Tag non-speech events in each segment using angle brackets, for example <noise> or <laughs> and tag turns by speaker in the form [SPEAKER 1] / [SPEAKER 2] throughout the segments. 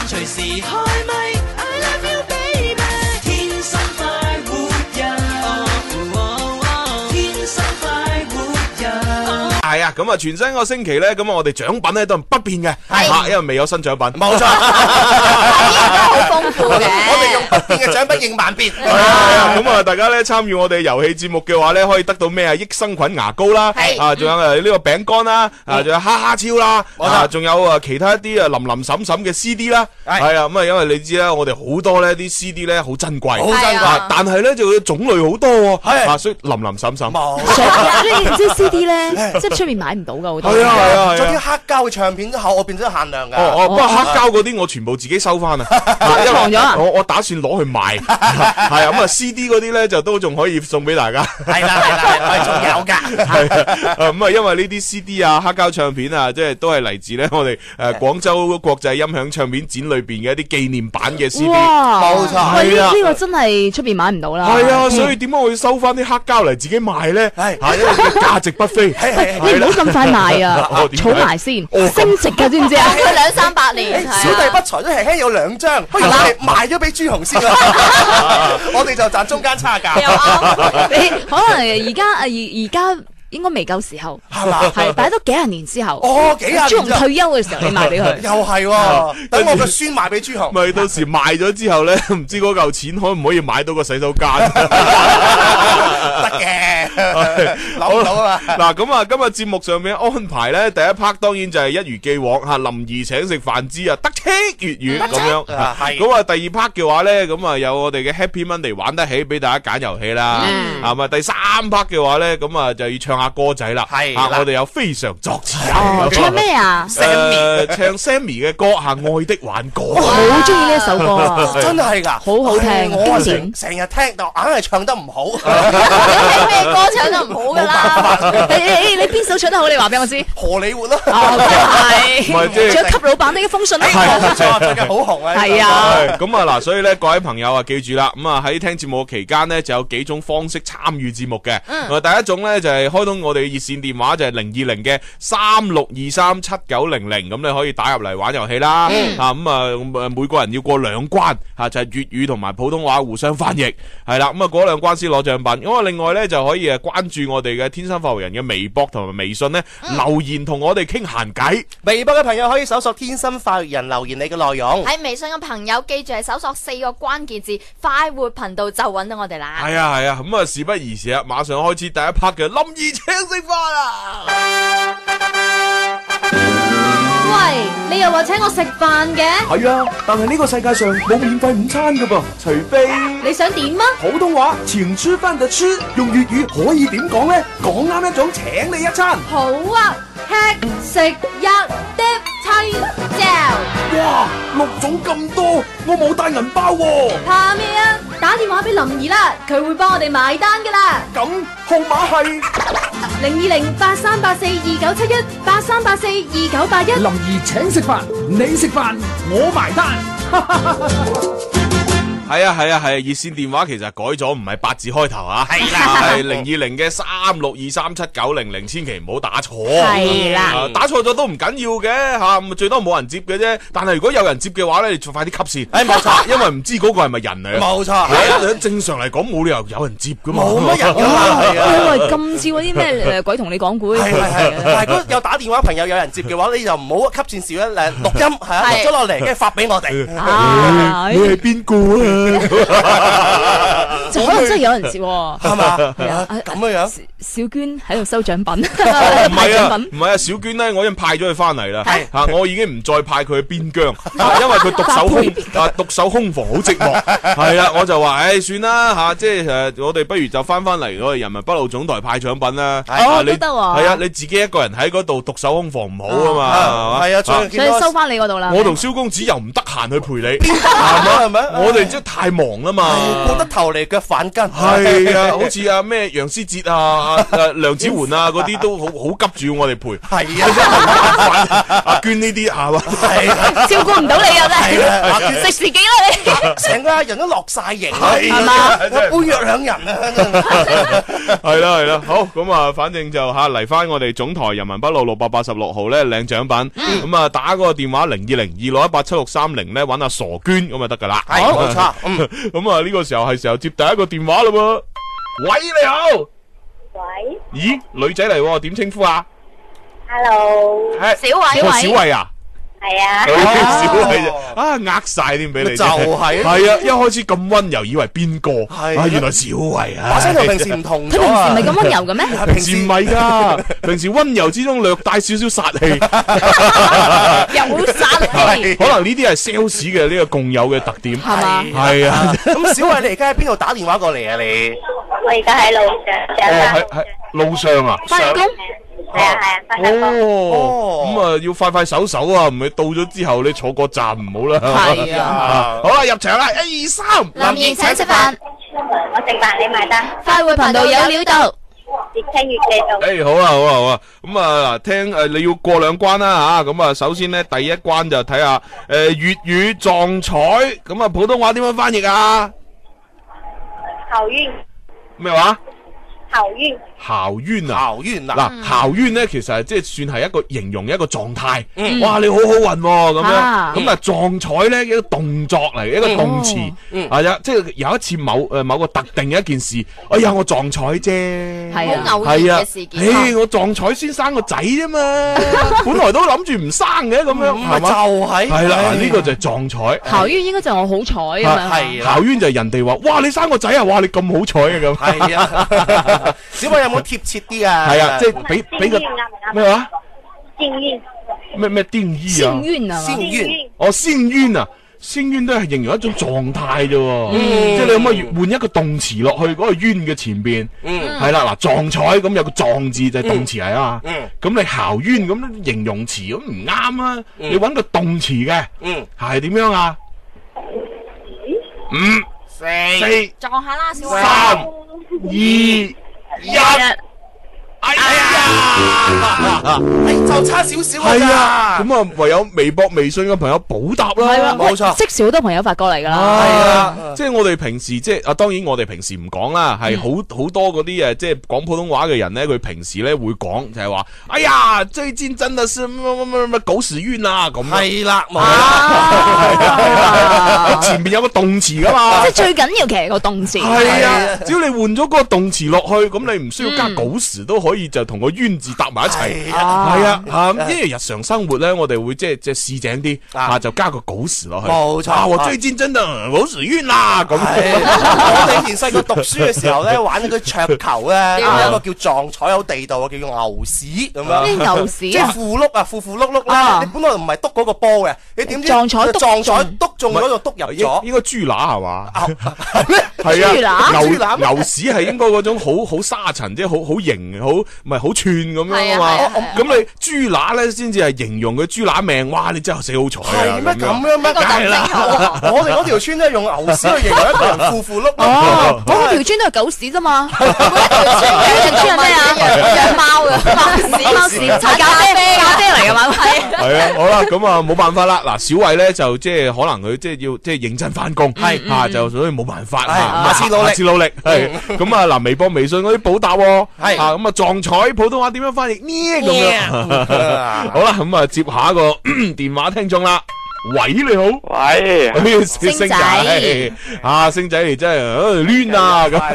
[SPEAKER 1] <laughs> 啊，咁啊，全新一個星期咧，咁啊，我哋獎品咧都係不變嘅，嚇，因為未有新獎品。
[SPEAKER 2] 冇錯，
[SPEAKER 3] 好豐
[SPEAKER 2] <laughs>
[SPEAKER 3] 富嘅。
[SPEAKER 2] 我哋用不變嘅獎品應萬變。
[SPEAKER 1] 係啊咁啊，大家咧參與我哋遊戲節目嘅話咧，可以得到咩啊？益生菌牙膏啦
[SPEAKER 3] 係，
[SPEAKER 1] 啊，仲有誒呢個餅乾啦，啊，仲有蝦蝦超啦，
[SPEAKER 2] 冇錯
[SPEAKER 1] 啊，仲有啊其他一啲啊林林沈沈嘅 CD 啦，
[SPEAKER 2] 係
[SPEAKER 1] 係啊，咁啊，因為你知啦，我哋好多咧啲 CD 咧好珍貴，
[SPEAKER 2] 好珍貴
[SPEAKER 1] 啊但係咧就種類好多喎，
[SPEAKER 2] 係
[SPEAKER 1] 啊，所以林林沈沈。
[SPEAKER 2] 冇 <laughs> 錯。
[SPEAKER 4] <laughs> 你你唔知
[SPEAKER 2] <laughs>
[SPEAKER 4] CD 咧，即係出面買唔到噶好多。
[SPEAKER 1] 係啊係啊係
[SPEAKER 2] 仲有啲
[SPEAKER 1] 啊！
[SPEAKER 2] 黑膠嘅唱片口，我變咗限量㗎。
[SPEAKER 1] 哦哦，不過黑膠嗰啲我全部自己收
[SPEAKER 2] <laughs>
[SPEAKER 1] 翻啊，啊因為
[SPEAKER 4] 藏咗啊
[SPEAKER 1] 我我打算攞去賣， <laughs> 係啊咁啊 CD 嗰啲咧就都仲可以送俾大家。
[SPEAKER 2] 係啦
[SPEAKER 1] <laughs>
[SPEAKER 2] 係啦，係仲有㗎。
[SPEAKER 1] 系啊，咁啊，因為呢啲 CD 啊、黑膠唱片啊，即係都係嚟自咧我哋诶广州國際音響唱片展裏边嘅一啲紀念版嘅 CD。
[SPEAKER 4] 哇，
[SPEAKER 2] 冇錯
[SPEAKER 4] 喂，
[SPEAKER 1] 係啊
[SPEAKER 4] 呢呢個真係出面買唔到啦。
[SPEAKER 1] 係啊，所以點解我要收翻啲黑膠嚟自己賣咧？
[SPEAKER 2] 嗯係
[SPEAKER 1] 係因為佢價值不菲。
[SPEAKER 2] 係係
[SPEAKER 4] 你唔好咁快賣啊 <laughs>
[SPEAKER 1] <laughs> 哦，點解
[SPEAKER 4] 儲埋先，
[SPEAKER 1] 哦咁
[SPEAKER 4] 升值噶，
[SPEAKER 2] <laughs>
[SPEAKER 4] 知唔知啊？
[SPEAKER 3] 佢兩三百年，係啊
[SPEAKER 2] 小弟不才都輕輕有兩張，不如我哋賣咗俾朱
[SPEAKER 1] <laughs>
[SPEAKER 2] 紅先啦，我哋就賺中間差價， <laughs>
[SPEAKER 3] 又啱，
[SPEAKER 4] 你可能而家啊而而家應該未夠時候， <laughs>
[SPEAKER 2] 係嘛？
[SPEAKER 4] 係擺多幾廿年之後，
[SPEAKER 2] 哦，幾廿
[SPEAKER 4] 朱
[SPEAKER 2] 年
[SPEAKER 4] 紅退休嘅時候，你
[SPEAKER 2] <laughs>
[SPEAKER 4] 賣俾
[SPEAKER 1] <laughs>
[SPEAKER 4] 佢。
[SPEAKER 2] 又係喎，等我個孫賣俾朱紅，
[SPEAKER 1] 咪到時賣咗之後咧， <laughs> 唔知嗰嚿錢可唔可以買到個洗手間？ <laughs> <laughs>
[SPEAKER 2] 得嘅，諗唔到啊嘛。
[SPEAKER 1] 嗱咁啊，今日節目上面安排咧，第一 part 當然就係一如既往吓，林兒請食飯之啊，得戚粵語咁樣。
[SPEAKER 2] 啊係
[SPEAKER 1] 咁啊，第二 part 嘅話咧，咁啊有我哋嘅 Happy Monday 玩得起，俾大家揀遊戲啦。
[SPEAKER 4] 嗯
[SPEAKER 1] 啊嘛，第三 part 嘅話咧，咁啊就要唱下歌仔啦。
[SPEAKER 2] 係啦
[SPEAKER 1] 啊，我哋有非常作詞
[SPEAKER 4] 哦
[SPEAKER 1] 人，。
[SPEAKER 4] 唱咩啊？
[SPEAKER 1] 誒？呃唱 Sammy 嘅歌吓，愛的挽歌。
[SPEAKER 4] 我好中意呢一首歌
[SPEAKER 1] <laughs>
[SPEAKER 4] 啊！
[SPEAKER 2] 真係㗎，
[SPEAKER 4] 好好聽
[SPEAKER 2] 唉我啊
[SPEAKER 4] 經
[SPEAKER 2] 成
[SPEAKER 4] 典
[SPEAKER 2] 成日聽到，硬係唱
[SPEAKER 4] <laughs>
[SPEAKER 2] 得唔好，
[SPEAKER 3] 你咩歌唱得唔好㗎啦？
[SPEAKER 4] 你你你邊首唱得好？你話俾我知。
[SPEAKER 2] 荷里活咯，
[SPEAKER 4] 哦，
[SPEAKER 2] <laughs>
[SPEAKER 1] 唔係即係
[SPEAKER 4] 係。仲有給老闆呢封信咧。
[SPEAKER 2] 哎冇錯，最近好紅啊，
[SPEAKER 4] 係啊
[SPEAKER 1] 係咁啊嗱，所以咧各位朋友啊，記住啦，咁啊喺聽節目期間呢，就有幾種方式參與節目嘅。咁啊第一種呢，就係開通我哋熱線電話，就係零二零嘅三六二三七九零零，咁你可以打入嚟玩遊戲啦。啊咁啊咁啊，每個人要過兩關吓，就係粵語同埋普通話互相翻譯，係啦。咁啊嗰兩關先攞獎品。咁啊另外呢，就可以誒關注我哋嘅天生發育人嘅微博同埋微信呢，留言同我哋傾閒偈。
[SPEAKER 2] 微博嘅朋友可以搜索天生化育人留言你嘅內容。
[SPEAKER 3] 喺微信嘅朋友記住係搜索四個關鍵字快活頻道就揾到我哋啦。
[SPEAKER 1] 系啊系啊，咁啊事不宜遲啊，馬上開始第一 part 嘅林兒請食飯啊！
[SPEAKER 5] 喂，你又話請我食飯嘅，
[SPEAKER 6] 系啊，但系呢个世界上冇免费午餐噶噃，除非
[SPEAKER 5] 你想點啊？
[SPEAKER 6] 普通话前吃翻就吃，用粤语可以点讲呢？讲啱一種請你一餐，
[SPEAKER 5] 好啊，吃食一碟青椒，
[SPEAKER 6] 哇，六種咁多，我冇帶銀包喎、
[SPEAKER 5] 怕咩啊？打電話俾林兒啦，佢會幫我哋埋單噶啦，
[SPEAKER 6] 咁號碼係
[SPEAKER 5] 零二零八三八四二九七一八三八四二九八一。
[SPEAKER 7] 林儿请食饭，你食饭我埋单。
[SPEAKER 1] 係啊係啊係啊，熱線電話其實改咗，唔係八字開頭啊，
[SPEAKER 2] 係啦
[SPEAKER 1] 係零二零嘅三六二三七九零零，千祈唔好打錯。
[SPEAKER 4] 係啦
[SPEAKER 1] 啊打錯咗都唔緊要嘅吓，咁啊最多冇人接嘅啫。但係如果有人接嘅話咧，你就快啲吸線。
[SPEAKER 2] <laughs> 哎冇錯
[SPEAKER 1] 因為唔知嗰個係咪人嚟啊。
[SPEAKER 2] 冇錯，
[SPEAKER 1] 係啊正常嚟講冇理由有人接噶嘛。
[SPEAKER 2] 冇乜人㗎嘛，
[SPEAKER 1] <laughs>
[SPEAKER 2] <laughs> 係啊。
[SPEAKER 4] 喂，咁似嗰啲咩誒鬼同你講故嗰啲
[SPEAKER 2] 係係係，
[SPEAKER 4] 嘢
[SPEAKER 1] <laughs>
[SPEAKER 2] 但係如果有打電話朋友有人接嘅話，你就唔好吸線少一
[SPEAKER 1] <laughs>
[SPEAKER 2] 誒錄音係啊，
[SPEAKER 3] 係
[SPEAKER 2] 錄咗落嚟，跟住發俾我哋。
[SPEAKER 4] 啊，
[SPEAKER 1] 你係邊個啊？
[SPEAKER 4] 就可能真係有人接喎。
[SPEAKER 2] 係嘛？
[SPEAKER 4] 係啊
[SPEAKER 2] 啊咁嘅樣，哦
[SPEAKER 4] 小娟喺度收獎品，
[SPEAKER 1] 哦
[SPEAKER 2] <laughs>
[SPEAKER 1] 唔
[SPEAKER 4] 派
[SPEAKER 1] 係
[SPEAKER 4] <laughs> 獎
[SPEAKER 1] 啊，
[SPEAKER 4] 品。
[SPEAKER 1] 唔係啊，小娟咧，我已經派咗佢翻嚟啦。
[SPEAKER 2] 係
[SPEAKER 1] 吓，我已經唔再派佢去邊疆，
[SPEAKER 2] <laughs>
[SPEAKER 1] 啊因為佢獨守空啊，獨守空房好寂寞。係啦，我就話，唉，算啦吓，即係诶，我哋不如就翻翻嚟我哋人民北路總台派獎品啦。
[SPEAKER 4] 哦
[SPEAKER 1] 啊你
[SPEAKER 4] 都得喎
[SPEAKER 1] 係啊，你自己一個人喺嗰度獨守空房唔好啊嘛。
[SPEAKER 2] 係啊，
[SPEAKER 1] 係嘛
[SPEAKER 4] 哦所
[SPEAKER 2] 最近
[SPEAKER 4] 以
[SPEAKER 2] 見到
[SPEAKER 4] 收翻你嗰度啦。
[SPEAKER 1] 我同蕭公子又唔得閒去陪你，
[SPEAKER 2] <laughs>
[SPEAKER 1] 啊
[SPEAKER 2] 係咪？
[SPEAKER 1] 我哋真係太忙啦嘛。
[SPEAKER 2] 過得頭嚟腳反筋。
[SPEAKER 1] 係
[SPEAKER 2] <laughs>
[SPEAKER 1] 啊，好似啊咩楊思哲啊、啊啊梁子媛
[SPEAKER 2] <laughs>
[SPEAKER 1] 啊嗰啲都好好急住要我哋陪。
[SPEAKER 2] 係啊，
[SPEAKER 1] 阿娟呢啲係嘛？
[SPEAKER 2] 係啊。
[SPEAKER 1] <laughs>
[SPEAKER 4] 照顧唔到你啊，真
[SPEAKER 2] 係啊
[SPEAKER 4] 係食自己啦你。
[SPEAKER 2] <laughs> 成個人都落晒型，係
[SPEAKER 1] 嘛
[SPEAKER 2] 我杯若兩人啊！真係
[SPEAKER 1] 系啦系啦，好咁啊，反正就吓嚟翻我哋總台人民北路六百八十六號咧領獎品，
[SPEAKER 2] 嗯
[SPEAKER 1] 咁啊打嗰個電話零二零二六一八七六三零咧揾阿傻娟咁就啊得噶啦。
[SPEAKER 2] 係冇錯，嗯，
[SPEAKER 1] <laughs> 咁啊呢個時候係時候接第一個電話啦噃。喂，你好，
[SPEAKER 8] 喂，
[SPEAKER 1] 咦，女仔嚟喎，點稱呼啊？
[SPEAKER 8] Hello，
[SPEAKER 1] 係
[SPEAKER 3] 小偉
[SPEAKER 1] 哦小慧啊，
[SPEAKER 8] 系啊，
[SPEAKER 1] 小慧啫，啊呃晒添俾你啫，
[SPEAKER 2] 咪就係
[SPEAKER 1] 系啊，一開始咁温柔，以為邊個？
[SPEAKER 2] 係
[SPEAKER 1] 啊，原來小慧啊，
[SPEAKER 2] 把聲同平時唔同
[SPEAKER 4] 佢
[SPEAKER 2] 咗
[SPEAKER 4] 平時
[SPEAKER 2] 啊
[SPEAKER 4] 唔係咁温柔嘅咩？
[SPEAKER 2] 係
[SPEAKER 1] 平時唔係㗎，平時温柔之中略帶少少殺氣，
[SPEAKER 4] 有殺氣
[SPEAKER 1] 可能呢啲係 sales 嘅呢個共有嘅特點，
[SPEAKER 4] 係嘛？
[SPEAKER 1] 係啊，
[SPEAKER 2] 咁小慧，你而家喺邊度打電話過嚟啊？你
[SPEAKER 8] 我而家喺路上，上
[SPEAKER 1] 哦
[SPEAKER 8] 班
[SPEAKER 1] 喺喺路上啊。
[SPEAKER 4] 翻工
[SPEAKER 8] 系啊系啊，翻緊工。
[SPEAKER 1] 哦，咁啊要快快手手啊，唔係到咗之後你坐個站唔好啦。
[SPEAKER 4] 係啊，
[SPEAKER 1] 啊，好啦，入場啦，一二三，
[SPEAKER 3] 林怡請食飯，
[SPEAKER 8] 我食飯你埋單，
[SPEAKER 3] 快活頻道有料到，
[SPEAKER 8] 越聽越地道。
[SPEAKER 1] 诶、好啊，好啊，好啊，咁啊嗱，听诶、你要過兩關啦吓，咁啊，首先咧第一關就睇下诶粵語撞彩，咁啊普通話點樣翻譯啊？
[SPEAKER 8] 校冤
[SPEAKER 1] 咩話？
[SPEAKER 8] 校冤，
[SPEAKER 1] 校冤啊！
[SPEAKER 2] 校冤嗱，
[SPEAKER 1] 嗱，校冤咧，其實即係算係一個形容一個狀態。哇，你好好運喎，咁
[SPEAKER 4] 啊
[SPEAKER 1] 樣咁啊撞彩咧一個動作嚟，一個動詞
[SPEAKER 2] 嗯
[SPEAKER 1] 係啊，即係有一次某诶某個特定嘅一件事，哎呀，我撞彩啫，
[SPEAKER 4] 係啊
[SPEAKER 3] 好偶然嘅事件。
[SPEAKER 1] 唉我撞彩先生個仔啫嘛，本來都諗住唔生嘅咁樣，
[SPEAKER 2] 嗯
[SPEAKER 1] 係
[SPEAKER 2] 咪就
[SPEAKER 1] 嘛？
[SPEAKER 2] 係
[SPEAKER 1] 係啦，嗱呢個就係撞彩。
[SPEAKER 4] 校院應該就我好彩啊咁樣。
[SPEAKER 2] 係啦
[SPEAKER 1] 校冤就係人哋話：哇，你生個仔啊！哇，你咁好彩啊！咁
[SPEAKER 2] 係啊，小慧有冇貼切啲啊？
[SPEAKER 1] 係啊，即係俾俾個
[SPEAKER 8] 先冤啊
[SPEAKER 1] 咩話
[SPEAKER 8] 先冤
[SPEAKER 1] 咩咩定義啊
[SPEAKER 4] 先？冤啊嘛，
[SPEAKER 2] 先
[SPEAKER 8] 先
[SPEAKER 2] 冤
[SPEAKER 8] 冤，
[SPEAKER 1] 哦，先冤啊！先冤都係形容一種狀態啫喎，
[SPEAKER 2] 嗯
[SPEAKER 1] 即係你可唔可以換一個動詞落去嗰個冤嘅前邊？
[SPEAKER 2] 嗯
[SPEAKER 1] 係啦，嗱撞彩咁有個撞字就係動詞嚟啊嘛
[SPEAKER 2] 嗯，
[SPEAKER 1] 咁你校冤咁形容詞咁唔啱啊，你揾個動詞嘅
[SPEAKER 2] 嗯，
[SPEAKER 1] 係點樣啊？五
[SPEAKER 2] 四
[SPEAKER 1] 四
[SPEAKER 3] 撞下啦，小
[SPEAKER 1] 三
[SPEAKER 3] 偉。
[SPEAKER 1] 二一，哎呀！
[SPEAKER 2] 係就差少少㗎
[SPEAKER 1] 係啊，
[SPEAKER 2] 咋，
[SPEAKER 1] 咁啊唯有微博、微信嘅朋友補答
[SPEAKER 4] 係
[SPEAKER 1] 啦
[SPEAKER 4] 啦，。
[SPEAKER 2] 啊冇錯
[SPEAKER 4] 喂即時好多朋友發過嚟㗎啦。
[SPEAKER 1] 係
[SPEAKER 2] 啊
[SPEAKER 1] 即係我哋平時即係啊，當然我哋平時唔講啦，係好好多嗰啲誒，啊即係講普通話嘅人咧，佢平時咧會講就係話，哎呀，最近真的是乜乜乜乜狗屎冤啊咁樣。
[SPEAKER 2] 係啦，冇
[SPEAKER 1] 係
[SPEAKER 4] 啊
[SPEAKER 1] 啊前面有個動詞噶嘛
[SPEAKER 4] 即係。最緊要其實個動詞。
[SPEAKER 1] 係啊
[SPEAKER 2] 啊，嗯
[SPEAKER 1] 只要你換咗嗰個動詞落去，咁你唔需要加狗時都可以就同個冤字搭埋一齊。
[SPEAKER 2] 係嗯
[SPEAKER 1] 係啊，啊咁因為日常生活咧，我哋會即係即係市井啲
[SPEAKER 2] 啊
[SPEAKER 1] 啊，就加個狗時落去。
[SPEAKER 2] 冇錯
[SPEAKER 1] 啊我最近真的狗屎冤啦咁。
[SPEAKER 2] 係啊我哋以前細個讀書嘅時候
[SPEAKER 1] <laughs>
[SPEAKER 2] 咧，玩嗰啲桌
[SPEAKER 4] <laughs>
[SPEAKER 2] 球咧，有一個叫撞彩有地道啊，叫做牛屎咁樣。
[SPEAKER 4] 咩牛屎
[SPEAKER 2] 即係
[SPEAKER 4] 啊？
[SPEAKER 2] 符碌啊，符符碌碌
[SPEAKER 4] 啊
[SPEAKER 2] 咧，你本來唔係篤嗰個波嘅，
[SPEAKER 3] <laughs>
[SPEAKER 2] 你點知
[SPEAKER 4] 撞彩篤
[SPEAKER 2] 撞彩
[SPEAKER 4] 中
[SPEAKER 2] 篤中嗰度篤
[SPEAKER 4] <laughs>
[SPEAKER 2] 入
[SPEAKER 1] 應
[SPEAKER 2] 咗，啊
[SPEAKER 1] 應該豬乸係嘛？
[SPEAKER 4] 豬
[SPEAKER 1] <laughs> 係啊，
[SPEAKER 4] 乸
[SPEAKER 1] 牛
[SPEAKER 2] 豬乸咩
[SPEAKER 1] 牛屎係應該嗰種好好沙塵，即係好好型，好唔係好串咁樣啊
[SPEAKER 3] 係
[SPEAKER 2] 哦
[SPEAKER 3] 啊係啊
[SPEAKER 1] 嘛。咁你豬乸咧先至係形容佢豬乸命，哇！你真係死好彩啊！
[SPEAKER 2] 係咩
[SPEAKER 1] 咁樣
[SPEAKER 2] 咁樣咩？
[SPEAKER 3] 個就
[SPEAKER 2] 梗係啦
[SPEAKER 3] 精好啊
[SPEAKER 2] 我哋嗰條村都係用牛屎去形容一
[SPEAKER 4] <laughs>
[SPEAKER 2] 個人符符碌碌。
[SPEAKER 4] 哦，我嗰條村都係狗屎啫嘛。每一條村嘅條村係咩啊？
[SPEAKER 3] 養貓嘅，貓屎
[SPEAKER 4] 貓屎係咖啡咖啡嚟㗎嘛？
[SPEAKER 9] <laughs>
[SPEAKER 1] 係啊，好啦，咁啊冇辦法啦。嗱，小偉咧就即係可能佢即係要即係認真翻工，係啊，就所以冇辦法
[SPEAKER 2] 係
[SPEAKER 1] 啊。
[SPEAKER 2] 下次努力
[SPEAKER 1] 下次努力係咁啊！嗱，微博、微信嗰啲補答喎，
[SPEAKER 2] 係
[SPEAKER 1] 啊咁啊撞彩普通話點樣翻譯呢？咁樣
[SPEAKER 2] 啊
[SPEAKER 1] <laughs> 好啦，咁啊接下一個 <coughs> 電話聽眾啦。喂，你好。
[SPEAKER 10] 喂，
[SPEAKER 1] 哎星仔
[SPEAKER 4] 星仔
[SPEAKER 1] <laughs> 啊，星仔你真係呃攣啊咁
[SPEAKER 10] 快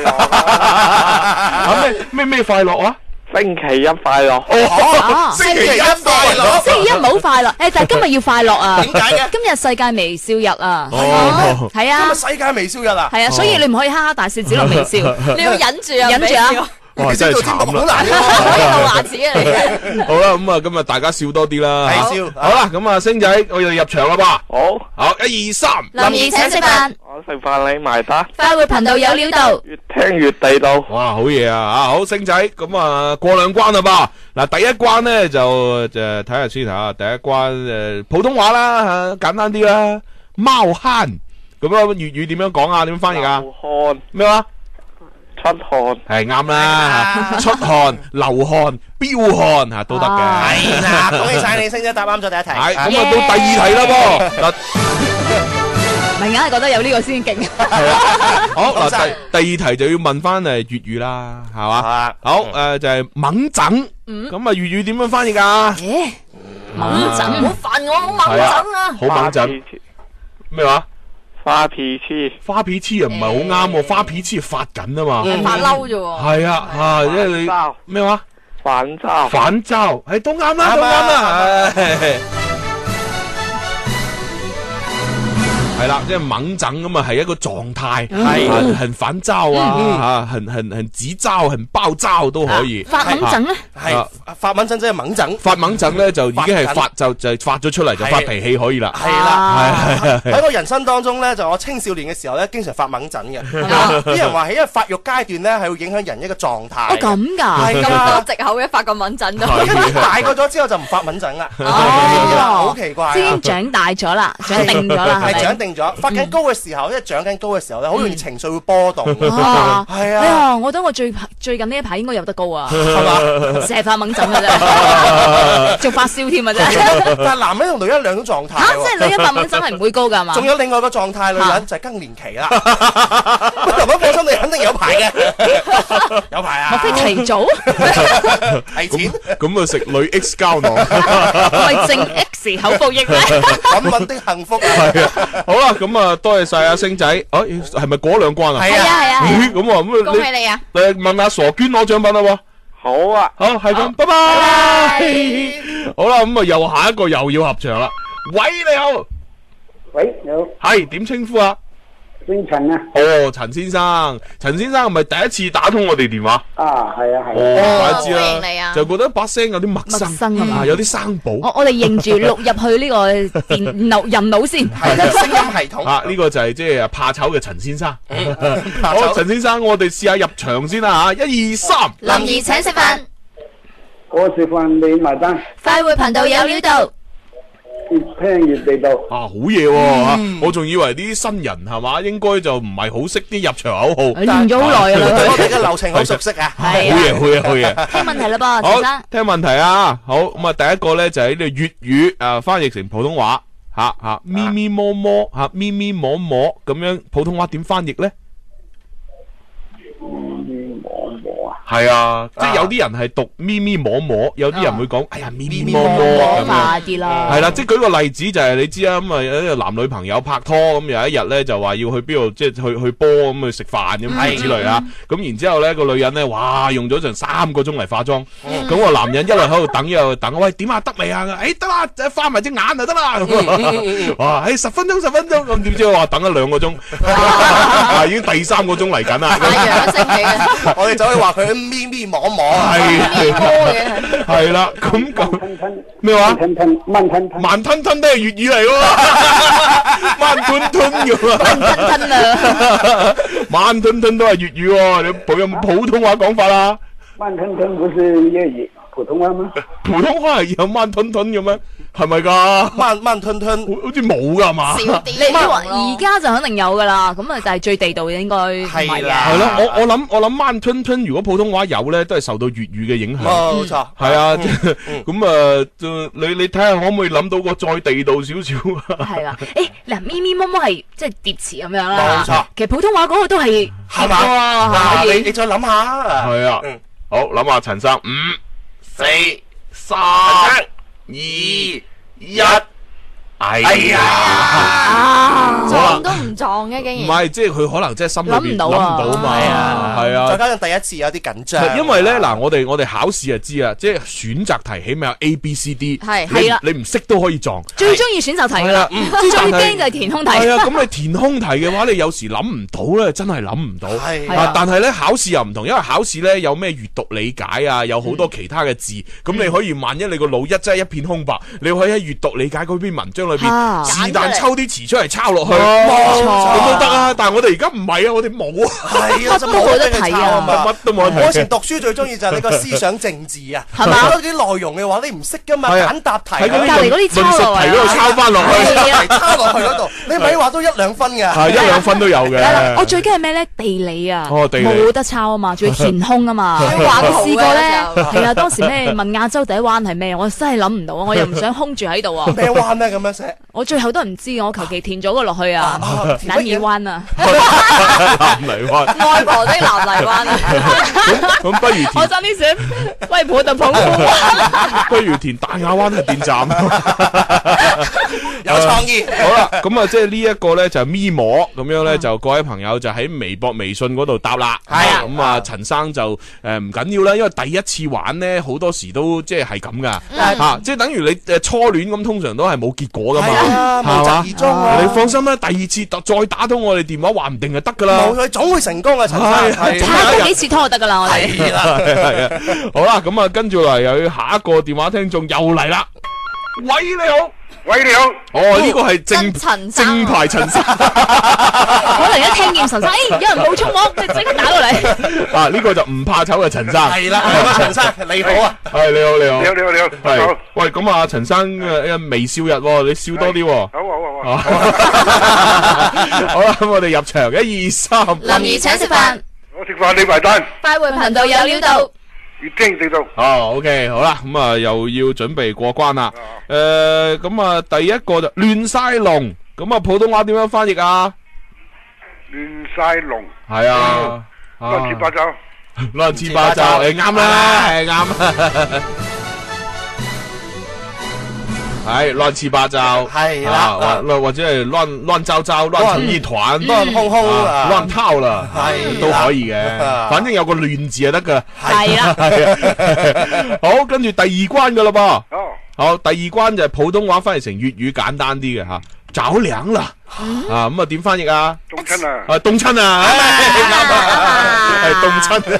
[SPEAKER 10] 樂
[SPEAKER 1] <laughs> 啊咩咩咩快樂啊！
[SPEAKER 10] 星期一快樂，
[SPEAKER 4] 啊
[SPEAKER 2] 星期一快樂，
[SPEAKER 4] 星期一唔好快樂，誒，但係今日要快樂啊！
[SPEAKER 2] 點解嘅
[SPEAKER 4] 今日世界微笑日啊！
[SPEAKER 1] 哦
[SPEAKER 4] 係
[SPEAKER 2] 今
[SPEAKER 4] 啊
[SPEAKER 2] 日，世界微笑日啊！
[SPEAKER 4] 係啊，所以你唔可以哈哈大笑，只能微笑。
[SPEAKER 3] 你要忍住啊，
[SPEAKER 4] 忍住啊
[SPEAKER 3] 唔俾笑
[SPEAKER 1] 哇，
[SPEAKER 2] 你
[SPEAKER 1] 真
[SPEAKER 2] 知道
[SPEAKER 1] 係
[SPEAKER 2] 節目
[SPEAKER 1] 慘啦
[SPEAKER 2] 好！難㗎
[SPEAKER 3] 可以露牙齒啊你。
[SPEAKER 1] <laughs> 好啦，咁啊，今日大家笑多啲啦。
[SPEAKER 2] 係笑
[SPEAKER 1] 好啦，咁啊，星仔，我哋入場啦噃。
[SPEAKER 10] 好，
[SPEAKER 1] 好，一二三，
[SPEAKER 3] 林怡請食飯，
[SPEAKER 10] 我食飯你埋單，
[SPEAKER 3] 快活頻道有料到，
[SPEAKER 10] 越聽越地道。
[SPEAKER 1] 哇，好嘢啊！啊，好，星仔，咁啊，過兩關啦吧。嗱，第一關咧就就睇下先吓，第一關誒普通話啦，嚇簡單啲啦，貓坑。咁啊，粵語點樣講啊？點樣翻譯啊？
[SPEAKER 10] 流汗
[SPEAKER 1] 咩話？
[SPEAKER 10] 出汗，
[SPEAKER 1] 系啱啦，出汗、流汗、飆汗吓都得嘅。
[SPEAKER 2] 係啦，恭喜晒你星姐答啱咗第一題。
[SPEAKER 1] 係咁啊，到
[SPEAKER 2] 啊
[SPEAKER 1] 第二題啦噃。嗱，
[SPEAKER 4] 咪硬係覺得有呢個先勁。
[SPEAKER 1] 好
[SPEAKER 2] 唔該晒
[SPEAKER 1] 嗱，第第二題就要問翻誒粵語啦，係嘛？
[SPEAKER 2] 啊
[SPEAKER 1] 好誒，就係猛整，咁啊粵語點樣翻譯啊？
[SPEAKER 4] 誒，猛整
[SPEAKER 3] 唔好煩我，好猛
[SPEAKER 1] 係啊
[SPEAKER 3] 整啊！
[SPEAKER 1] 好猛整咩話？
[SPEAKER 10] 發脾氣，
[SPEAKER 1] 花皮黐啊，唔係好啱喎，花皮黐係發緊啊嘛。
[SPEAKER 3] 發嬲啫喎。
[SPEAKER 1] 係啊，啊，因為你
[SPEAKER 10] 發
[SPEAKER 1] 咩話？
[SPEAKER 10] 反罩，
[SPEAKER 1] 反罩，诶，都啱啦，
[SPEAKER 2] 啱
[SPEAKER 1] 都啱
[SPEAKER 2] 啊
[SPEAKER 1] 啦， <laughs> 系啦，即系猛整咁啊，系一个状态，系很很反罩
[SPEAKER 2] 嗯
[SPEAKER 1] 啊，吓，很很很急罩，很暴罩都
[SPEAKER 2] 啊
[SPEAKER 1] 可以。
[SPEAKER 4] 發猛整咧，
[SPEAKER 1] 啊
[SPEAKER 2] 係法文真真係猛整，
[SPEAKER 1] 发猛整咧就已经系
[SPEAKER 2] 發
[SPEAKER 1] 发就就发咗出嚟，就
[SPEAKER 2] 係
[SPEAKER 1] 发脾气可以啦。
[SPEAKER 2] 係啦。
[SPEAKER 1] 系
[SPEAKER 2] <laughs> 喺我人生當中咧，就我青少年嘅時候咧，經常發猛疹嘅。
[SPEAKER 4] 啊
[SPEAKER 2] 啲人話喺一個發育階段咧，係會影響人一個狀態
[SPEAKER 4] 哦
[SPEAKER 2] 嘅。
[SPEAKER 4] 咁㗎，
[SPEAKER 2] 係
[SPEAKER 3] 咁多
[SPEAKER 2] 啊，
[SPEAKER 3] 藉口嘅，發個敏陣
[SPEAKER 1] <laughs>
[SPEAKER 3] 都。
[SPEAKER 1] 嗯係
[SPEAKER 2] 跟住大個咗之後就唔發敏疹啦。係啊好
[SPEAKER 4] 哦，
[SPEAKER 2] 奇怪啊
[SPEAKER 4] 即已經長大咗啦，長定咗啦，係
[SPEAKER 2] 係長
[SPEAKER 4] 咪？
[SPEAKER 2] 定咗，發緊高嘅時候，因為長緊高嘅時候咧，好容易情緒會波動。
[SPEAKER 4] <laughs> 啊
[SPEAKER 2] 係
[SPEAKER 4] 哎
[SPEAKER 2] 啊，
[SPEAKER 4] 呀，我覺得我最最近呢一排應該入得高
[SPEAKER 2] <laughs>
[SPEAKER 4] 啊，
[SPEAKER 2] 係嘛？
[SPEAKER 4] 成日發猛疹
[SPEAKER 2] <laughs>
[SPEAKER 4] 嘅啫，仲發燒添啊啫。
[SPEAKER 2] 但係男人同女人兩種狀態
[SPEAKER 4] 嚇，啊即
[SPEAKER 2] 喎。
[SPEAKER 4] 係女一發猛疹係唔會高㗎嘛？
[SPEAKER 2] 仲有另外一個狀態，女
[SPEAKER 4] 嚇
[SPEAKER 2] 人就係更年期啦。男人放心，你肯定
[SPEAKER 4] <laughs>
[SPEAKER 2] 有排嘅，有排
[SPEAKER 4] 莫
[SPEAKER 2] 啊，
[SPEAKER 4] 非提早？
[SPEAKER 2] 提前。
[SPEAKER 1] 咁啊，食女 X 膠
[SPEAKER 2] <laughs>
[SPEAKER 1] 囊。
[SPEAKER 4] 咪正 X 口服液咧？
[SPEAKER 2] 穩穩的幸福啊！
[SPEAKER 1] 好啦，咁啊，多谢晒阿星仔。诶，系咪嗰兩關啊？
[SPEAKER 2] 係
[SPEAKER 3] 係啊
[SPEAKER 2] 啊，
[SPEAKER 3] 係啊係
[SPEAKER 1] 咦咁啊，
[SPEAKER 3] 啊，恭
[SPEAKER 1] 咁
[SPEAKER 3] 喜
[SPEAKER 1] 啊
[SPEAKER 3] 你啊！
[SPEAKER 1] 你诶问阿傻娟攞獎品啦喎。
[SPEAKER 10] 好啊，
[SPEAKER 1] 好，系咁，拜拜。好啦，咁啊，又下一個又要合唱啦。喂，你好，
[SPEAKER 11] 喂，你好，
[SPEAKER 1] 係點稱呼啊？
[SPEAKER 11] 姓陳啊？
[SPEAKER 1] 哦，陳先生，陳先生係咪第一次打通我哋電話？
[SPEAKER 11] 啊，係啊，係啊，
[SPEAKER 1] 哦，梗係知
[SPEAKER 3] 歡迎你
[SPEAKER 1] 啦，
[SPEAKER 3] 啊
[SPEAKER 1] 就覺得把聲有啲陌
[SPEAKER 4] 陌生啊
[SPEAKER 1] 生，
[SPEAKER 4] 嘛
[SPEAKER 1] 啊有啲生保
[SPEAKER 4] 我。我哋
[SPEAKER 1] <laughs>
[SPEAKER 4] 認住錄入去呢個電
[SPEAKER 2] <laughs>
[SPEAKER 4] 腦人腦先。
[SPEAKER 2] 係啦，聲音系統
[SPEAKER 1] 啊！呢、個就係即係怕醜嘅陳先生。
[SPEAKER 2] 嗯怕
[SPEAKER 1] <laughs> 好，
[SPEAKER 2] 醜
[SPEAKER 1] 陳先生，我哋試下入場先啦吓，一二三。
[SPEAKER 3] 林兒請食飯，
[SPEAKER 11] 我食飯你埋單，
[SPEAKER 3] 快活頻道有料到，
[SPEAKER 11] 越聽越地道。
[SPEAKER 1] 啊，好嘢喎、
[SPEAKER 2] 嗯
[SPEAKER 1] 嚇我仲以為啲新人係嘛，應該就唔係好識啲入場口號。
[SPEAKER 4] 練哎咗
[SPEAKER 1] <laughs>
[SPEAKER 4] 好耐㗎啊啦，
[SPEAKER 2] 對
[SPEAKER 4] 佢
[SPEAKER 2] 我哋嘅流程好熟悉啊！
[SPEAKER 1] 好
[SPEAKER 4] <laughs> 係啊。
[SPEAKER 1] 嘢，好嘢，好嘢。
[SPEAKER 4] 聽問題啦噃，陳
[SPEAKER 1] 好
[SPEAKER 4] 生，。
[SPEAKER 1] 聽問題啊。好咁啊，第一個咧就係呢個粵語啊，翻譯成普通話吓吓，咪咪摸摸吓，咪咪摸摸咁樣，普通話點翻譯咧？
[SPEAKER 11] 望我啊，
[SPEAKER 1] 係啊，即係有啲人係讀咪咪摸摸，有啲人會講哎呀咪咪摸摸咁
[SPEAKER 4] 摸
[SPEAKER 1] 樣。
[SPEAKER 4] 化啲啦。
[SPEAKER 1] 系啦，即係舉個例子就係你知啊，咁啊有一個男女朋友拍拖咁有一日咧就話要去邊度，即係去去波咁去食飯
[SPEAKER 3] 嗯
[SPEAKER 1] 咁諸如此類啊。咁然之後咧個女人咧，哇用咗成三個鐘嚟化妝，
[SPEAKER 3] 嗯
[SPEAKER 1] 咁個男人一路喺度等一
[SPEAKER 3] <laughs>
[SPEAKER 1] 路等，喂點啊得未啊？誒得啦，就化埋隻眼就得啦。
[SPEAKER 3] 嗯
[SPEAKER 1] <laughs> 哇！誒十分鐘十分鐘咁點知話等咗兩個
[SPEAKER 3] <laughs>
[SPEAKER 1] 鐘，啊已經第三個鐘嚟緊啦。
[SPEAKER 3] 太陽都升起啊
[SPEAKER 1] <laughs>
[SPEAKER 3] 嘅，
[SPEAKER 2] 我哋就可以話佢咪咪摸摸啊！
[SPEAKER 3] 咩歌
[SPEAKER 1] 係 <laughs>
[SPEAKER 3] 嘅？<laughs>
[SPEAKER 1] 係啦，咁咁
[SPEAKER 11] 吞吞
[SPEAKER 1] 咩話
[SPEAKER 11] 慢？吞吞慢吞吞，
[SPEAKER 1] 慢吞吞都係粵語嚟
[SPEAKER 11] <laughs>
[SPEAKER 1] 喎，慢吞吞咁啊！
[SPEAKER 4] 吞吞啊！
[SPEAKER 1] <laughs> 慢吞吞都係粵語喎，你普有冇普通話講法啊？
[SPEAKER 11] 慢吞吞不是粵語普通話嗎？
[SPEAKER 1] <laughs> 普通話係有慢吞吞嘅咩？係咪㗎？好
[SPEAKER 2] 慢慢吞吞，
[SPEAKER 1] 好似冇㗎嘛？
[SPEAKER 3] 少
[SPEAKER 1] 係
[SPEAKER 3] 啲
[SPEAKER 4] 你話
[SPEAKER 3] 咯
[SPEAKER 4] 而家就肯定有㗎啦，咁啊就係最地道嘅應該唔係
[SPEAKER 2] 係
[SPEAKER 4] 嘅。
[SPEAKER 2] 啦
[SPEAKER 1] 咯，我我諗我諗慢吞吞，如果普通話有咧，都係受到粵語嘅影響。
[SPEAKER 2] 冇嗯錯，
[SPEAKER 1] 係啊， <laughs> 咁啊，就你你睇下可唔可以諗到個再地道少少啊？
[SPEAKER 4] 係啦，誒嗱，咪咪摸摸係即係疊詞咁樣啦。
[SPEAKER 2] 冇錯，
[SPEAKER 4] 其實普通話嗰個都係
[SPEAKER 2] 係嘛？
[SPEAKER 4] 可
[SPEAKER 2] 嗱，你
[SPEAKER 4] 以
[SPEAKER 2] 你再諗下，
[SPEAKER 1] 係啊
[SPEAKER 2] 嗯，
[SPEAKER 1] 好諗下陳生，五
[SPEAKER 2] 四
[SPEAKER 1] 三
[SPEAKER 2] 三
[SPEAKER 1] 二
[SPEAKER 2] 一，
[SPEAKER 1] 一，哎呀！
[SPEAKER 4] 啊，
[SPEAKER 3] 撞都唔撞嘅，
[SPEAKER 1] 唔
[SPEAKER 3] 竟然。
[SPEAKER 1] 係，即係佢可能真係心裏
[SPEAKER 4] 諗
[SPEAKER 1] 邊諗唔
[SPEAKER 4] 唔到
[SPEAKER 1] 到
[SPEAKER 4] 啊
[SPEAKER 1] 嘛，
[SPEAKER 4] 係
[SPEAKER 2] 啊
[SPEAKER 1] 係啊
[SPEAKER 2] 再，加上第一次有啲緊張，
[SPEAKER 1] 因為咧嗱，我哋我哋考試就知啊，即係選擇題起碼有 A、B、C、D，
[SPEAKER 3] 係
[SPEAKER 1] 你
[SPEAKER 4] 係啦
[SPEAKER 1] 你唔識都可以撞。
[SPEAKER 4] 最中意選擇題㗎啦，
[SPEAKER 2] 嗯
[SPEAKER 4] <laughs> 最驚就係填空題。
[SPEAKER 1] 係啊，咁
[SPEAKER 4] <laughs>
[SPEAKER 1] 你填空題嘅話，你有時諗唔到咧，真係諗唔到。
[SPEAKER 2] 係
[SPEAKER 4] 係啊
[SPEAKER 1] 但係咧考試又唔同，因為考試咧有咩閱讀理解啊，有
[SPEAKER 4] 嗯
[SPEAKER 1] 好多其他嘅字，咁你可以萬一你個腦一真係一片空白，你可以喺閱讀理解嗰篇文章裏
[SPEAKER 4] 啊
[SPEAKER 1] 邊是但
[SPEAKER 3] 揀出嚟
[SPEAKER 1] 抽啲詞出嚟抄落去，
[SPEAKER 2] 冇錯
[SPEAKER 1] 咁都得啊。但係我哋而家唔係啊，我哋冇啊。
[SPEAKER 4] <laughs>
[SPEAKER 2] 係啊，
[SPEAKER 4] 乜都冇得睇啊
[SPEAKER 2] 嘛
[SPEAKER 1] 乜都冇得睇
[SPEAKER 2] 我以前讀書最中意就係呢個思想政治
[SPEAKER 1] <laughs>
[SPEAKER 2] 啊，
[SPEAKER 4] 係嘛
[SPEAKER 2] 好多啲內容嘅話，你唔識噶嘛，
[SPEAKER 1] 係啊
[SPEAKER 2] 簡答題
[SPEAKER 1] 喺嗰
[SPEAKER 4] 隔
[SPEAKER 1] 啲
[SPEAKER 4] 離嗰
[SPEAKER 1] 論
[SPEAKER 4] 啲抄
[SPEAKER 1] 論述
[SPEAKER 4] 落嚟啊
[SPEAKER 1] 題嗰度抄翻落去，啊
[SPEAKER 2] 係啊
[SPEAKER 1] <laughs>
[SPEAKER 2] <laughs> 差落去嗰度，你咪話都一兩分㗎。
[SPEAKER 1] 係一兩分都有嘅。
[SPEAKER 4] 我最驚係咩咧？地理啊，
[SPEAKER 1] 哦地理
[SPEAKER 4] 冇得抄啊嘛，仲要填空啊
[SPEAKER 1] <laughs>
[SPEAKER 4] 嘛。
[SPEAKER 3] 要畫
[SPEAKER 4] 我
[SPEAKER 3] 圖
[SPEAKER 4] 試過
[SPEAKER 3] 嘅
[SPEAKER 4] 咧，係啊，當時咩問亞洲第一灣係咩？
[SPEAKER 1] <laughs>
[SPEAKER 4] 我真係諗唔到啊，我又唔想空住喺度啊。
[SPEAKER 2] 咩彎咧咁樣寫？
[SPEAKER 4] 我最後都唔知，我求其填咗個落去去啊，南泥灣啊，
[SPEAKER 1] <laughs> 南泥灣，
[SPEAKER 4] <laughs> 外婆的南泥灣啊，
[SPEAKER 1] 咁 <laughs> 不如
[SPEAKER 4] 我
[SPEAKER 1] 填
[SPEAKER 4] 真啲想喂婆特
[SPEAKER 1] <laughs>
[SPEAKER 4] 捧腹。
[SPEAKER 2] <laughs>
[SPEAKER 1] 不如填大亞灣嘅電站。
[SPEAKER 2] 有創
[SPEAKER 1] <laughs>
[SPEAKER 2] 意。嗯
[SPEAKER 1] 好啦，咁啊，即係呢一個咧就咪摸咁樣咧，就各位朋友就喺微博、微信嗰度答啦。
[SPEAKER 2] 係啊
[SPEAKER 1] 咁啊，陳生就诶唔緊要啦，因為第一次玩咧，好多時都即係係咁噶
[SPEAKER 2] 嗯
[SPEAKER 1] 吓，即係等於你诶呃初戀咁，通常都係冇結果噶嘛，
[SPEAKER 2] 係啊無疾而終啊
[SPEAKER 1] 你放心啦，第二次再打到我哋電話，話唔定就得噶啦。
[SPEAKER 2] 冇佢總會成功嘅，啊陳生
[SPEAKER 1] 係
[SPEAKER 2] 係
[SPEAKER 4] 拍多幾次拖就得噶啦，
[SPEAKER 1] <laughs>
[SPEAKER 4] 我哋。
[SPEAKER 2] 係啦。
[SPEAKER 1] 系啊啊，好啦，咁啊，跟住嚟又要下一個電話聽眾又嚟啦。喂，你好，
[SPEAKER 10] 喂，你好，
[SPEAKER 6] 어,
[SPEAKER 1] 哦，呢個係正
[SPEAKER 3] 真陳生
[SPEAKER 1] 正牌陳生
[SPEAKER 4] 可能一聽見神生，
[SPEAKER 1] <laughs>
[SPEAKER 4] 誒有人冒充我，佢即刻打過嚟。
[SPEAKER 1] 啊，呢個就唔怕醜嘅陳生。
[SPEAKER 2] 係啦，係啦陳生你好啊，
[SPEAKER 1] 系你好，你好，
[SPEAKER 10] 你好，你好，你好，
[SPEAKER 1] 系喂，咁啊，陳生诶微笑日喎，你笑多啲喎。
[SPEAKER 10] 好，好好好
[SPEAKER 1] 啊
[SPEAKER 10] 好， <laughs>
[SPEAKER 1] 好啦，咁我哋入場，一二三，
[SPEAKER 3] 林怡請食飯，
[SPEAKER 10] 我食飯你埋單，
[SPEAKER 3] 快活頻道有料到，
[SPEAKER 10] 越聽越到。
[SPEAKER 1] 哦，OK，好啦，咁啊又要準備過關啦。诶，咁啊第一個就亂晒龍，咁啊普通話點樣翻譯啊？
[SPEAKER 10] 亂晒龍，
[SPEAKER 1] 係啊，啊
[SPEAKER 6] 아.
[SPEAKER 10] 乜切八爪？
[SPEAKER 1] 亂七八糟，诶啱啊啦，係啱啦。係亂哎七八糟，
[SPEAKER 2] 係啦
[SPEAKER 1] 啊或或者係亂亂糟糟，亂成一團，
[SPEAKER 2] 亂哄哄啊
[SPEAKER 1] 亂套啦，
[SPEAKER 2] 係
[SPEAKER 1] 都
[SPEAKER 2] 啦
[SPEAKER 1] 可以嘅，反正有個亂字就得噶。<laughs>
[SPEAKER 4] 係啦，
[SPEAKER 1] 係啊好，跟住第二關噶啦噃，
[SPEAKER 10] 哦，
[SPEAKER 1] 好，第二關就係普通話翻譯成粵語簡單啲嘅吓，找涼啦，啊咁啊點翻譯啊？
[SPEAKER 10] 中親啊！
[SPEAKER 1] 啊，凍親啊，啱啊，係凍親，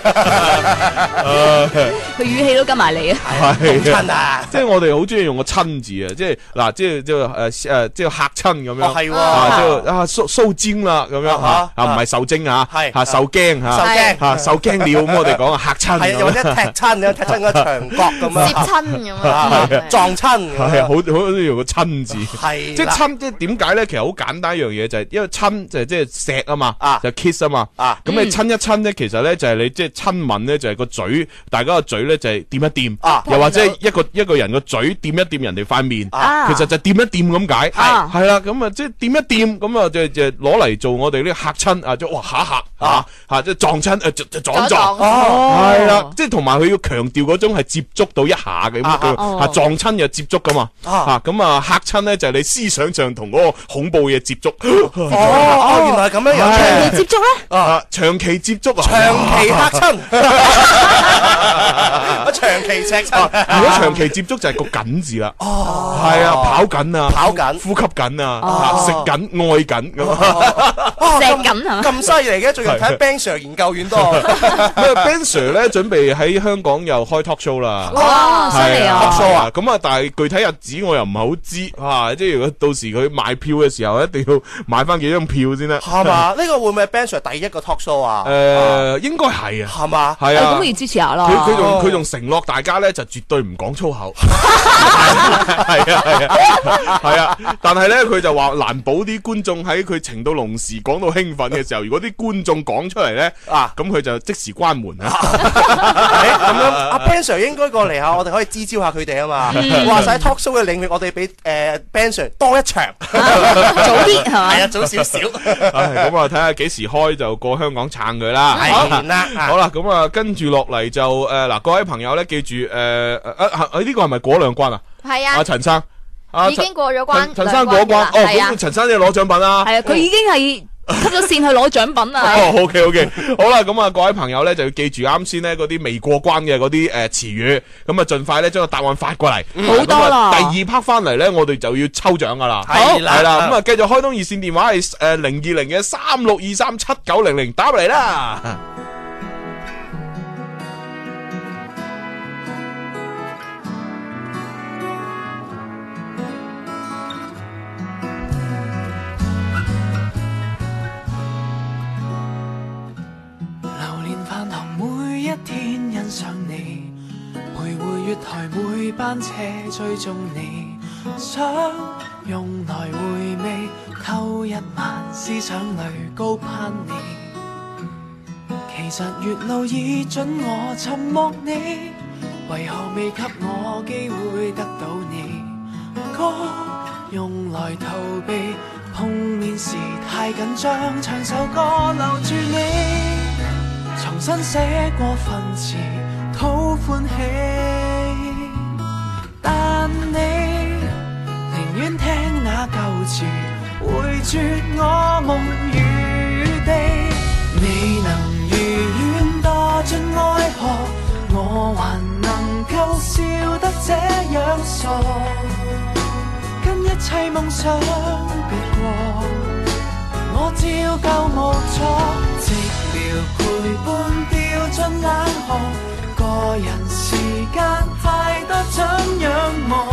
[SPEAKER 4] 佢語氣都跟埋你啊。
[SPEAKER 1] 誒係啊。
[SPEAKER 2] 親啊，
[SPEAKER 1] 即係我哋好中意用個親字啊，即係嗱，即係即係誒誒，即係嚇親咁
[SPEAKER 2] 哦
[SPEAKER 1] 樣，
[SPEAKER 2] 係
[SPEAKER 1] 啊，即係
[SPEAKER 2] 喎，
[SPEAKER 1] 啊受受驚啦咁樣嚇，啊
[SPEAKER 2] 啊
[SPEAKER 1] 唔係受精啊，
[SPEAKER 2] 係
[SPEAKER 1] 嚇受驚嚇，
[SPEAKER 2] 受驚
[SPEAKER 1] 嚇啊受驚了，咁我哋
[SPEAKER 2] <laughs>
[SPEAKER 1] 講啊嚇親
[SPEAKER 2] 係
[SPEAKER 1] 咁
[SPEAKER 2] 又或
[SPEAKER 1] 樣
[SPEAKER 2] 者。踢親咁，踢親個牆角咁
[SPEAKER 3] 接
[SPEAKER 2] 啊，
[SPEAKER 3] 親咁
[SPEAKER 2] 啊
[SPEAKER 3] 樣，
[SPEAKER 2] 撞親
[SPEAKER 1] 系好
[SPEAKER 2] 咁
[SPEAKER 1] 好都用個親字，
[SPEAKER 2] 啊，係
[SPEAKER 1] 即係
[SPEAKER 2] 啦
[SPEAKER 1] 親，即係點解咧？其實好簡單一樣嘢就係，因為親就係即係錫啊嘛
[SPEAKER 2] 啊，
[SPEAKER 1] 就 kiss 啊嘛。
[SPEAKER 2] 啊
[SPEAKER 1] 咁你親一親咧，其實咧就係你即係親吻咧，就係個嘴，大家個嘴咧就係掂一掂，
[SPEAKER 2] 啊
[SPEAKER 1] 又或者一個一個人個嘴掂一掂人哋塊面，
[SPEAKER 2] 啊
[SPEAKER 1] 其實就掂一掂咁解，
[SPEAKER 4] 啊
[SPEAKER 1] 係啦，咁啊即係掂一掂，咁啊就就攞嚟做我哋呢個嚇親啊，即係哇嚇嚇嚇
[SPEAKER 2] 啊
[SPEAKER 1] 嚇，即係撞親誒就就撞
[SPEAKER 3] 撞
[SPEAKER 1] 一
[SPEAKER 3] 一
[SPEAKER 1] 撞。
[SPEAKER 3] 撞，
[SPEAKER 4] 哦
[SPEAKER 1] 係啦，即係同埋佢要強調嗰種係接觸到一下嘅，咁
[SPEAKER 2] 啊
[SPEAKER 1] 佢
[SPEAKER 4] 哦
[SPEAKER 1] 嚇撞親又接觸噶嘛，
[SPEAKER 2] 啊
[SPEAKER 1] 嚇咁啊嚇親咧就係你思想上同嗰個恐怖嘢接觸，
[SPEAKER 2] 哦
[SPEAKER 1] <laughs>
[SPEAKER 2] 哦，原來係咁樣樣
[SPEAKER 1] 係
[SPEAKER 2] 嘅，
[SPEAKER 4] 接觸咧，
[SPEAKER 1] 啊長期接觸啊，
[SPEAKER 2] 長期嚇親，我長期赤親，
[SPEAKER 1] <laughs> 如果長期接觸就係個緊字啦，係啊跑緊啊，
[SPEAKER 2] 哦跑緊
[SPEAKER 1] 呼吸緊啊，嚇食緊愛緊咁啊。 <laughs>
[SPEAKER 2] 哦
[SPEAKER 4] 石
[SPEAKER 2] 咁
[SPEAKER 4] 緊係嘛？
[SPEAKER 2] 咁犀利嘅，最近睇 Ben Sir 研究
[SPEAKER 1] <laughs>
[SPEAKER 2] 院多，
[SPEAKER 1] 咁啊 Ben Sir 咧準備喺香港又開 talk show 啦。
[SPEAKER 4] 哇，犀利
[SPEAKER 1] 係
[SPEAKER 4] 啊！
[SPEAKER 1] show 啊！咁啊，但係具體日子我又唔係好知啊，即係如果到時佢賣票嘅時候，一定要買翻幾張票先啦。
[SPEAKER 2] 係嘛？呢個會唔會係 Ben Sir 第一個 talk show 啊？
[SPEAKER 1] 诶，應該係啊，
[SPEAKER 2] 係嘛？
[SPEAKER 1] 係
[SPEAKER 4] 哎咁
[SPEAKER 1] 啊
[SPEAKER 4] 不。如支持下啦。
[SPEAKER 1] 佢佢仲
[SPEAKER 2] 哦
[SPEAKER 1] 佢仲承諾大家咧就絕對唔講粗
[SPEAKER 4] <laughs>
[SPEAKER 1] 口，係啊係啊係啊，但係咧佢就話難保啲觀眾喺佢情到濃時講到興奮嘅時候，如果啲觀眾講出嚟咧，
[SPEAKER 2] 啊哎
[SPEAKER 1] 咁佢就即時關門
[SPEAKER 2] <laughs>
[SPEAKER 1] 啊！
[SPEAKER 2] 咁樣阿 Ben Sir 應該過嚟下，我哋可以支招下佢哋啊嘛。
[SPEAKER 4] 嗯
[SPEAKER 2] 話晒 talk show 嘅領域，我哋比誒 Ben Sir 多一場，
[SPEAKER 4] <laughs> 早
[SPEAKER 2] <laughs>
[SPEAKER 4] 啲係嘛
[SPEAKER 2] 係？
[SPEAKER 6] <laughs>
[SPEAKER 2] 啊，早少少，
[SPEAKER 1] 唉咁啊，睇下幾時開就過香港撐佢啦。
[SPEAKER 2] 係啦。
[SPEAKER 1] <laughs> 好
[SPEAKER 2] 啊
[SPEAKER 1] 啦，咁啊，跟住落嚟就誒嗱，各位朋友咧，記住誒誒誒呢個係咪過兩關啊？
[SPEAKER 3] 係
[SPEAKER 1] 阿
[SPEAKER 3] 啊，
[SPEAKER 1] 陳生，阿
[SPEAKER 3] 已經過咗關，
[SPEAKER 1] 陳陳生過
[SPEAKER 3] 兩
[SPEAKER 1] 關
[SPEAKER 3] 啦
[SPEAKER 1] 哦，
[SPEAKER 3] 係啊
[SPEAKER 1] 咁。陳生你攞獎品啦。
[SPEAKER 4] 係啊，佢已經係吸咗線去攞獎品啊啦。
[SPEAKER 1] 哦，OK OK，好啦，咁啊，各位朋友咧就要記住啱先咧嗰啲未過關嘅嗰啲誒詞語，咁啊盡快咧將個答案發過嚟，
[SPEAKER 4] 嗯好多啦
[SPEAKER 1] 咁啊第二 part 翻嚟咧，我哋就要抽獎噶啦，
[SPEAKER 2] 係啦
[SPEAKER 1] 係啦，咁啊繼續開通熱線電話係誒零二零嘅三六二三七九零零打入嚟啦。
[SPEAKER 7] 流連飯堂每一天欣賞你，徘徊月台每班車追蹤你，想用來回味，偷一晚思想裏高攀你。其實月路已準我沉默你，為何未給我機會得到你？歌用來逃避，碰面時太緊張，唱首歌留住你，重新寫過份詞，討歡喜。但你寧願聽那舊詞，回絕我夢與地。未能如願墮進愛河，我還能夠笑得這樣傻，跟一切夢想別過。我照舊無錯，寂寥陪伴掉進冷河，個人時間太多怎仰望？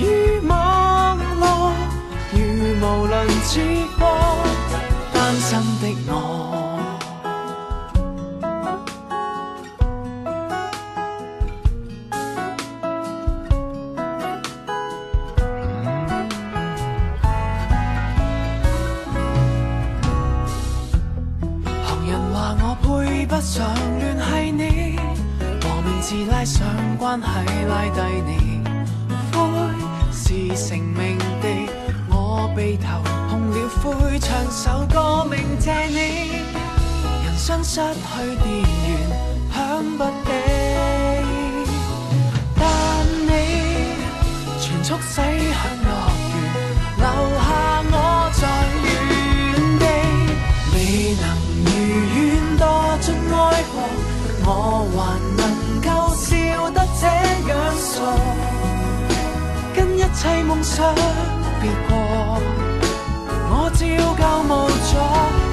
[SPEAKER 7] 於網絡，如無論直播，單身的我。旁人話我配不上聯繫你，我名字拉上關係拉低你，灰是成命地，我鼻頭碰了灰，唱首歌鳴謝你，人生失去電源，響不起，但你全速駛向樂園，留下我在原地。未能如願墮進愛河，我還能夠笑得這樣傻，跟一切夢想別過，我照舊無阻，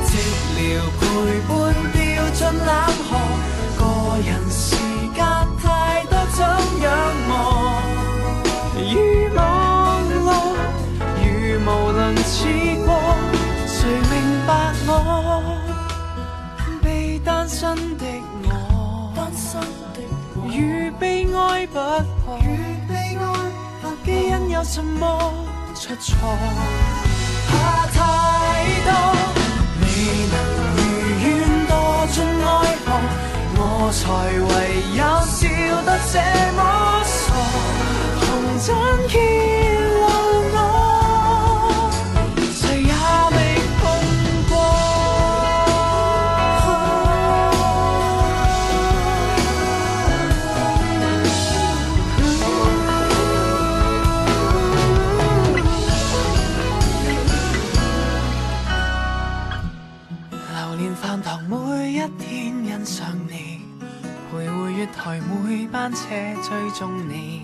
[SPEAKER 7] 寂寥陪伴掉進冷河，個人時間太多怎仰望？於網絡，如無論似過，誰明白我被單身的我，單身的我，與悲哀不可，與悲哀基因有什麼出錯？怕太多，未能如願墮進愛河，我才唯有笑得這麼傻，紅疹揭露我。誰也未碰過。流連飯堂每一天欣賞你，徘徊月台每班車追蹤你，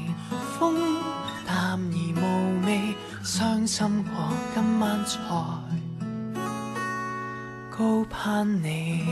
[SPEAKER 7] 風淡而無味，傷心過今晚才。高攀你。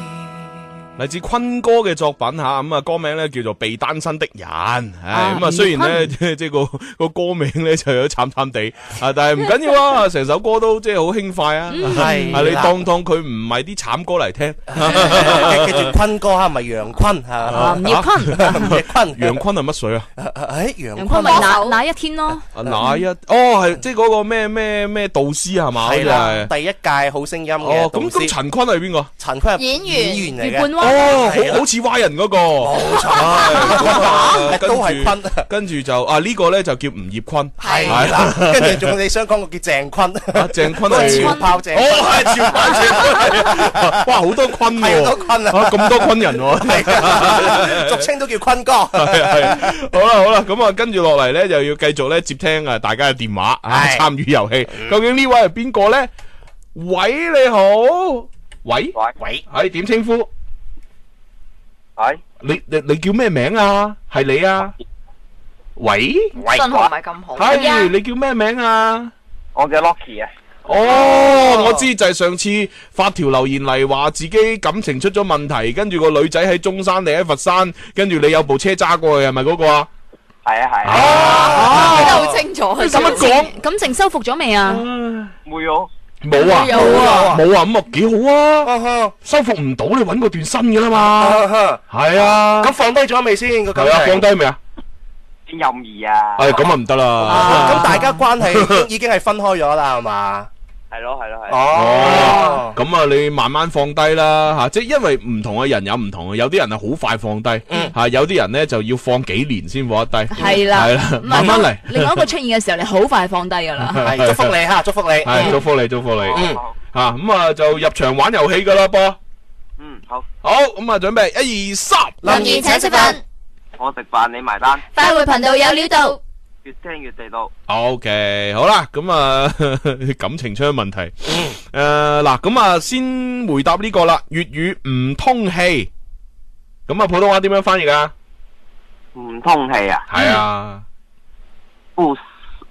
[SPEAKER 1] 嚟自坤哥嘅作品吓，咁啊歌名咧叫做《被單身的人》，
[SPEAKER 6] 아,
[SPEAKER 1] 唉咁啊雖然咧即係個個歌名咧就有啲慘慘地，
[SPEAKER 6] 아,
[SPEAKER 1] 啊但係唔緊要啊，成首歌都即係好輕快啊，
[SPEAKER 2] 嗯係
[SPEAKER 1] 啊你
[SPEAKER 2] 啦
[SPEAKER 1] 當當佢唔係啲慘歌嚟聽，
[SPEAKER 2] <laughs> 記記住坤哥嚇，唔係楊
[SPEAKER 1] <laughs>
[SPEAKER 2] 坤嚇。
[SPEAKER 1] 啊吳業坤
[SPEAKER 2] 吳業
[SPEAKER 1] <laughs>
[SPEAKER 2] 坤，
[SPEAKER 1] 楊坤係乜水啊？
[SPEAKER 2] 誒楊
[SPEAKER 4] 楊
[SPEAKER 2] 坤
[SPEAKER 4] 坤咪那那一天咯，
[SPEAKER 1] 啊哪一？哦係即係嗰個咩咩咩導師係嘛？好似
[SPEAKER 2] 係啦
[SPEAKER 1] 係，
[SPEAKER 2] 第一屆好聲音嘅
[SPEAKER 1] 哦
[SPEAKER 2] 導
[SPEAKER 1] 咁咁
[SPEAKER 2] 師，
[SPEAKER 1] 陳坤係邊個？
[SPEAKER 2] 陳坤係
[SPEAKER 3] 演員
[SPEAKER 2] 演員
[SPEAKER 4] 余
[SPEAKER 2] 嚟嘅
[SPEAKER 4] 冠。
[SPEAKER 1] 哦，
[SPEAKER 4] 灣
[SPEAKER 2] 係
[SPEAKER 1] 好
[SPEAKER 2] 啦
[SPEAKER 1] 好似蛙人嗰個，冇錯
[SPEAKER 2] <laughs> 都係坤
[SPEAKER 1] 跟住就啊呢個咧就叫吳業坤，
[SPEAKER 2] 係啦，跟住仲你想講個叫鄭坤，
[SPEAKER 1] 啊鄭坤
[SPEAKER 2] 嗰個
[SPEAKER 1] 係
[SPEAKER 2] <laughs> 潮炮鄭
[SPEAKER 1] 哦，係潮版潮，哇，好多坤
[SPEAKER 2] 係
[SPEAKER 1] 喎，
[SPEAKER 2] 好多坤啊
[SPEAKER 1] 咁多坤
[SPEAKER 2] <laughs>
[SPEAKER 1] 人喎，係
[SPEAKER 2] 坤， <laughs> 俗稱都叫坤哥。
[SPEAKER 1] <laughs> 係好啦好啦，咁啊，跟住落嚟咧，就要繼續咧接聽啊大家嘅電話啊，
[SPEAKER 2] 係
[SPEAKER 1] 參與遊戲，究竟呢位係邊個咧？喂，你好，喂，
[SPEAKER 2] 喂，
[SPEAKER 1] 係點稱呼？你你你叫咩名啊？係你啊？喂，
[SPEAKER 4] 信號唔係咁好。
[SPEAKER 1] 係你叫咩名啊？
[SPEAKER 12] 我叫 Locky 啊，
[SPEAKER 1] 哦，我知就係上次發條留言嚟話自己感情出咗問題，跟住個女仔喺中山，你喺佛山，跟住你有部車揸過去，係咪嗰個啊？
[SPEAKER 12] 係啊係啊，
[SPEAKER 1] 啊，
[SPEAKER 3] 得好清楚。
[SPEAKER 4] 佢
[SPEAKER 1] 咁樣講嗯
[SPEAKER 4] 感情修復咗未啊？
[SPEAKER 12] 冇用，
[SPEAKER 1] 冇啊，
[SPEAKER 4] 有啊
[SPEAKER 1] 冇啊，咁啊幾好啊，
[SPEAKER 2] 啊哈
[SPEAKER 1] 修復唔到你揾個段新嘅啦嘛，
[SPEAKER 2] 啊哈
[SPEAKER 1] 係啊，
[SPEAKER 2] 咁放低咗未先個感
[SPEAKER 1] 係啊，放？
[SPEAKER 2] 情
[SPEAKER 1] 低未啊？
[SPEAKER 12] 點任意啊，
[SPEAKER 1] 哎係咁啊唔得啦，
[SPEAKER 2] 咁大家關係已經已經係分開咗啦，係嘛？
[SPEAKER 12] 誒系咯系咯系。
[SPEAKER 6] 아,
[SPEAKER 1] 哦，咁啊，你慢慢放低啦吓，即系因為唔同嘅人有唔同嘅，有啲人係好快放低，吓有啲人咧就要放幾年先放得低，
[SPEAKER 4] 係啦，
[SPEAKER 1] 係
[SPEAKER 4] 唔係
[SPEAKER 1] 啦，慢慢嚟。
[SPEAKER 4] 另外一個出現嘅時候，你好快放低㗎啦。
[SPEAKER 1] <laughs> 係嗯祝福你
[SPEAKER 4] <laughs>
[SPEAKER 2] 吓，祝福你
[SPEAKER 1] 系祝福你，祝福你。
[SPEAKER 2] 嗯，
[SPEAKER 1] 吓咁啊，就入場玩遊戲噶啦噃。
[SPEAKER 12] 嗯，好。
[SPEAKER 1] 好，咁啊，準備一二三，
[SPEAKER 12] 林怡請食飯我食饭你埋单，越听越地道。
[SPEAKER 1] O、k 好啦，咁啊 <laughs> 感情出咗問題。誒嗱，咁啊先回答呢個啦，粵語唔通氣，咁啊普通話點樣翻譯啊？
[SPEAKER 12] 唔通气啊？
[SPEAKER 1] 係啊，
[SPEAKER 12] 不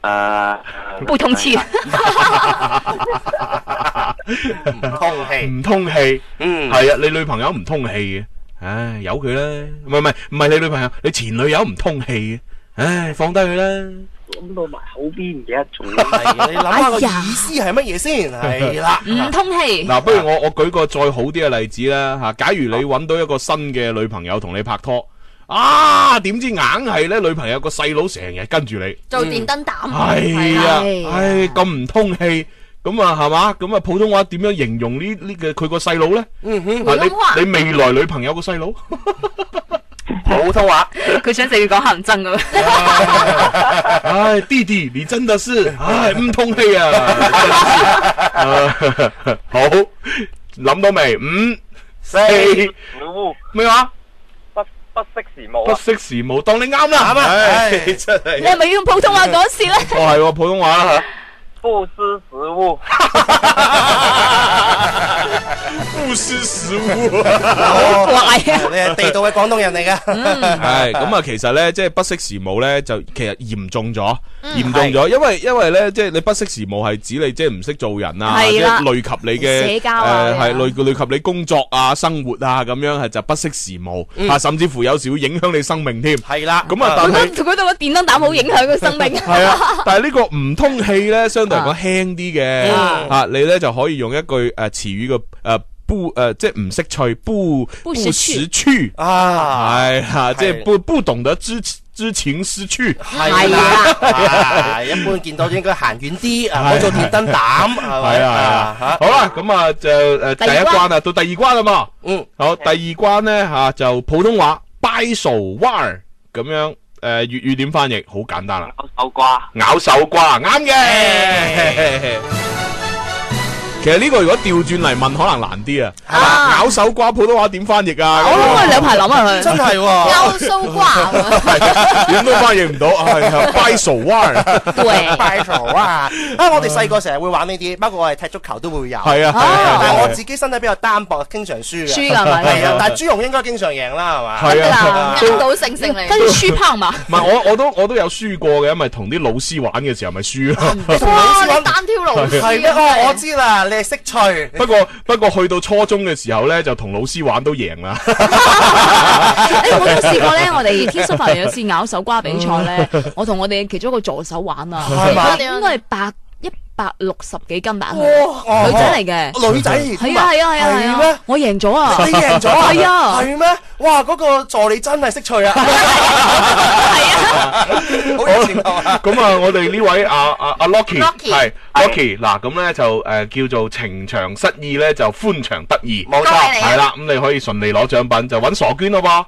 [SPEAKER 12] 诶，
[SPEAKER 4] 不通氣。
[SPEAKER 1] 唔通氣，唔通氣，嗯，係啊，你女朋友唔通氣嘅，唉，由佢啦，唔係唔係唔係你女朋友，你前女友唔通氣嘅，唉，放低佢啦。
[SPEAKER 12] 谂到埋口邊唔記得咗。
[SPEAKER 2] 哎你諗下個意思係乜嘢先？係啦，
[SPEAKER 4] 唔通氣。
[SPEAKER 1] 嗱，
[SPEAKER 2] 啊
[SPEAKER 1] 不如我我舉個再好啲嘅例子啦吓，假如你揾到一個新嘅女朋友同你拍拖，啊，點知硬係咧女朋友個細佬成日跟住你，
[SPEAKER 3] 做電燈膽。
[SPEAKER 1] 係啊，
[SPEAKER 3] 係啊
[SPEAKER 1] 唉，咁唔通氣。咁啊，係嘛？咁啊，普通話點樣形容呢？呢個佢個細佬咧？
[SPEAKER 2] 嗯
[SPEAKER 1] 哼
[SPEAKER 4] 普通話
[SPEAKER 1] 你你未來女朋友個細佬？
[SPEAKER 2] 普通話。
[SPEAKER 4] <laughs> 佢想就要講行真咁樣。
[SPEAKER 1] 唉，弟弟，你真的是唉唔通氣啊！真的是啊 <laughs> 好，諗到未？五、四、
[SPEAKER 6] 뭐
[SPEAKER 1] 咩話？不識時務，當你啱啦，
[SPEAKER 12] 啱啊
[SPEAKER 1] 唉
[SPEAKER 12] 唉
[SPEAKER 1] 真係。
[SPEAKER 4] 你係咪要用普通話講事咧？
[SPEAKER 1] 哦，係喎，普通話啦嚇。
[SPEAKER 12] 不识时务，
[SPEAKER 1] 不识時務，
[SPEAKER 2] 好怪啊！嗯你係 <laughs> 地道嘅廣東人嚟 <laughs> 㗎。
[SPEAKER 1] 系咁啊，其實咧，即係不識時務咧，就其實嚴重咗，
[SPEAKER 2] 嗯
[SPEAKER 1] 嚴重咗，因為因為咧，即係你不識時務係指你即係唔識做人啊，即
[SPEAKER 4] 係啦
[SPEAKER 1] 係累及你嘅
[SPEAKER 4] 社交啊
[SPEAKER 1] 誒係累累及你工作啊、生活啊咁樣，係就不識時務
[SPEAKER 4] 嗯
[SPEAKER 1] 啊，甚至乎有時會影響你生命添。
[SPEAKER 2] 係啦，
[SPEAKER 1] 咁啊，但係。
[SPEAKER 4] <laughs> 佢嗰度個電燈膽好影響佢生命。
[SPEAKER 1] 系啊，但系呢個唔通氣咧，相對嚟講輕啲嘅
[SPEAKER 4] 嗯
[SPEAKER 1] 啊，你咧就可以用一句诶词语嘅诶不诶，即系唔識趣，不
[SPEAKER 4] 不識趣
[SPEAKER 1] 識趣
[SPEAKER 2] 啊，
[SPEAKER 1] 係啊，即係
[SPEAKER 2] 係
[SPEAKER 1] 不不懂得知知情失趣，
[SPEAKER 2] 係啦，係一般見到應該行遠啲，啊唔好做電燈膽，係咪
[SPEAKER 1] 係啊係啊，好啦，咁啊就诶第一關啊，到第二關啦嘛，
[SPEAKER 2] 嗯，
[SPEAKER 1] 好，第二關咧吓就普通話掰手腕儿咁樣诶粵語點翻譯？好簡單啦，
[SPEAKER 12] 手瓜。
[SPEAKER 1] 咬手瓜，啱嘅。其實呢個如果調轉嚟問，可能難啲啊！咬手瓜普通話點翻譯啊？
[SPEAKER 4] 我諗我兩排諗啊佢。
[SPEAKER 2] 真係
[SPEAKER 4] 有
[SPEAKER 2] 喎
[SPEAKER 4] 蘇瓜。
[SPEAKER 1] 點都翻譯唔到，係啊，掰手腕儿，
[SPEAKER 4] 對
[SPEAKER 2] 拜頭 <laughs> 啊！啊，我哋細個成日會玩呢啲，包括我哋踢足球都會有。
[SPEAKER 1] 係啊係啊係啊
[SPEAKER 2] 但係我自己身體比較單薄，經常輸嘅。
[SPEAKER 4] 輸㗎係咪
[SPEAKER 1] <laughs>
[SPEAKER 2] 係啊，但係朱紅應該經常贏啦，係嘛？
[SPEAKER 1] 係啊
[SPEAKER 4] 真㗎
[SPEAKER 1] 都
[SPEAKER 4] 硬
[SPEAKER 3] 到性性嚟
[SPEAKER 4] 跟住輸拋嘛。
[SPEAKER 1] 唔係我我都我都有輸過嘅，因為同啲老師玩嘅時候咪輸
[SPEAKER 2] 嗯
[SPEAKER 1] 咯。
[SPEAKER 3] 哇！你單挑老師
[SPEAKER 2] 係啊，哦我知啦，你係識趣。
[SPEAKER 1] 不過不過去到初中嘅時候咧，就同老師玩都贏
[SPEAKER 2] <laughs>
[SPEAKER 1] 啦。
[SPEAKER 4] 誒，哎我都試過咧，我哋天生發嚟有次咬手瓜比賽
[SPEAKER 2] <laughs>
[SPEAKER 4] 咧，我同我哋其中一個助手玩啊，
[SPEAKER 2] 係嘛
[SPEAKER 4] 佢應該係百一百六十幾斤吧，
[SPEAKER 2] 哇哦
[SPEAKER 4] 女仔嚟嘅，
[SPEAKER 2] 女仔嚟㗎
[SPEAKER 4] 係啊係啊係啊
[SPEAKER 2] 係
[SPEAKER 4] 係
[SPEAKER 2] 咩
[SPEAKER 4] 啊，我贏咗啊，
[SPEAKER 2] 你贏咗啊
[SPEAKER 4] 係啊，
[SPEAKER 2] 係咩？哇！嗰個助理真係識趣啊！
[SPEAKER 1] 好啦咁啊，我哋呢位阿阿阿 Locky
[SPEAKER 2] Locky
[SPEAKER 1] 係
[SPEAKER 2] 哎
[SPEAKER 1] Locky 嗱，咁咧就誒叫做情場失意咧，就寬場得意，
[SPEAKER 2] 冇錯恭喜你啊
[SPEAKER 1] 係啦，咁你可以順利攞獎品，就揾傻娟咯噃。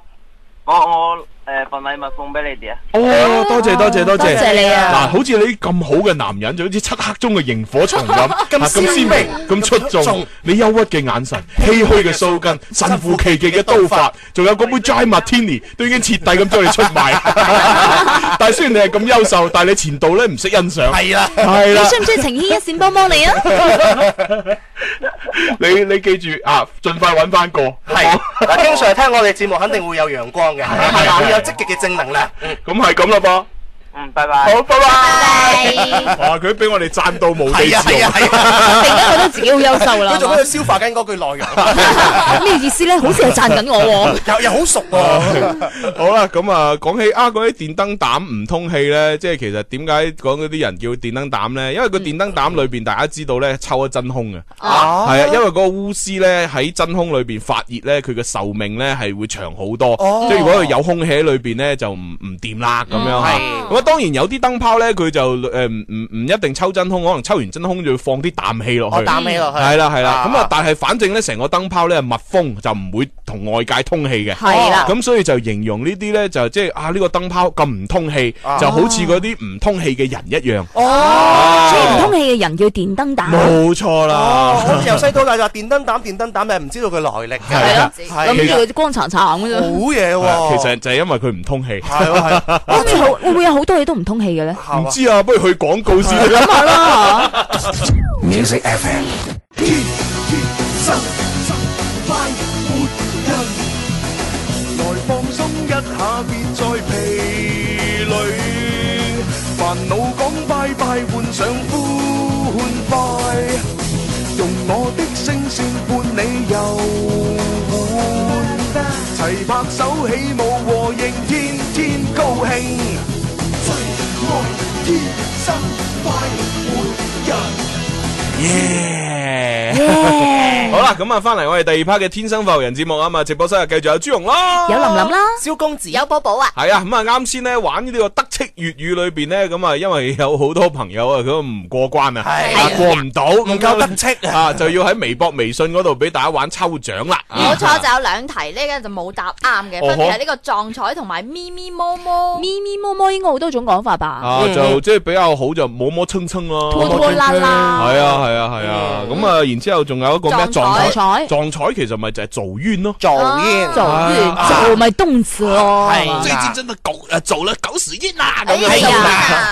[SPEAKER 12] 我我诶份禮物送俾你哋啊！
[SPEAKER 1] 哦，多謝多謝多謝，
[SPEAKER 4] 哎多謝你啊
[SPEAKER 1] 嗱，好似你咁好嘅男人，就好似漆黑中嘅螢火蟲
[SPEAKER 4] <laughs>
[SPEAKER 1] 咁，
[SPEAKER 2] 咁
[SPEAKER 1] 啊
[SPEAKER 2] 鮮
[SPEAKER 1] 鮮
[SPEAKER 2] 明
[SPEAKER 1] 咁出
[SPEAKER 2] 咁出
[SPEAKER 1] 眾
[SPEAKER 2] 眾。
[SPEAKER 1] 你憂鬱嘅眼
[SPEAKER 4] <laughs>
[SPEAKER 1] 神，唏噓嘅鬚根，神乎其技嘅刀法，仲有嗰
[SPEAKER 4] <laughs>
[SPEAKER 1] 杯 Dry Martini 都已經徹底咁將你出賣。但係雖然你係咁優秀，但係你前度咧唔識欣賞。
[SPEAKER 2] 係啦
[SPEAKER 1] 係
[SPEAKER 4] 啊你
[SPEAKER 1] 啦，
[SPEAKER 4] 需唔需要情牽一線幫幫你
[SPEAKER 2] <laughs>
[SPEAKER 4] 啊？
[SPEAKER 1] 你你記住啊，盡快揾翻個。
[SPEAKER 2] 係嗱，經常聽我哋節目肯定會有陽光嘅，會有積極嘅正能量。
[SPEAKER 1] 咁係咁啦噃。
[SPEAKER 12] 嗯，拜拜。
[SPEAKER 1] 好，拜拜。 <laughs> 哇，佢俾我哋讚到無地
[SPEAKER 2] 係啊
[SPEAKER 1] 自
[SPEAKER 2] 係啊
[SPEAKER 1] 容。
[SPEAKER 2] 係
[SPEAKER 1] <laughs>
[SPEAKER 2] 啊！
[SPEAKER 4] 突然間覺得自己好優秀啦
[SPEAKER 2] 佢，仲喺度消化緊嗰句內容，
[SPEAKER 4] 咩意思咧？好似係讚緊我喎。
[SPEAKER 2] 又又好熟喎。
[SPEAKER 1] <laughs> 好啦，咁啊，講起啊，嗰啲電燈膽唔通氣咧，即係其實點解講嗰啲人叫電燈膽咧？因
[SPEAKER 2] 嗯
[SPEAKER 1] 為個電燈膽裏邊大家知道咧，抽咗真空嘅，
[SPEAKER 2] 啊
[SPEAKER 1] 係啊，因為嗰個鎢絲咧喺真空裏邊發熱咧，佢嘅壽命咧係會長好多。
[SPEAKER 2] 哦
[SPEAKER 1] 即係如果佢有空氣喺裏邊咧，就唔唔掂啦咁樣嚇。
[SPEAKER 2] 嗯
[SPEAKER 1] 咁啊，當然有啲燈泡咧，佢就诶唔唔唔一定抽真空，可能抽完真空就要放啲氮氣落
[SPEAKER 2] 哦
[SPEAKER 1] 去。
[SPEAKER 2] 氮氣落去
[SPEAKER 1] 係啦係啦。
[SPEAKER 2] 啊
[SPEAKER 1] 咁啊，但係反正咧，成個燈泡咧係密封，就唔會同外界通氣嘅。
[SPEAKER 2] 係啦
[SPEAKER 1] 咁所以就形容呢啲咧就即係啊呢個燈泡咁唔通氣，
[SPEAKER 4] 啊
[SPEAKER 1] 就好似嗰啲唔通氣嘅人一樣。
[SPEAKER 4] 哦，所以唔通氣嘅人叫電燈膽。
[SPEAKER 1] 冇錯
[SPEAKER 2] 哦
[SPEAKER 1] 啦。
[SPEAKER 2] 我由細到大就話電燈膽、電燈膽，但係唔知道佢來歷嘅。
[SPEAKER 1] 係啊，
[SPEAKER 2] 係啊。
[SPEAKER 4] 諗住佢光殘殘咁樣。
[SPEAKER 2] 好嘢喎。
[SPEAKER 1] 其實就係因為佢唔通氣。
[SPEAKER 4] <laughs>
[SPEAKER 1] <laughs>
[SPEAKER 4] 會唔會好會唔會有好多嘢都唔通氣嘅咧？
[SPEAKER 1] 唔知啊，不如去廣告先。
[SPEAKER 4] 諗
[SPEAKER 1] <laughs>
[SPEAKER 4] 下啦。
[SPEAKER 6] Music FM，天天生快活人，來放鬆一下，別再疲累，煩惱講拜拜，換上歡快，用我的聲線伴你遊玩，齊拍手起舞和應，天天高興，最愛天生快活人。
[SPEAKER 1] 耶！好啦，咁啊，翻嚟我哋第二 part 嘅天生浮人節目啊嘛，直播室啊，繼續有朱紅啦，
[SPEAKER 4] 啦，
[SPEAKER 2] 蕭公子。
[SPEAKER 1] 系啊，咁啊啱先咧玩呢個德式粵語裏边咧，咁啊因為有好多朋友啊，佢都唔過關啊，啊過唔到，唔夠德式啊，就要喺微博、微信嗰度俾大家玩抽獎啦。
[SPEAKER 3] 冇錯，就有兩題呢個就冇答啱嘅，
[SPEAKER 1] 哦呵
[SPEAKER 3] 分別係呢個撞彩同埋咪咪摸摸。
[SPEAKER 4] 咪咪摸摸應該好多種講法吧？
[SPEAKER 1] 啊，就即係比較好就摸摸蹭蹭咯，
[SPEAKER 4] 拖拖拉拉
[SPEAKER 1] 係啊係啊係啊，咁啊然之後仲有一個咩
[SPEAKER 4] 撞彩
[SPEAKER 1] 撞撞彩其實咪就係做冤咯，啊
[SPEAKER 2] 做
[SPEAKER 4] 冤做冤做咪動詞咯。係嘛
[SPEAKER 1] 最近啊真係狗誒做啦狗屎冤啦
[SPEAKER 4] <laughs>
[SPEAKER 1] 咁
[SPEAKER 4] 哎
[SPEAKER 1] 樣
[SPEAKER 4] 呀。誒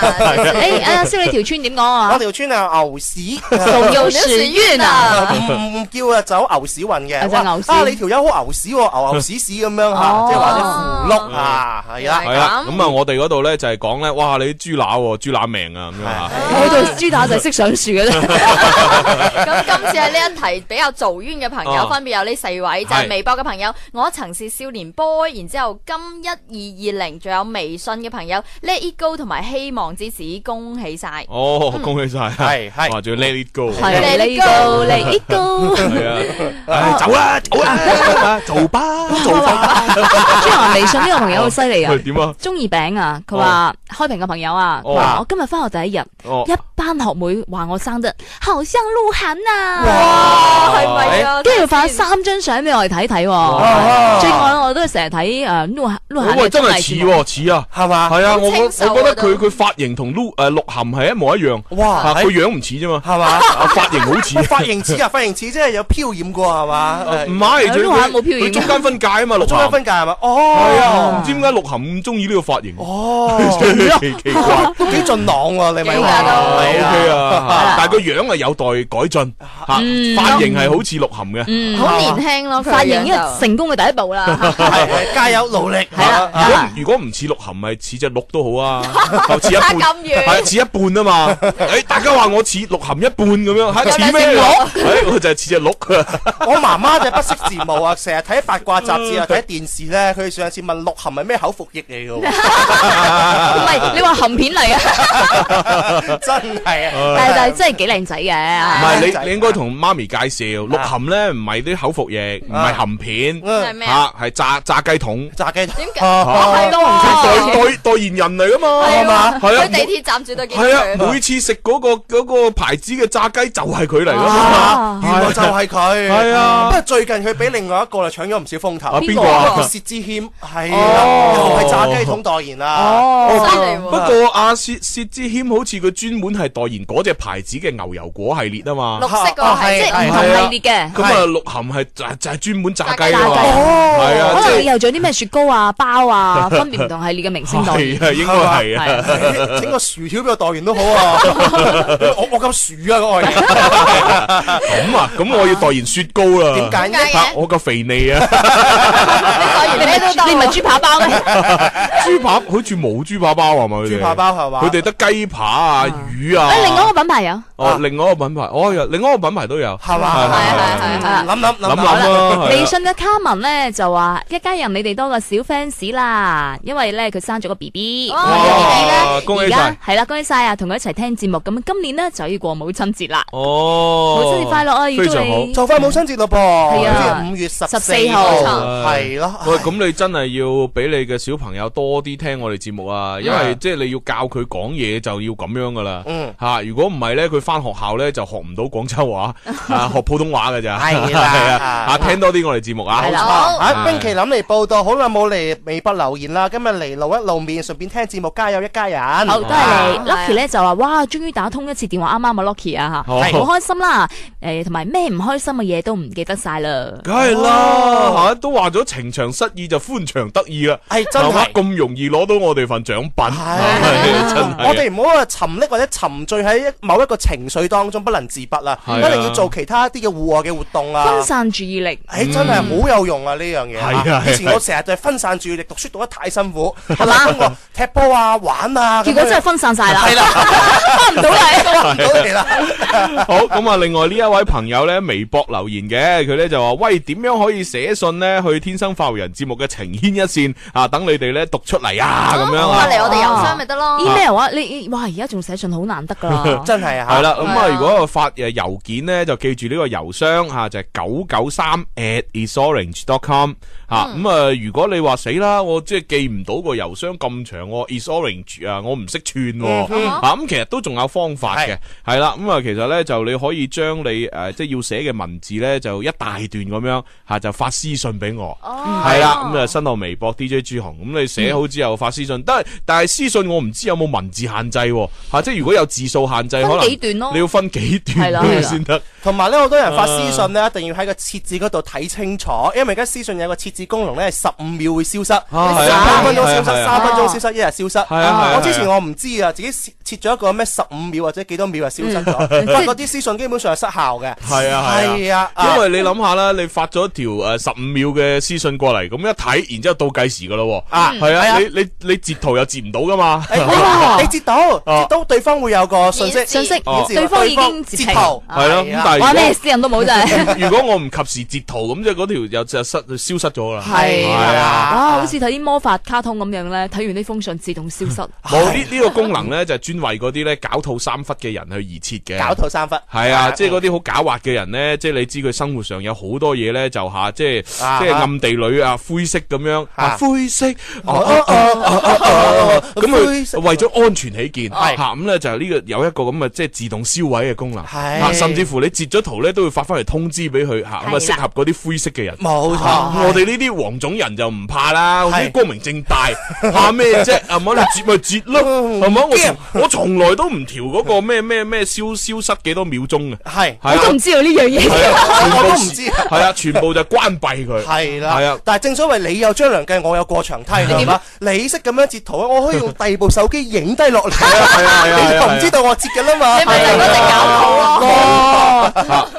[SPEAKER 4] 阿蕭，你條村點講啊？ <laughs>
[SPEAKER 2] 我條村係牛屎。
[SPEAKER 4] 仲有屎冤啊。
[SPEAKER 2] <laughs> 唔-唔叫啊，走牛屎運嘅。
[SPEAKER 4] 啊，走牛屎。
[SPEAKER 2] 哇，啊，你條友好牛屎喎，牛牛屎屎咁樣嚇，
[SPEAKER 4] 哦。
[SPEAKER 2] 即係或者符碌啊，係啊。
[SPEAKER 1] 系啦，
[SPEAKER 4] <laughs>
[SPEAKER 1] 咁啊，我哋嗰度咧就係講咧，哇，你啲豬乸喎，豬乸命啊，咁樣啊，
[SPEAKER 4] 我度豬打就係識上樹嘅啫。
[SPEAKER 3] <laughs> 咁今次係呢一題比較做冤嘅朋友，
[SPEAKER 1] 啊
[SPEAKER 3] 分別有呢四位，就
[SPEAKER 1] 係
[SPEAKER 3] 係微博嘅朋友，我曾是少年 boy，然之後金一二二零，仲有微信嘅朋友 Let It Go 同埋希望之子，恭喜晒！
[SPEAKER 1] 哦，恭喜晒，係係，哇，仲要 let it go，
[SPEAKER 3] 係嗯 let it go，let it go
[SPEAKER 1] 係啊，唉走啦走啦，做吧做吧，
[SPEAKER 4] 朱華微信呢個朋友好犀利啊
[SPEAKER 1] 喂！點啊？
[SPEAKER 4] 中意餅啊！佢話開屏嘅朋友啊，佢話
[SPEAKER 1] 哦
[SPEAKER 4] 我今日翻學第一日，
[SPEAKER 1] 哦
[SPEAKER 4] 一班學妹話我生得好像鹿晗啊！
[SPEAKER 1] 哇係咪啊
[SPEAKER 4] 跟住發三張相俾我哋睇睇
[SPEAKER 1] 哇
[SPEAKER 4] 喎。最愛我都係成日睇誒鹿晗鹿晗嘅
[SPEAKER 1] 喂，哦真
[SPEAKER 4] 綜藝
[SPEAKER 1] 係似
[SPEAKER 4] 節目。
[SPEAKER 1] 喎，似啊，
[SPEAKER 2] 係嘛？
[SPEAKER 1] 係啊，我覺我
[SPEAKER 4] 清秀啊
[SPEAKER 1] 覺得
[SPEAKER 4] 都
[SPEAKER 1] 佢佢髮型同陸誒鹿晗係一模一樣，
[SPEAKER 2] 哇
[SPEAKER 1] 啊
[SPEAKER 2] 係
[SPEAKER 1] 佢樣唔似啫嘛，
[SPEAKER 2] 係嘛
[SPEAKER 1] 啊髮型好
[SPEAKER 2] <laughs>
[SPEAKER 1] 似，
[SPEAKER 2] 啊髮型似啊，髮型似，即係有漂染過係嘛？ <laughs>
[SPEAKER 1] 唔係，
[SPEAKER 2] 係。
[SPEAKER 1] 佢佢佢中間分界啊嘛，鹿晗
[SPEAKER 2] 中間分界係嘛？哦。
[SPEAKER 1] 係啊，唔知點解鹿晗咁中意呢個髮型。
[SPEAKER 2] 哦，
[SPEAKER 1] <laughs> 奇奇
[SPEAKER 2] <laughs>
[SPEAKER 1] 怪。
[SPEAKER 2] 都幾俊朗喎，你咪話。
[SPEAKER 1] 係啊 OK
[SPEAKER 2] 係啊。
[SPEAKER 1] 啊，但係個樣啊有待改進
[SPEAKER 4] 嗯
[SPEAKER 1] 吓，髮型係好似鹿晗嘅。
[SPEAKER 3] 好
[SPEAKER 1] <laughs>
[SPEAKER 3] 年輕咯，佢
[SPEAKER 4] 髮型已
[SPEAKER 3] 嘅
[SPEAKER 4] 經
[SPEAKER 3] 樣
[SPEAKER 4] 係
[SPEAKER 3] 就
[SPEAKER 4] 成功嘅第一步啦。
[SPEAKER 2] 係加油努力。啊
[SPEAKER 4] 係啦，
[SPEAKER 1] 如果如果唔似鹿晗，咪似只鹿都好
[SPEAKER 2] <laughs>
[SPEAKER 1] 啊，就似一半，
[SPEAKER 4] 差咁遠
[SPEAKER 1] 係啊似一半啊
[SPEAKER 4] <laughs>
[SPEAKER 1] 嘛。誒，大家話我似鹿晗一半咁樣，嚇似咩啊？ <laughs> 誒，我就係似只鹿啊。
[SPEAKER 2] <laughs> 我媽媽就不識字幕啊，成日睇八卦雜
[SPEAKER 1] 嗯
[SPEAKER 2] 誌啊，睇電視咧。佢上次問鹿晗係咩口服液嚟嘅
[SPEAKER 4] <laughs> 唔係你話含
[SPEAKER 1] <laughs>
[SPEAKER 4] 片嚟啊？
[SPEAKER 1] 哦
[SPEAKER 2] 喎，真係啊！
[SPEAKER 4] 但係但係真係啊幾靚仔
[SPEAKER 1] 唔
[SPEAKER 4] 嘅。
[SPEAKER 1] 係你你應該同媽咪介
[SPEAKER 2] 啊
[SPEAKER 1] 紹，鹿晗咧唔係啲口服液，唔係含片，
[SPEAKER 2] 係
[SPEAKER 3] 咩
[SPEAKER 1] 嚇係炸炸雞桶。
[SPEAKER 2] 啊嗯炸雞哦
[SPEAKER 3] 點解？
[SPEAKER 1] 係
[SPEAKER 3] 喎
[SPEAKER 1] 代代代言人嚟噶嘛，
[SPEAKER 3] 係嘛？
[SPEAKER 1] 係啊
[SPEAKER 3] 喺，地鐵站絕對見到
[SPEAKER 1] 系啊，每
[SPEAKER 3] 佢。
[SPEAKER 1] 次食嗰個嗰個牌子嘅炸雞就係佢嚟噶
[SPEAKER 2] 啊
[SPEAKER 1] 嘛，
[SPEAKER 2] 原來就係佢。
[SPEAKER 1] 係啊
[SPEAKER 2] 不過最近佢俾另外一個就搶咗唔少風頭。
[SPEAKER 1] 啊邊個啊
[SPEAKER 2] 嗰個薛之謙係啊，又係炸雞桶代言啦。
[SPEAKER 1] 哦
[SPEAKER 3] 犀利喎
[SPEAKER 1] 不過阿薛薛之謙好似佢專門係代言嗰只牌子嘅牛油果系列啊嘛
[SPEAKER 3] 綠，色嗰個係即
[SPEAKER 4] 即係唔
[SPEAKER 3] 係
[SPEAKER 4] 同系列嘅。
[SPEAKER 1] 咁啊鹿晗係就就係專門炸雞啊嘛，
[SPEAKER 4] 炸雞
[SPEAKER 1] 係
[SPEAKER 4] 哦可
[SPEAKER 1] 啊，即
[SPEAKER 4] 能以
[SPEAKER 1] 係
[SPEAKER 4] 後做啲咩雪糕啊、包啊，分別唔同系列嘅明星代言。
[SPEAKER 1] <laughs> 係啊，應該係
[SPEAKER 4] 係
[SPEAKER 1] 啊。
[SPEAKER 2] 整個薯條俾我代言都好
[SPEAKER 1] <laughs>
[SPEAKER 2] 啊！我我咁薯啊，嗰個人
[SPEAKER 1] 咁啊，咁我要代言雪糕啦。
[SPEAKER 2] 點解呢
[SPEAKER 3] 點解嘅
[SPEAKER 1] 啊我夠肥膩
[SPEAKER 2] <laughs>
[SPEAKER 1] 啊！
[SPEAKER 3] 代言咩都得。
[SPEAKER 4] 哎你唔係豬扒包咩？
[SPEAKER 1] 豬扒好似冇豬扒包係咪？佢哋
[SPEAKER 2] 豬扒包係嘛
[SPEAKER 1] 佢哋得雞扒啊、魚啊。
[SPEAKER 4] 誒，哎另外一個品牌有，
[SPEAKER 1] 哦，另外一個品牌，哦，有另外一個品牌都有，
[SPEAKER 2] 係嘛
[SPEAKER 1] 係係啊係係
[SPEAKER 3] 係係係
[SPEAKER 2] 諗諗
[SPEAKER 1] 諗啊
[SPEAKER 2] 諗
[SPEAKER 1] 諗啦，
[SPEAKER 4] 微信嘅卡文咧就話一家人你哋多個小 fans 啦，因為咧佢生咗個 B B，
[SPEAKER 3] 哇
[SPEAKER 1] 哇，恭喜晒！
[SPEAKER 4] 係啦，恭喜晒啊！同佢一齊聽節目，咁今年咧就要過母親節啦，
[SPEAKER 1] 哦，
[SPEAKER 4] 母親節快樂啊！預
[SPEAKER 1] 非
[SPEAKER 4] 祝
[SPEAKER 1] 常好。
[SPEAKER 4] 你
[SPEAKER 2] 就快母親節咯噃，
[SPEAKER 4] 係啊
[SPEAKER 2] 五月十
[SPEAKER 4] 14
[SPEAKER 2] 號
[SPEAKER 4] 號
[SPEAKER 2] 係咯。
[SPEAKER 1] 喂，咁你真係要俾你嘅小朋友多啲聽我哋節目啊，因為係即係你要教佢講嘢就要咁樣噶啦
[SPEAKER 2] 嗯。
[SPEAKER 1] 吓，如果唔係咧，佢翻學校咧就學唔到廣州
[SPEAKER 2] <laughs>
[SPEAKER 1] 話，啊學普通話噶咋。 <laughs>
[SPEAKER 2] 係啦
[SPEAKER 1] 係啊，啊聽多啲我哋節目啊。
[SPEAKER 2] 冇錯。啊，冰淇淋嚟報道，好耐冇嚟微北留言啦，今日嚟路一路面，順便聽節目，加油一家人。
[SPEAKER 4] 好，都係
[SPEAKER 1] 啊
[SPEAKER 4] 你。
[SPEAKER 2] 係。
[SPEAKER 4] Lucky 咧就話：哇，終於打通一次電話，啱啱啊 Lucky 啊吓，
[SPEAKER 1] 好
[SPEAKER 4] 好開心啦！誒，同埋咩唔開心嘅嘢都唔記得晒啦。
[SPEAKER 1] 梗係啦，吓都話咗情場失意就歡場得意啦，
[SPEAKER 2] 係真係
[SPEAKER 1] 嘛咁容易攞到我哋份獎品， <laughs> 啊係真係。
[SPEAKER 2] 我哋唔好話沉溺或者沉醉喺某一個情緒當中不能自拔啦，
[SPEAKER 1] 係啊。
[SPEAKER 2] 一定要做其他啲嘅戶外嘅活動啊。
[SPEAKER 4] 分散注意力。
[SPEAKER 2] 誒，真係好有用啊，呢樣嘢。
[SPEAKER 1] 係啊，係啊，
[SPEAKER 2] 以前我成日就係分散注意力，讀書讀得太辛苦， <laughs> 我諗過踢波啊、玩啊，
[SPEAKER 4] 結果真係分散晒啦，翻唔到嚟。
[SPEAKER 2] 咁樣，翻唔到嚟啦。，
[SPEAKER 1] <laughs> 好咁啊！另外呢一位朋友咧，微博留言嘅，佢咧就話：喂，點樣可以寫信咧去《天生發育人》節目嘅情牽一線啊？等你哋咧讀出嚟啊！咁樣
[SPEAKER 3] 發
[SPEAKER 1] 啊，
[SPEAKER 3] 嚟我哋郵箱咪得咯。
[SPEAKER 4] email 啊，你哇而家仲寫信好難得噶啦
[SPEAKER 2] <laughs> 真係啊，
[SPEAKER 1] 係啦，咁啊，
[SPEAKER 3] 係啊
[SPEAKER 1] 如果發誒郵件咧，就記住呢個郵箱嚇，就係九九三 at isorange.com 嚇。
[SPEAKER 3] 嗯
[SPEAKER 1] 咁啊，如果你話死啦，我即係記唔到個郵箱咁長喎，isorange 啊，我唔識串喎
[SPEAKER 2] 嗯
[SPEAKER 1] 嚇。咁其實都仲有方法嘅
[SPEAKER 2] 係，
[SPEAKER 1] 係啦。咁啊，其實咧就你可以將你誒即係要寫嘅文字咧，就一大段咁樣嚇，就發私信俾我。
[SPEAKER 3] 哦
[SPEAKER 1] 係啦，咁啊新浪微博 DJ 朱紅，咁你寫
[SPEAKER 4] 嗯
[SPEAKER 1] 好之後發私信，但係但係私信我唔知有冇文字限制喎，吓即係如果有字數限制，可能
[SPEAKER 4] 分幾段咯
[SPEAKER 1] 你要分幾
[SPEAKER 4] 係啦係
[SPEAKER 1] 段
[SPEAKER 4] 啦
[SPEAKER 1] 先得。
[SPEAKER 2] 同埋咧，好多人發私信咧，一定要喺個設置嗰度睇清楚，因為而家私信有個設置功能咧，十五秒會消失，
[SPEAKER 1] 係
[SPEAKER 4] 啊
[SPEAKER 2] 兩分鐘消
[SPEAKER 1] 係啊係
[SPEAKER 2] 失，
[SPEAKER 1] 啊
[SPEAKER 2] 三分鐘消失，一日消失。
[SPEAKER 1] 係啊係啊
[SPEAKER 2] 我之前我唔知啊，自己設咗一個咩十五秒或者幾多秒就消失咗，
[SPEAKER 1] <laughs>
[SPEAKER 2] 哇！嗰啲私信基本上係失效嘅。
[SPEAKER 1] 係啊係
[SPEAKER 2] 係啊，
[SPEAKER 1] 因為你諗下啦，你發咗條誒十五秒嘅私信過嚟，咁一睇，然之後到計時噶咯喎，
[SPEAKER 2] 啊
[SPEAKER 1] 係
[SPEAKER 2] 係
[SPEAKER 1] 啊，
[SPEAKER 2] 啊
[SPEAKER 1] 你你你截圖又截唔到噶嘛，
[SPEAKER 2] 誒
[SPEAKER 4] 哦
[SPEAKER 2] 哎你你截到，截到對方會有個信息
[SPEAKER 3] 顯示
[SPEAKER 4] 信息
[SPEAKER 1] 啊
[SPEAKER 2] Dạ,
[SPEAKER 1] 哦
[SPEAKER 4] 對方已經截
[SPEAKER 2] 截
[SPEAKER 4] 屏，
[SPEAKER 2] 圖，
[SPEAKER 1] <laughs> 係咯，
[SPEAKER 2] 啊
[SPEAKER 1] 咁但
[SPEAKER 4] 哎哇咩
[SPEAKER 1] 係
[SPEAKER 4] 私人都冇真係。
[SPEAKER 1] <laughs> 如果如果我唔及時截圖，咁即係嗰條又就失消失咗啦。
[SPEAKER 2] 係
[SPEAKER 1] 係啊
[SPEAKER 2] <laughs> 啊，
[SPEAKER 4] 哇，好似睇啲魔法卡通咁樣咧，睇完呢封信自動消失。
[SPEAKER 1] 冇呢呢個功能咧，就係專為嗰啲咧搞套三忽嘅人去而設嘅。
[SPEAKER 2] 搞到三忽。
[SPEAKER 1] 系啊，即係嗰啲好狡猾嘅人咧，即係你知佢生活上有好多嘢咧，就吓即係
[SPEAKER 2] 啊
[SPEAKER 1] 即係暗地裏啊，灰色咁樣啊，
[SPEAKER 2] 啊
[SPEAKER 1] 灰色，哦
[SPEAKER 2] 哦
[SPEAKER 1] 哦哦哦哦哦哦咁
[SPEAKER 2] 灰
[SPEAKER 1] 佢
[SPEAKER 2] 色
[SPEAKER 1] 為咗安全起見，吓
[SPEAKER 2] 係
[SPEAKER 1] 咁咧就呢個有一個咁嘅即係自動銷毀嘅功能，
[SPEAKER 2] 係
[SPEAKER 1] 啊甚至乎你截咗圖咧都會發翻嚟通知俾佢吓，咁啊
[SPEAKER 4] 係
[SPEAKER 1] 適
[SPEAKER 4] 啦
[SPEAKER 1] 合嗰啲灰色嘅人。
[SPEAKER 2] 冇
[SPEAKER 1] 啊
[SPEAKER 2] 錯，
[SPEAKER 1] 我哋呢啲黃種人就唔怕啦，我哋
[SPEAKER 2] 係
[SPEAKER 1] 光明正大， <laughs> 怕咩啫？係咪？你截咪截咯，係咪？我
[SPEAKER 2] 嗯驚
[SPEAKER 1] 從我從來都唔調嗰個咩咩咩消消失幾多秒鐘嘅。係
[SPEAKER 2] 係。
[SPEAKER 1] 啊
[SPEAKER 4] 我都唔知道呢樣嘢。
[SPEAKER 1] 係啊，
[SPEAKER 2] 我
[SPEAKER 1] 全
[SPEAKER 2] 都
[SPEAKER 1] 部
[SPEAKER 2] 唔知啊
[SPEAKER 1] 係啊，全部就關閉佢。
[SPEAKER 2] 係
[SPEAKER 1] 係啊
[SPEAKER 2] 啦，但係正所謂你有張良計，我有過牆梯，係嘛？你識咁樣截圖，我可以用第二部手機影低落嚟，
[SPEAKER 1] 係啊係啊
[SPEAKER 2] 你
[SPEAKER 1] 係
[SPEAKER 2] 就
[SPEAKER 1] 啊
[SPEAKER 2] 唔知道我截嘅啦嘛。哦
[SPEAKER 3] 你咪就係嗰隻搞好咯。
[SPEAKER 1] 啊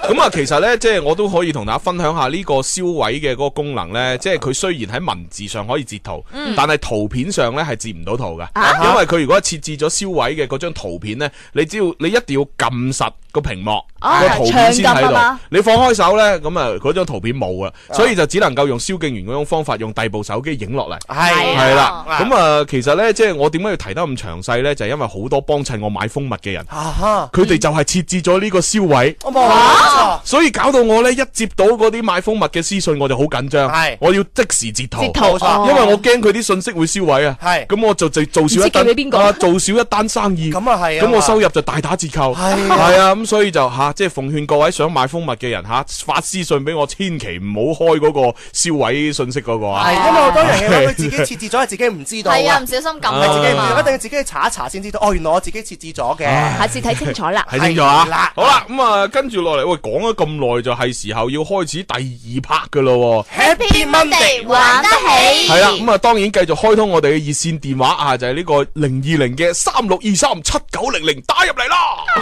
[SPEAKER 1] 咁啊，其實咧，即係我都可以同大家分享下呢個銷毀嘅嗰個功能咧，即係佢雖然喺文字上可以截圖，
[SPEAKER 4] 嗯
[SPEAKER 1] 但係圖片上咧係截唔到圖嘅，
[SPEAKER 4] 啊
[SPEAKER 1] 因為佢如果設置咗銷毀嘅嗰張圖片咧，你只要你一定要撳實個屏幕
[SPEAKER 4] 啊
[SPEAKER 1] 個圖片先
[SPEAKER 4] 長撳
[SPEAKER 1] 睇
[SPEAKER 4] 啊
[SPEAKER 1] 到
[SPEAKER 4] 嘛，哦
[SPEAKER 1] 你放開手咧，咁啊嗰張圖片冇啊，所以就只能夠用蕭敬元嗰種方法，用第二部手機影落嚟。
[SPEAKER 2] 係
[SPEAKER 1] 系
[SPEAKER 2] 啊
[SPEAKER 1] 啦，
[SPEAKER 2] 啊
[SPEAKER 1] 咁啊，其實咧，即係我點解要提得咁詳細咧？就係因為好多幫襯我買蜂蜜嘅人，
[SPEAKER 2] 啊哈，
[SPEAKER 1] 佢哋就係設置咗呢個銷毀，
[SPEAKER 2] 我冇錯，
[SPEAKER 1] 所以搞到我咧一接到嗰啲買蜂蜜嘅私信，我就好緊張
[SPEAKER 2] 係，
[SPEAKER 1] 我要即時截圖，
[SPEAKER 4] 截圖
[SPEAKER 1] 因為
[SPEAKER 4] 哦
[SPEAKER 1] 我驚佢啲信息會銷毀啊。
[SPEAKER 2] 係
[SPEAKER 1] 咁我就就做少一單
[SPEAKER 4] 唔知寄俾邊個
[SPEAKER 1] 啊做少一單生意，
[SPEAKER 2] 咁啊係啊
[SPEAKER 1] 咁我收入就大打折扣，
[SPEAKER 2] 係啊
[SPEAKER 1] 係啊，咁所以就吓，即係奉勸各位想買蜂蜜嘅人吓，發私信俾我，千祈唔好開嗰個銷毀信息嗰個啊。
[SPEAKER 2] 係因為好多人
[SPEAKER 1] <laughs>
[SPEAKER 2] 嘅話，佢自己設置咗，係自己唔知道
[SPEAKER 3] 係啊，
[SPEAKER 2] 啊
[SPEAKER 3] 唔。小心撳
[SPEAKER 2] 係自己
[SPEAKER 3] 啊
[SPEAKER 2] 唔知道，
[SPEAKER 3] 嘛
[SPEAKER 2] 一。定要自己去查一查先知道。哦，原來我自己設置咗嘅。
[SPEAKER 4] 下次睇清楚啦。
[SPEAKER 2] <laughs>
[SPEAKER 1] 睇清楚啊
[SPEAKER 2] 啦！
[SPEAKER 1] 好啦，咁啊，跟住落嚟，喂，講咗咁耐，就係時候要開始第二 part 噶咯喎。
[SPEAKER 2] Happy Monday！
[SPEAKER 3] 玩得起，
[SPEAKER 1] 係啦，咁啊，當然繼續開通我哋嘅熱線電話啊，就係呢個零二零嘅三六二三七九零
[SPEAKER 2] <laughs>
[SPEAKER 1] 零打入嚟啦。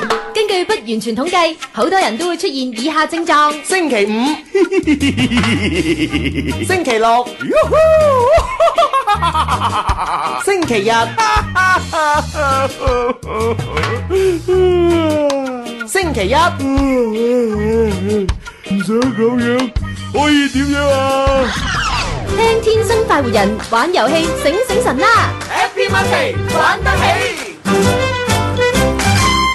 [SPEAKER 5] <laughs> 根據不完全統計，好多人都會出現以下症狀：
[SPEAKER 2] 星期五，星期六，星期 <laughs> 日，星期一。
[SPEAKER 5] 聽天生快活人玩遊戲，醒醒神啦！
[SPEAKER 2] Happy Monday，玩得起。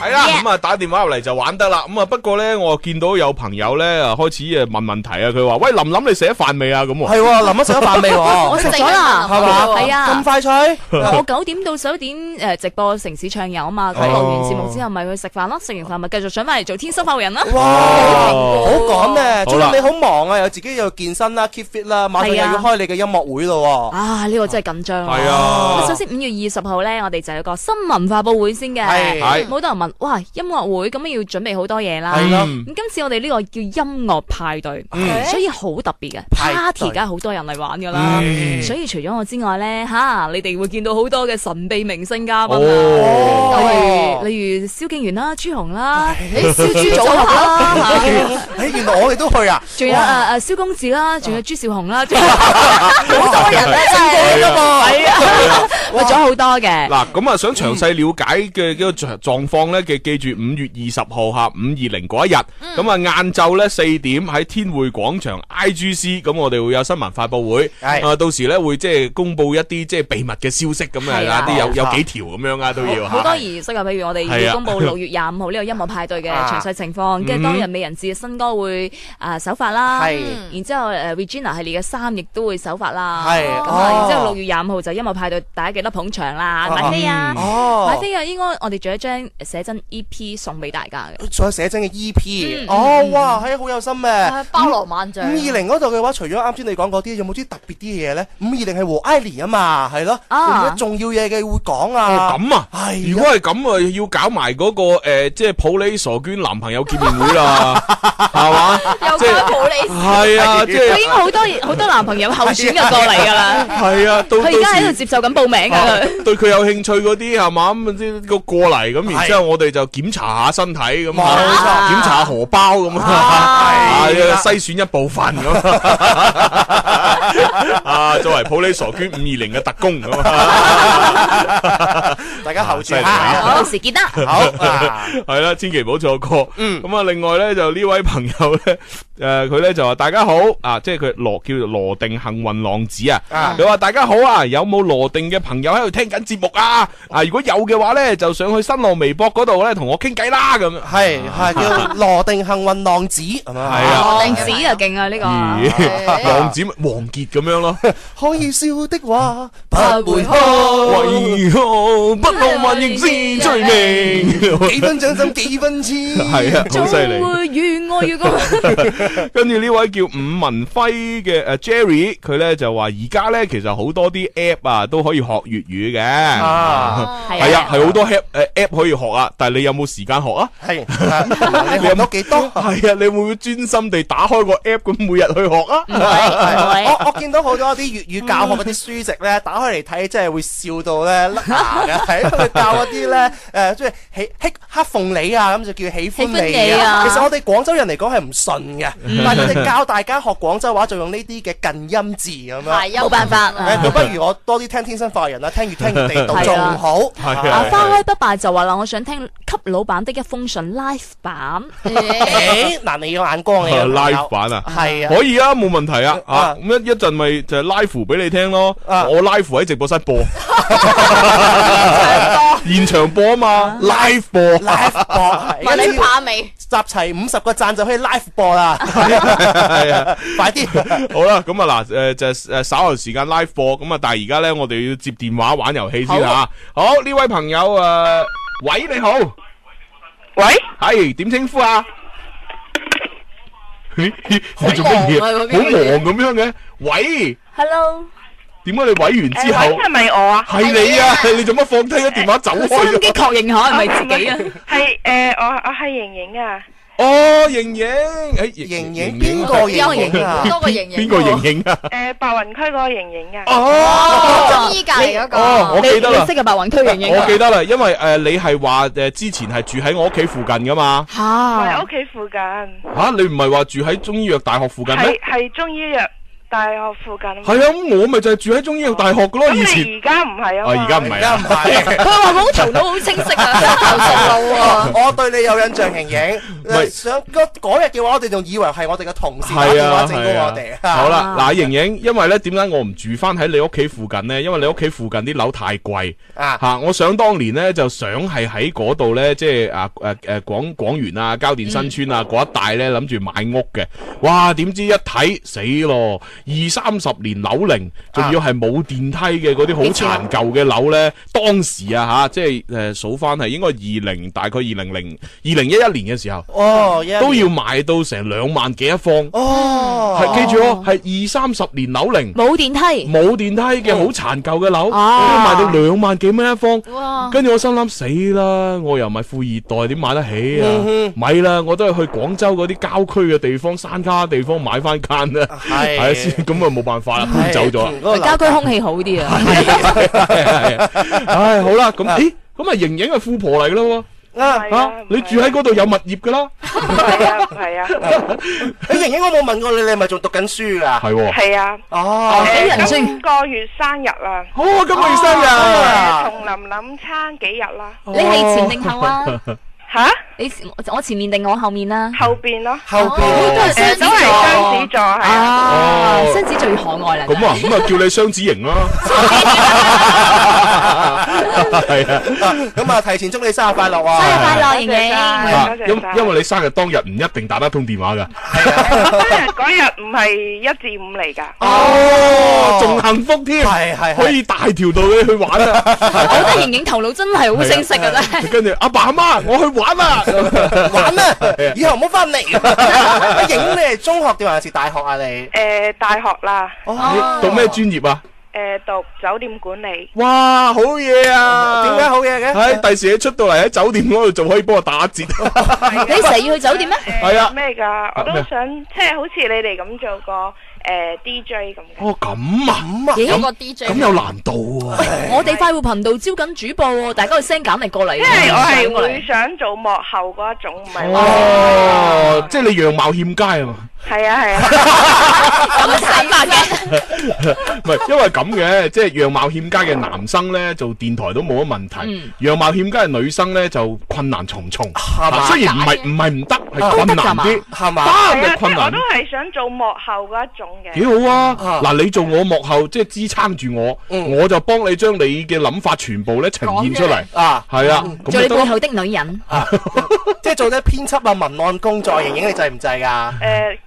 [SPEAKER 1] 系啦，咁啊打電話入嚟就玩得啦。咁啊不過咧，我見到有朋友咧啊開始啊問問題啊，佢話：喂，林林你食咗飯未啊？咁喎。
[SPEAKER 2] 係喎林林食咗飯未喎
[SPEAKER 4] 我食咗啦，
[SPEAKER 2] 係嘛
[SPEAKER 4] 係啊，
[SPEAKER 2] 咁快脆。
[SPEAKER 4] 我九點到十一點誒直播城市暢遊啊嘛，
[SPEAKER 2] 哦
[SPEAKER 4] 佢錄完節目之後咪去食飯咯，食完飯咪繼續上翻嚟做天生發育人咯。
[SPEAKER 2] 好趕啊！
[SPEAKER 4] 好
[SPEAKER 2] 最
[SPEAKER 4] 啦
[SPEAKER 2] 近你好忙啊，又自己又健身啦，keep fit 啦，馬上又
[SPEAKER 4] 係啊
[SPEAKER 2] 要開你嘅音樂會咯喎。
[SPEAKER 4] 啊！呢個真係緊張
[SPEAKER 2] 係啊
[SPEAKER 4] 咁首先五月二十號咧，我哋就有個新聞發佈會先嘅。
[SPEAKER 2] 係係
[SPEAKER 4] 好多人問，哇！音樂會咁要準備好多嘢啦。
[SPEAKER 2] 係咯
[SPEAKER 4] 咁今次我哋呢個叫音樂派對，
[SPEAKER 2] 嗯
[SPEAKER 4] 所以好特別嘅
[SPEAKER 2] 派對
[SPEAKER 4] party，梗係好多人嚟玩噶啦。
[SPEAKER 2] 嗯
[SPEAKER 4] 所以除咗我之外咧，吓你哋會見到好多嘅神秘明星嘉賓
[SPEAKER 2] 哦
[SPEAKER 4] 啊，例如例如蕭敬元啦、朱紅啦、
[SPEAKER 2] <laughs> 誒
[SPEAKER 4] 蕭朱組合
[SPEAKER 2] <laughs>
[SPEAKER 4] 啦，嚇
[SPEAKER 2] 誒原來我哋都去啊！
[SPEAKER 4] 仲有啊啊蕭公子啦，仲有朱兆雄啦，仲
[SPEAKER 2] <laughs>
[SPEAKER 4] 有
[SPEAKER 2] 好
[SPEAKER 4] 多人啊，真係㗎噃，係 <laughs> 啊，為咗好多嘅。
[SPEAKER 1] 嗱，咁啊，想詳細了解嘅呢個狀況咧，記記住五月二十號嚇五二零嗰一日，咁啊晏晝咧四點喺天匯廣場 IGC，咁我哋會有新聞發佈會，
[SPEAKER 2] 係
[SPEAKER 1] 啊到時咧會即係公佈一啲即係秘密嘅消息咁
[SPEAKER 4] 係
[SPEAKER 1] 啊
[SPEAKER 4] 啊，
[SPEAKER 1] 啲有有
[SPEAKER 4] 冇錯
[SPEAKER 1] 幾條咁樣啊都要
[SPEAKER 4] 好多
[SPEAKER 1] 嚇。
[SPEAKER 4] 儀式啊，譬如我哋
[SPEAKER 1] 係啊
[SPEAKER 4] 要公布六月廿五號呢個音樂派對嘅
[SPEAKER 1] 啊
[SPEAKER 4] 詳細情況，跟住當日美人節嘅新歌會啊首發啦，
[SPEAKER 2] 嗯係
[SPEAKER 4] 嗯然之後誒 Regina 系列嘅衫亦都會首發啦，
[SPEAKER 2] 係
[SPEAKER 4] 咁
[SPEAKER 2] 哦
[SPEAKER 4] 啊，然之後六月廿五號就音樂派對，大家記得捧場啦，
[SPEAKER 2] 哦
[SPEAKER 4] 買飛啊，
[SPEAKER 2] 哦
[SPEAKER 4] 買飛啊，應該我哋仲有一張寫真 EP 送俾大家嘅。
[SPEAKER 2] 仲有寫真嘅 EP，
[SPEAKER 4] 嗯
[SPEAKER 2] 哦
[SPEAKER 4] 嗯
[SPEAKER 2] 哇，係好有心咩？
[SPEAKER 3] 包羅萬
[SPEAKER 2] 五
[SPEAKER 3] 象。
[SPEAKER 2] 二零嗰度嘅話，除咗啱先你講嗰啲，有冇啲特別啲嘢咧？五二零係和艾莉啊嘛，係咯，有
[SPEAKER 3] 啊
[SPEAKER 2] 冇啲重要嘢嘅會講啊？
[SPEAKER 1] 咁啊，
[SPEAKER 2] 係
[SPEAKER 1] 如果係咁啊，要搞埋嗰個誒，即係普里傻娟男朋友見面
[SPEAKER 4] <laughs>
[SPEAKER 1] 會啦，係嘛？
[SPEAKER 4] 又
[SPEAKER 1] 即係
[SPEAKER 4] 關普里事
[SPEAKER 1] 係啊，即係
[SPEAKER 4] 佢已經好多好多男朋友候選嘅過嚟㗎啦，
[SPEAKER 1] 係啊，到
[SPEAKER 4] 佢而家
[SPEAKER 1] 到時
[SPEAKER 4] 喺度接受緊報名
[SPEAKER 1] 啊
[SPEAKER 4] 㗎。
[SPEAKER 1] 對佢有興趣嗰啲係嘛咁即個過嚟咁，然之後我哋就檢查下身體咁啊，檢查下荷包咁啊，啊篩選一部分咁啊，作為普利傻娟五二零嘅特工咁啊，
[SPEAKER 2] 大家候住
[SPEAKER 4] 好到時見啦。
[SPEAKER 2] 好
[SPEAKER 1] <laughs> 系啦，千祈唔好錯過。咁啊，另外咧就呢 <laughs> 位朋友咧，诶，佢咧就話大家好啊，即係佢羅叫做羅定幸運浪子啊。
[SPEAKER 2] 啊
[SPEAKER 1] 佢話大家好啊，有冇羅定嘅朋友喺度聽緊節目啊？啊，如果有嘅話咧，就上去新浪微博嗰度咧同我傾偈啦咁。
[SPEAKER 2] 係係
[SPEAKER 1] <laughs>
[SPEAKER 2] 叫羅
[SPEAKER 1] 啊
[SPEAKER 2] 定幸運浪子係咪
[SPEAKER 1] 係啊
[SPEAKER 4] 浪子啊，勁啊呢個。
[SPEAKER 1] 咦，浪子咪王傑咁樣咯，
[SPEAKER 2] 可以笑的話，
[SPEAKER 1] 不
[SPEAKER 2] 回
[SPEAKER 1] 頭為何不浪漫亦是罪名？
[SPEAKER 2] 幾分掌心幾分痴，
[SPEAKER 1] 係
[SPEAKER 2] à.
[SPEAKER 1] 啊，好犀利。
[SPEAKER 4] 會與我與個
[SPEAKER 1] <laughs> 跟住呢位叫伍文輝嘅誒 Jerry，佢咧就話而家咧其實好多啲 app 啊都可以學粵語嘅，
[SPEAKER 2] 啊
[SPEAKER 1] 係啊，係好多 app 誒 app 可以學啊，但係你有冇時間學啊？ <laughs>
[SPEAKER 2] 係啊你學到幾多？
[SPEAKER 1] 係啊，你會唔會專心地打開個 app 咁每日去學啊？
[SPEAKER 2] <laughs> 我我見到好多啲粵語教學嗰啲書籍咧，打開嚟睇真係會笑到咧甩牙嘅，係因為佢教嗰啲咧誒，即係喜喜黑鳳梨啊，咁就叫喜歡你
[SPEAKER 4] 喜歡你
[SPEAKER 2] 啊。
[SPEAKER 4] 啊
[SPEAKER 2] 其實我哋廣州人嚟講係唔順嘅，但係佢哋教大家學廣州話就用呢啲嘅近音字咁樣。
[SPEAKER 4] 冇辦法
[SPEAKER 2] 誒，倒不如我多啲聽天生化人啦，聽越聽越地道仲好。
[SPEAKER 1] 係
[SPEAKER 4] 啊，花開不敗就話啦，我想聽給老闆的一封信 live 版。
[SPEAKER 2] 誒，嗱你有眼光你有
[SPEAKER 1] 啊 live 版啊，
[SPEAKER 2] 係啊
[SPEAKER 1] 可以啊，冇問題啊，啊
[SPEAKER 2] 啊
[SPEAKER 1] 咁一一陣咪就係 live 俾你聽咯，我 live 喺直播室播，現場播啊嘛，live 播
[SPEAKER 2] live 播，
[SPEAKER 3] 問你怕未？
[SPEAKER 2] 啊集齊五十個贊就可以 live 播啦。
[SPEAKER 1] 係啊。
[SPEAKER 2] 快啲，
[SPEAKER 1] 好啦，咁啊嗱，诶就诶稍後時間 live 播，咁啊但係而家咧我哋要接電話玩遊戲先吓。好，呢位朋友诶，呃喂你好，喂，係點稱呼啊？咦咦你做乜嘢？
[SPEAKER 13] 忙啊嗰邊
[SPEAKER 1] 好忙咁樣嘅，喂，
[SPEAKER 13] Hello，
[SPEAKER 1] 點解你喂完之後
[SPEAKER 13] 誒喂係咪我啊
[SPEAKER 1] 係你啊！你做乜放低咗電
[SPEAKER 13] <laughs>
[SPEAKER 1] 話走開咗？
[SPEAKER 13] 心機確認下係咪自己啊
[SPEAKER 14] 系诶，我我系盈盈啊，
[SPEAKER 1] 哦，盈盈，诶，盈盈
[SPEAKER 2] 邊個盈
[SPEAKER 14] 有盈盈
[SPEAKER 6] à.
[SPEAKER 14] 啊多個盈盈
[SPEAKER 1] 邊個盈盈啊？
[SPEAKER 14] 诶，白雲區嗰個盈盈啊。
[SPEAKER 1] 哦
[SPEAKER 14] 中醫隔離嗰個
[SPEAKER 1] 哦我記得啦你你識
[SPEAKER 4] 嘅白雲區盈
[SPEAKER 1] 我記得啦，因為诶你係話诶之前係住喺我屋企附近噶嘛？
[SPEAKER 14] 我
[SPEAKER 4] 吓
[SPEAKER 14] 喺屋企附近，
[SPEAKER 1] 吓、你唔係話住喺中醫藥大學附近咩
[SPEAKER 14] 係？係中醫藥大學附近。
[SPEAKER 1] 系啊，，咁我咪就係住喺中醫藥大學噶咯，以前
[SPEAKER 14] 咁。你而家唔係啊嘛？
[SPEAKER 1] 啊，而家唔係啊，
[SPEAKER 13] <laughs>
[SPEAKER 1] <laughs>
[SPEAKER 2] 佢
[SPEAKER 4] 話我頭腦好清晰啊，頭
[SPEAKER 2] 路喎。我對你有印象，盈盈。
[SPEAKER 1] 喂
[SPEAKER 2] 想嗰嗰日嘅話，我哋仲以為係我哋嘅同事打
[SPEAKER 1] 係
[SPEAKER 2] 電話
[SPEAKER 1] 啊，
[SPEAKER 2] 整
[SPEAKER 1] 係
[SPEAKER 2] 到我
[SPEAKER 1] 啊
[SPEAKER 2] 哋。
[SPEAKER 1] 好啦，嗱，盈盈，因為咧，點解我唔住翻喺你屋企附近呢？因為你屋企附近啲樓太貴
[SPEAKER 2] 啊
[SPEAKER 1] 吓，我想當年呢，就想係喺嗰度呢，即係啊诶诶广广元啊、交電新村
[SPEAKER 2] 嗯
[SPEAKER 1] 啊嗰一帶呢，諗住買屋嘅。哇，點知一睇死咯，二三十年樓齡，仲要係冇電梯嘅嗰
[SPEAKER 2] 哦
[SPEAKER 1] 啲好
[SPEAKER 6] 幾錢啊
[SPEAKER 1] 殘舊嘅樓呢。當時啊吓，即係诶数翻係應該二零大概二零零二零一一年嘅時候。
[SPEAKER 2] 哦，一
[SPEAKER 1] 都要賣到成兩萬幾一方。
[SPEAKER 2] 哦
[SPEAKER 1] 係記住哦，係二三十年樓齡，
[SPEAKER 4] 冇電梯，
[SPEAKER 1] 冇電梯嘅好殘舊嘅樓，都
[SPEAKER 4] 啊
[SPEAKER 1] 賣到兩萬幾蚊一方。
[SPEAKER 4] 哇
[SPEAKER 1] 跟住我心諗死啦，我又唔係富二代，點買得起啊
[SPEAKER 2] 嗯哼？
[SPEAKER 1] 咪啦，我都係去廣州嗰啲郊區嘅地方、山卡地方買翻間啦。
[SPEAKER 2] 係
[SPEAKER 1] 係啊先咁啊冇辦法啦，搬走
[SPEAKER 4] <laughs>
[SPEAKER 1] 咗啦。
[SPEAKER 4] 郊區空氣好啲啊，
[SPEAKER 1] 唉，好啦，咁咦，咁啊盈盈係富婆嚟噶咯
[SPEAKER 2] 喎。啊！
[SPEAKER 1] 你住喺嗰度有物業噶啦，
[SPEAKER 14] 係
[SPEAKER 1] <laughs>
[SPEAKER 14] 啊，
[SPEAKER 2] 你盈盈，我冇問過你，你係咪仲讀緊書㗎？
[SPEAKER 1] 係喎
[SPEAKER 14] 係
[SPEAKER 2] à.
[SPEAKER 14] 啊。
[SPEAKER 2] 哦，
[SPEAKER 14] 誒
[SPEAKER 2] 人
[SPEAKER 14] 今個月生日啦。
[SPEAKER 1] 哦，今個月生日
[SPEAKER 14] 同琳琳差幾日啦？
[SPEAKER 4] 你係前定後
[SPEAKER 14] <laughs>
[SPEAKER 1] <laughs>
[SPEAKER 4] 啊？
[SPEAKER 14] 吓？
[SPEAKER 4] 你我前面定我後面啊？哦
[SPEAKER 14] 後邊咯，
[SPEAKER 2] 後邊
[SPEAKER 4] 都係雙子座，
[SPEAKER 14] 雙子座係
[SPEAKER 4] 啊，
[SPEAKER 1] 哦
[SPEAKER 4] 雙子最可愛啦。
[SPEAKER 1] 咁啊，咁啊叫你雙子型
[SPEAKER 4] <laughs>
[SPEAKER 1] 啦。系啊，
[SPEAKER 2] 咁啊，提前祝你生日快樂啊！
[SPEAKER 4] 生日快樂，盈
[SPEAKER 1] 啊
[SPEAKER 4] 盈。
[SPEAKER 1] 因因為你生日當日唔一定打得通電話㗎，
[SPEAKER 14] 生
[SPEAKER 1] <laughs>
[SPEAKER 14] 日嗰日唔係一至五嚟㗎。
[SPEAKER 1] 哦，仲幸福添，
[SPEAKER 2] 係係
[SPEAKER 1] 可以大條道理去玩
[SPEAKER 4] <laughs>
[SPEAKER 1] 啊！
[SPEAKER 4] 我
[SPEAKER 2] 哦
[SPEAKER 4] 覺得盈盈頭腦真係好清晰啊，真係。
[SPEAKER 1] 跟住阿爸阿媽，我去玩啊啦，
[SPEAKER 2] 玩啦，以後唔好翻
[SPEAKER 1] <laughs>
[SPEAKER 2] 嚟。阿盈盈，你係中學定還是大學啊？你
[SPEAKER 14] 誒大學啦，
[SPEAKER 1] 你讀咩專業啊？
[SPEAKER 14] 誒讀酒店管理。
[SPEAKER 1] 哇，好嘢啊！
[SPEAKER 14] 點解好嘢嘅
[SPEAKER 1] 喺第時你出到嚟喺酒店嗰度，仲可以幫我打折。
[SPEAKER 2] 哦
[SPEAKER 4] 你成日要去酒店咩？
[SPEAKER 1] 係啊
[SPEAKER 14] 咩㗎？我都
[SPEAKER 1] 咩啊
[SPEAKER 14] 想即係好似你哋咁做個誒 DJ 咁。
[SPEAKER 1] 哦，咁啊，
[SPEAKER 4] 咦
[SPEAKER 1] 咁
[SPEAKER 4] 有個 DJ
[SPEAKER 1] 咁有難度喎。
[SPEAKER 4] <laughs> 我哋快活頻道招緊主播喎，大家個聲減嚟過嚟。
[SPEAKER 14] 即係我係會想做幕後嗰一種，唔係話
[SPEAKER 1] 哦，即係你樣貌欠佳啊嘛。
[SPEAKER 14] 係啊
[SPEAKER 1] <laughs>
[SPEAKER 14] 係啊。
[SPEAKER 4] 咁睇法嘅，
[SPEAKER 1] 唔係，因為咁嘅，即係樣貌欠佳嘅男生咧，做電台都冇乜問
[SPEAKER 4] 嗯
[SPEAKER 1] 題。樣貌欠佳嘅女生咧，就困難重重。
[SPEAKER 2] 嘛
[SPEAKER 1] 啊雖然唔係唔係唔得，係
[SPEAKER 2] 啊
[SPEAKER 1] 困難
[SPEAKER 2] 都得
[SPEAKER 1] 啲
[SPEAKER 2] 㗎，嘛係嘛
[SPEAKER 1] 得
[SPEAKER 14] 係啊
[SPEAKER 1] 咪困
[SPEAKER 14] 即係
[SPEAKER 2] <laughs>
[SPEAKER 14] 我
[SPEAKER 1] 難
[SPEAKER 14] 都。係想做幕後嗰一種嘅。
[SPEAKER 1] 幾好啊！嗱，你做我幕後，即係支撐住我，我就幫你將你嘅諗法全部咧呈現出嚟
[SPEAKER 2] 嗯講出嚟啊
[SPEAKER 1] 係啊，咁
[SPEAKER 4] 做你
[SPEAKER 1] 咪得
[SPEAKER 4] 背
[SPEAKER 1] 咯
[SPEAKER 4] 後的女人。
[SPEAKER 2] 即係做啲編輯啊、文案工作，盈盈你制唔制㗎？
[SPEAKER 14] 誒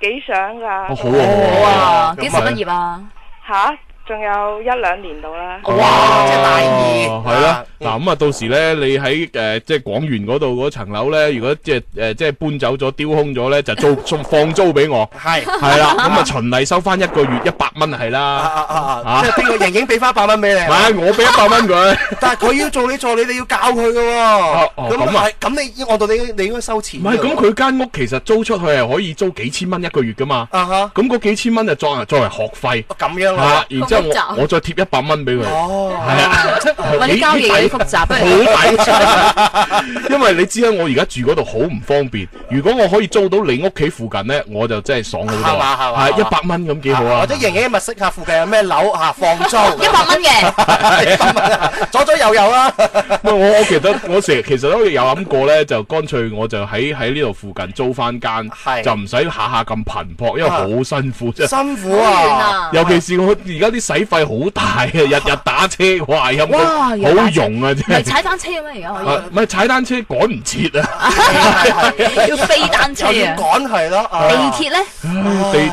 [SPEAKER 14] 幾想㗎。
[SPEAKER 1] 哦好啊
[SPEAKER 4] 好啊，
[SPEAKER 2] 咁
[SPEAKER 4] 幾
[SPEAKER 2] 啊
[SPEAKER 4] 時畢業啊？
[SPEAKER 14] 吓，仲有一兩年到啦。
[SPEAKER 1] 哇！即係大
[SPEAKER 2] 二
[SPEAKER 1] 係啦。
[SPEAKER 2] 嗯
[SPEAKER 1] 嗱咁啊，到時咧，你喺誒即係廣園嗰度嗰層樓咧，如果即係誒即係搬走咗、丟空咗咧，就租租放租俾我。<laughs>
[SPEAKER 2] 係
[SPEAKER 1] 係啦，咁啊循例收翻一個月一百蚊係啦。
[SPEAKER 2] 啊即係俾個盈盈俾翻百蚊俾你。
[SPEAKER 1] 唔係我俾一百蚊佢。
[SPEAKER 2] 但係佢要做你助理，你要教佢㗎喎。
[SPEAKER 1] 哦咁啊
[SPEAKER 2] 係咁你按道理你應該收錢
[SPEAKER 1] 唔
[SPEAKER 2] 㗎喎。
[SPEAKER 1] 係，咁佢間屋其實租出去係可以租幾千蚊一個月噶嘛。
[SPEAKER 2] 啊哈
[SPEAKER 1] 咁嗰幾千蚊就作作為學費。
[SPEAKER 2] 咁樣
[SPEAKER 1] 啊
[SPEAKER 2] 啊，
[SPEAKER 1] 然之後
[SPEAKER 2] 咁複
[SPEAKER 1] 我
[SPEAKER 2] 雜
[SPEAKER 1] 我再貼一百蚊俾佢。
[SPEAKER 2] 哦，
[SPEAKER 1] 係啊，
[SPEAKER 4] 揾啲交易有啲複雜，不如
[SPEAKER 1] <laughs> 因為你知啦，我而家住嗰度好唔方便。如果我可以租到你屋企附近咧，我就真係爽好
[SPEAKER 2] 係嘛係嘛
[SPEAKER 1] 多。係一百蚊咁幾好
[SPEAKER 2] 或
[SPEAKER 1] 啊
[SPEAKER 2] 者！盈盈咪識下附近有咩樓啊放
[SPEAKER 1] <laughs>
[SPEAKER 2] 租，
[SPEAKER 4] 一百蚊嘅，
[SPEAKER 2] 左左右右啊啦。
[SPEAKER 1] 唔係我我其實我成日其實都有諗過咧，就乾脆我就喺喺呢度附近租翻間，就唔使下下咁頻撲，因為好辛苦真係
[SPEAKER 2] 啊辛苦啊
[SPEAKER 1] 尤其是我而家啲使費好大啊，
[SPEAKER 2] <laughs>
[SPEAKER 1] 日日打車，哇，有冇
[SPEAKER 4] 哇
[SPEAKER 1] 好
[SPEAKER 4] 日日打車
[SPEAKER 1] 用啊？真
[SPEAKER 4] 唔係
[SPEAKER 1] 係
[SPEAKER 4] 踩單車嘅咩？而家
[SPEAKER 1] 啊唔係踩單車趕唔切啊！
[SPEAKER 4] 可以要飛單車
[SPEAKER 2] 又要
[SPEAKER 4] 啊！
[SPEAKER 2] 趕係咯，啊
[SPEAKER 4] 地鐵咧，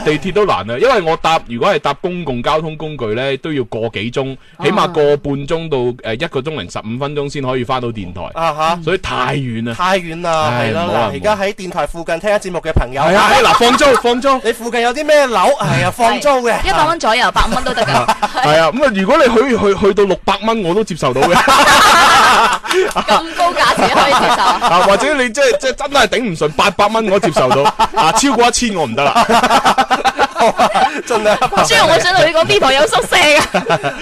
[SPEAKER 1] 地地鐵都難啊，因為我搭如果係搭公共交通工具咧，都要個幾鐘，起
[SPEAKER 2] 啊
[SPEAKER 1] 碼個半鐘到誒一個鐘零十五分鐘先可以翻到電台，
[SPEAKER 2] 啊哈
[SPEAKER 1] 所以太遠啦。
[SPEAKER 2] 太遠啦，
[SPEAKER 1] 唉
[SPEAKER 2] 係啦
[SPEAKER 1] 冇啊
[SPEAKER 2] 嗱，而家喺電台附近聽緊節目嘅朋友， <laughs>
[SPEAKER 1] 係啊係嗱放租放租，
[SPEAKER 2] 你附近有啲咩樓係啊放租嘅，
[SPEAKER 4] 一百蚊左右，百五蚊都得㗎。
[SPEAKER 1] 係啊，咁啊，如果你去去去到六百蚊，我都接受到嘅。
[SPEAKER 3] 咁高價錢可以接
[SPEAKER 2] <laughs>
[SPEAKER 3] 受啊？
[SPEAKER 1] <laughs> 啊，或者你即係即係真係頂唔順八百蚊，我接受到。啊，超過一千我唔得啦。
[SPEAKER 2] 盡量。
[SPEAKER 4] 朱紅，我想同你講，邊度有宿舍㗎？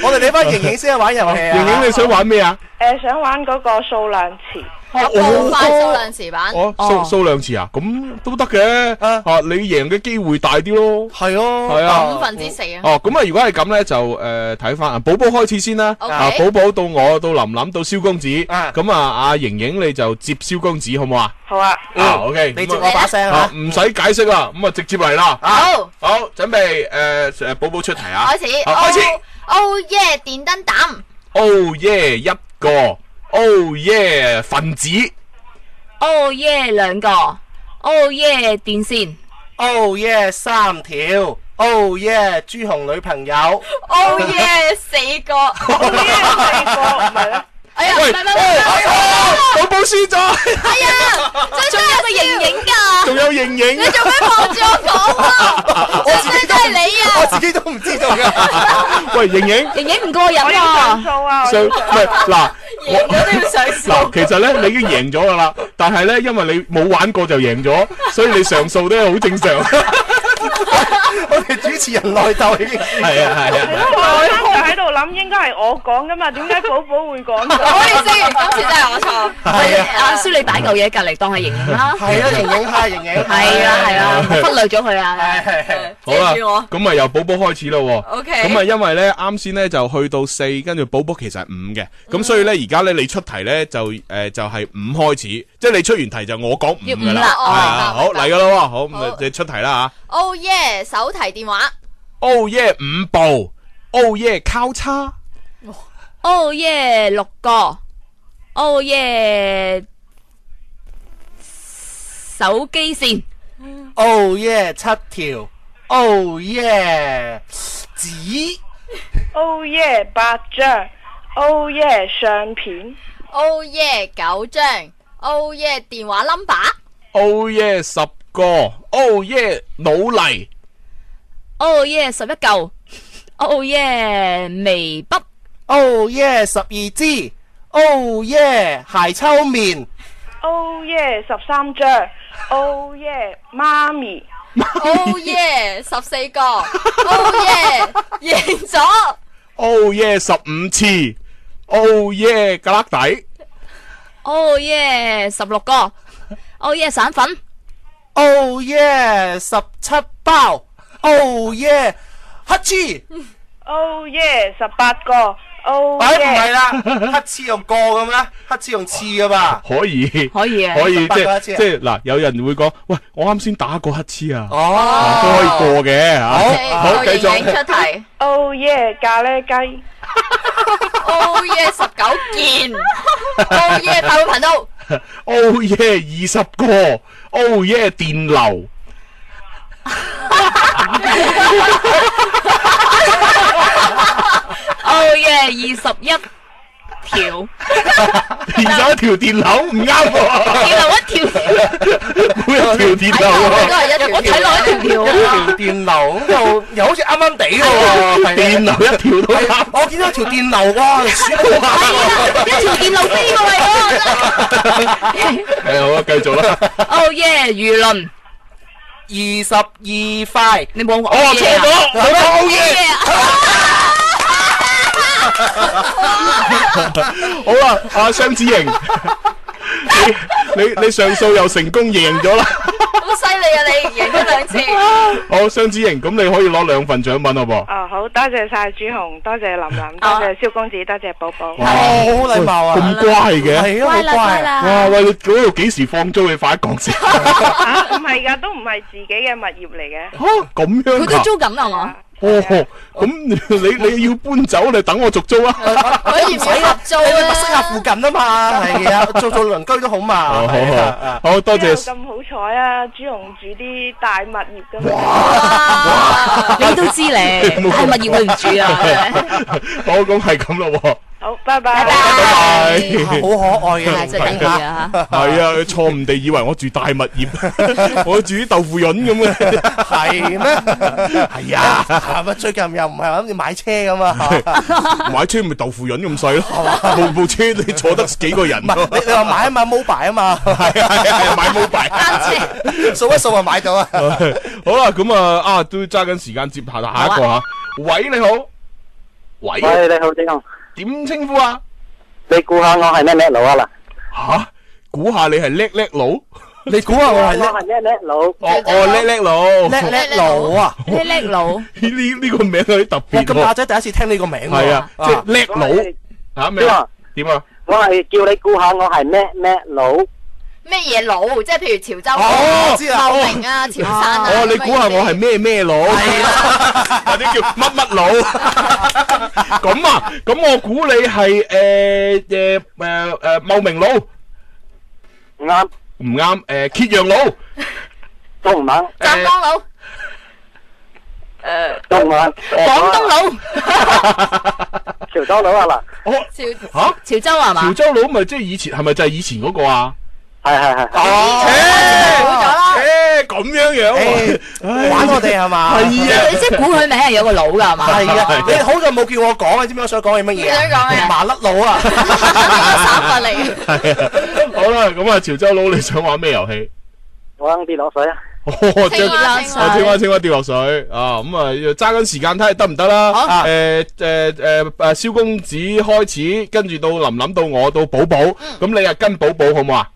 [SPEAKER 2] 我哋俾翻盈盈先去玩遊戲啊！
[SPEAKER 1] 盈盈你想玩咩啊？
[SPEAKER 14] 誒想玩嗰個數量詞，
[SPEAKER 3] 有步快數量詞版。
[SPEAKER 1] 哦，數數量詞啊，咁都得嘅，啊，你贏嘅機會大啲咯，
[SPEAKER 2] 係咯
[SPEAKER 1] 係啊，
[SPEAKER 3] 五分之四啊
[SPEAKER 1] 哦，咁啊，如果係咁咧，就诶睇翻啊，寶寶開始先啦，
[SPEAKER 3] OK
[SPEAKER 1] 啊，寶寶到我，到林林，到蕭公子，咁啊，阿盈盈你就接蕭公子好唔好啊？
[SPEAKER 14] 好啊，
[SPEAKER 1] 啊，OK，
[SPEAKER 2] 你
[SPEAKER 1] 咁啊
[SPEAKER 2] 接我把聲啊
[SPEAKER 1] 啊唔使解釋啦，咁啊直接嚟啦，
[SPEAKER 3] 好，
[SPEAKER 1] 好，準備诶诶，寶寶出題啊，
[SPEAKER 3] 開始，哦
[SPEAKER 1] 啊開始。
[SPEAKER 3] Oh yeah，電燈膽。
[SPEAKER 1] Oh yeah 一個，Oh yeah 分子
[SPEAKER 4] Oh yeah 兩個，Oh yeah 電線
[SPEAKER 2] Oh yeah 三條，Oh yeah 朱紅女朋友。
[SPEAKER 3] Oh yeah，四個。Oh yeah，四個，唔係啦。哎呀，唔係唔係唔
[SPEAKER 1] 係，寶寶啊輸咗。
[SPEAKER 3] 哎呀，
[SPEAKER 1] <laughs>
[SPEAKER 3] 仲有個盈盈㗎。
[SPEAKER 1] 仲有盈盈。
[SPEAKER 3] 你做咩望住我
[SPEAKER 1] <laughs>
[SPEAKER 3] 講啊？我自己都係你啊！
[SPEAKER 2] 我自己都唔知道噶。
[SPEAKER 1] 喂，盈
[SPEAKER 3] <laughs>
[SPEAKER 1] 盈，
[SPEAKER 4] <laughs> 盈盈唔過癮
[SPEAKER 3] Ờ.
[SPEAKER 14] 啊！數啊，
[SPEAKER 1] 上唔係嗱，
[SPEAKER 3] 贏咗都要上
[SPEAKER 1] <laughs>
[SPEAKER 3] 訴
[SPEAKER 1] 嗱，其實咧你已經贏咗噶啦，但係咧因為你冇玩過就贏咗，所以你上訴都係好正常。
[SPEAKER 3] <laughs>
[SPEAKER 2] 我哋主持人內鬥已經
[SPEAKER 1] 係啊係啊。
[SPEAKER 14] 我啱就喺度諗，應該係我講噶嘛，點解寶寶會講？
[SPEAKER 3] <laughs> 好意思今次真係我錯。
[SPEAKER 4] 係啊，阿蕭你擺嚿嘢隔離當係盈盈啦。
[SPEAKER 2] 係啊，盈盈蝦盈盈。
[SPEAKER 4] 係啊係啊，忽略咗佢 <laughs> 啊。
[SPEAKER 1] 好啦
[SPEAKER 4] 遮住我，
[SPEAKER 1] 咁啊由寶寶開始咯。
[SPEAKER 4] OK
[SPEAKER 1] 咁啊因為咧啱先咧就去到四，跟住寶寶其實係五嘅，咁所以咧而家咧你出題咧就誒就係五開始，即係你出完題就我講
[SPEAKER 3] 要
[SPEAKER 1] 五
[SPEAKER 3] 五
[SPEAKER 1] 噶啦。
[SPEAKER 3] 啦哦
[SPEAKER 1] 係啊好
[SPEAKER 3] 明白
[SPEAKER 1] 嚟噶啦喎，好咁啊你出題啦
[SPEAKER 3] Oh yeah，手提電話。
[SPEAKER 1] 吓。Oh yeah 五步，Oh yeah 交叉
[SPEAKER 4] Oh yeah 六個，Oh yeah 手機線
[SPEAKER 2] Oh yeah 七條，Oh yeah 紙。
[SPEAKER 14] Oh yeah，八張。Oh yeah，相片。
[SPEAKER 3] Oh yeah，九張。Oh yeah，電話 number。
[SPEAKER 1] ，Oh yeah 十個，Oh yeah 努力
[SPEAKER 4] ，Oh yeah 十一嚿，Oh yeah 眉筆
[SPEAKER 2] Oh yeah 十二支，Oh yeah 鞋抽面。
[SPEAKER 14] Oh yeah，十三張。Oh yeah，媽咪。
[SPEAKER 3] Oh yeah，十四個。Oh yeah，贏咗。
[SPEAKER 1] ，Oh yeah 十五次，Oh yeah 格甩底
[SPEAKER 4] ，Oh yeah 十六個，Oh yeah 散粉
[SPEAKER 2] Oh yeah 十七包，Oh yeah 乞嗤。
[SPEAKER 14] Oh yeah，十八個。Oh
[SPEAKER 2] 哎，唔係
[SPEAKER 14] yeah，
[SPEAKER 2] 啦，乞嗤用過咁啦，乞嗤用刺噶嘛。
[SPEAKER 1] 可以，可
[SPEAKER 4] 以啊
[SPEAKER 1] 可以
[SPEAKER 2] 八
[SPEAKER 1] 即
[SPEAKER 2] 個
[SPEAKER 1] 係
[SPEAKER 2] 一次
[SPEAKER 1] 即
[SPEAKER 2] 啊
[SPEAKER 1] 係嗱，有人會講，喂，我啱先打過乞嗤啊，
[SPEAKER 2] 哦
[SPEAKER 1] 都可以過嘅吓，好，繼
[SPEAKER 3] 盈盈出
[SPEAKER 1] 續。
[SPEAKER 3] 題。
[SPEAKER 14] Oh yeah，咖喱雞。
[SPEAKER 3] Oh yeah，十九件。Oh yeah，快活頻道。
[SPEAKER 1] Oh yeah，二十個，Oh yeah，電流。
[SPEAKER 4] ，Oh yeah 二十一條，
[SPEAKER 1] 二十一條電流唔啱喎，
[SPEAKER 4] 電流一條，
[SPEAKER 1] 每一條電流
[SPEAKER 2] 我
[SPEAKER 1] 啊，
[SPEAKER 4] 我睇落一條條啊。
[SPEAKER 2] 條電流又又好似啱啱地嘅喎，係啊
[SPEAKER 1] 電流一條都
[SPEAKER 2] 係啊我見到條電流哇，鼠到啊
[SPEAKER 4] 一條電路飛過嚟
[SPEAKER 1] 係好啊，繼續啦。
[SPEAKER 4] 喎！Oh yeah 輿論
[SPEAKER 2] 二十二塊，
[SPEAKER 4] 你
[SPEAKER 6] Oh,
[SPEAKER 4] 冇我
[SPEAKER 1] 我錯咗，我講 Oh yeah。好啦，阿雙子瑩，你你你上訴又成功贏咗啦。
[SPEAKER 3] 好犀利啊！你贏咗兩次。
[SPEAKER 1] 好，雙子瑩，咁你可以攞兩份獎品好唔好？
[SPEAKER 14] 啊，好多謝晒朱紅，多謝林琳，
[SPEAKER 3] Ờ.
[SPEAKER 14] 多謝蕭公子，多謝寶寶。
[SPEAKER 1] 哇
[SPEAKER 2] 好禮貌啊
[SPEAKER 1] 喂咁乖嘅，
[SPEAKER 2] 係啊好乖啦乖啦
[SPEAKER 1] 哇喂，你嗰度幾時放租？你快啲講先。
[SPEAKER 14] 啊唔係㗎，都唔係自己嘅物業嚟嘅。
[SPEAKER 1] 咁樣
[SPEAKER 4] 佢都
[SPEAKER 1] 㗎
[SPEAKER 4] 租緊啊
[SPEAKER 14] Dạ.
[SPEAKER 4] 嘛，
[SPEAKER 1] 哦，咁你你要搬走，你等我續租
[SPEAKER 4] <laughs>
[SPEAKER 1] 啊。
[SPEAKER 3] 佢唔使合租
[SPEAKER 2] 你咪北新下附近啊嘛，係啊，做做鄰居都好嘛。
[SPEAKER 4] 哦
[SPEAKER 1] 好好
[SPEAKER 2] 係啊
[SPEAKER 1] 哦好，好多
[SPEAKER 14] 邊有
[SPEAKER 1] 謝。
[SPEAKER 14] 咁好彩啊！朱紅住啲大物業㗎嘛。
[SPEAKER 4] 你都知咧，
[SPEAKER 1] <laughs>
[SPEAKER 4] 但係物業佢唔住啊。
[SPEAKER 1] 好，咁係咁咯喎。
[SPEAKER 14] 好，拜拜。
[SPEAKER 1] 係
[SPEAKER 2] 好可愛嘅，
[SPEAKER 4] 真係得
[SPEAKER 1] <laughs>
[SPEAKER 4] 意啊！
[SPEAKER 1] 係啊，佢錯誤地以為我住大物業， <laughs> 我住啲豆腐潤咁嘅。
[SPEAKER 4] <laughs>
[SPEAKER 2] 係咩？
[SPEAKER 1] 係啊，
[SPEAKER 2] 係咪最近又唔係諗住買車咁啊？
[SPEAKER 1] 買車咪豆腐潤咁細咯，部部車你坐得幾個人
[SPEAKER 2] 唔？係你你話買啊嘛，mobile 啊嘛，係
[SPEAKER 1] 啊係啊，買
[SPEAKER 2] <laughs> mobile，數一數就買到啊。
[SPEAKER 1] <laughs> 好啦，咁啊啊都揸緊時間接下下一個吓。喂，你好，喂，
[SPEAKER 15] 喂，你好，子雄，
[SPEAKER 1] 點稱呼啊？
[SPEAKER 15] 你估下我係咩咩佬啊啦？
[SPEAKER 1] 吓，估下你系叻叻佬？
[SPEAKER 2] 你估
[SPEAKER 1] 下
[SPEAKER 2] 我係
[SPEAKER 15] <laughs>
[SPEAKER 2] 叻
[SPEAKER 15] 叻叻佬，哦
[SPEAKER 3] Dạ,
[SPEAKER 1] 哦叻叻佬，
[SPEAKER 2] 叻叻
[SPEAKER 1] <laughs>
[SPEAKER 2] 佬啊
[SPEAKER 4] 叻叻佬，
[SPEAKER 1] 呢呢个名有啲特别
[SPEAKER 2] 咁
[SPEAKER 1] 喎。
[SPEAKER 2] 阿仔第一次聽呢個名喎，
[SPEAKER 1] 系啊，即系叻佬吓咩啊？点
[SPEAKER 6] à?
[SPEAKER 1] 啊？
[SPEAKER 15] 我系叫你估下我系咩咩佬，
[SPEAKER 3] 咩嘢佬？即係譬如潮州
[SPEAKER 1] 哦
[SPEAKER 3] 佬、
[SPEAKER 1] 知啦
[SPEAKER 3] 茂名啊、潮汕啊。
[SPEAKER 6] Ờ,
[SPEAKER 1] 哦，你估下我係咩咩佬？或者叫乜乜佬？咁啊，咁我估你係诶诶诶诶茂名佬，唔
[SPEAKER 15] 啱，
[SPEAKER 1] 唔啱？诶揭陽佬，
[SPEAKER 15] 都唔啱。
[SPEAKER 3] 湛江佬。
[SPEAKER 15] 诶，都唔啱。
[SPEAKER 3] Vâng
[SPEAKER 4] 廣東佬，
[SPEAKER 15] 潮州佬啊
[SPEAKER 1] 吓
[SPEAKER 4] 潮州係
[SPEAKER 1] 啊潮
[SPEAKER 4] 嘛？
[SPEAKER 1] 州佬咪即係以前係咪就係以前嗰個啊？
[SPEAKER 15] 係係係。
[SPEAKER 1] 哦，切咁樣樣喎，
[SPEAKER 2] 玩我哋係嘛？
[SPEAKER 1] 係啊
[SPEAKER 4] 你即係估佢名係有個佬㗎係嘛？
[SPEAKER 2] 係啊，你好耐冇叫我講啊，知唔知我想講係乜嘢啊？
[SPEAKER 4] 你想講咩啊
[SPEAKER 2] 麻甩
[SPEAKER 4] <laughs>
[SPEAKER 2] 佬啊！
[SPEAKER 3] 散嚟嘅。
[SPEAKER 1] 係啊，好啦，咁啊潮州佬你想玩咩遊戲？ <laughs>
[SPEAKER 15] 我啱跌落水啊！
[SPEAKER 1] 哦，即係
[SPEAKER 15] 青蛙青蛙
[SPEAKER 1] 哦青蛙青蛙跌落水啊！咁啊，要揸緊時間睇下得唔得啦。啊誒誒誒誒，蕭公子開始，跟住到林林到我到寶寶，咁你啊跟寶寶好唔好啊？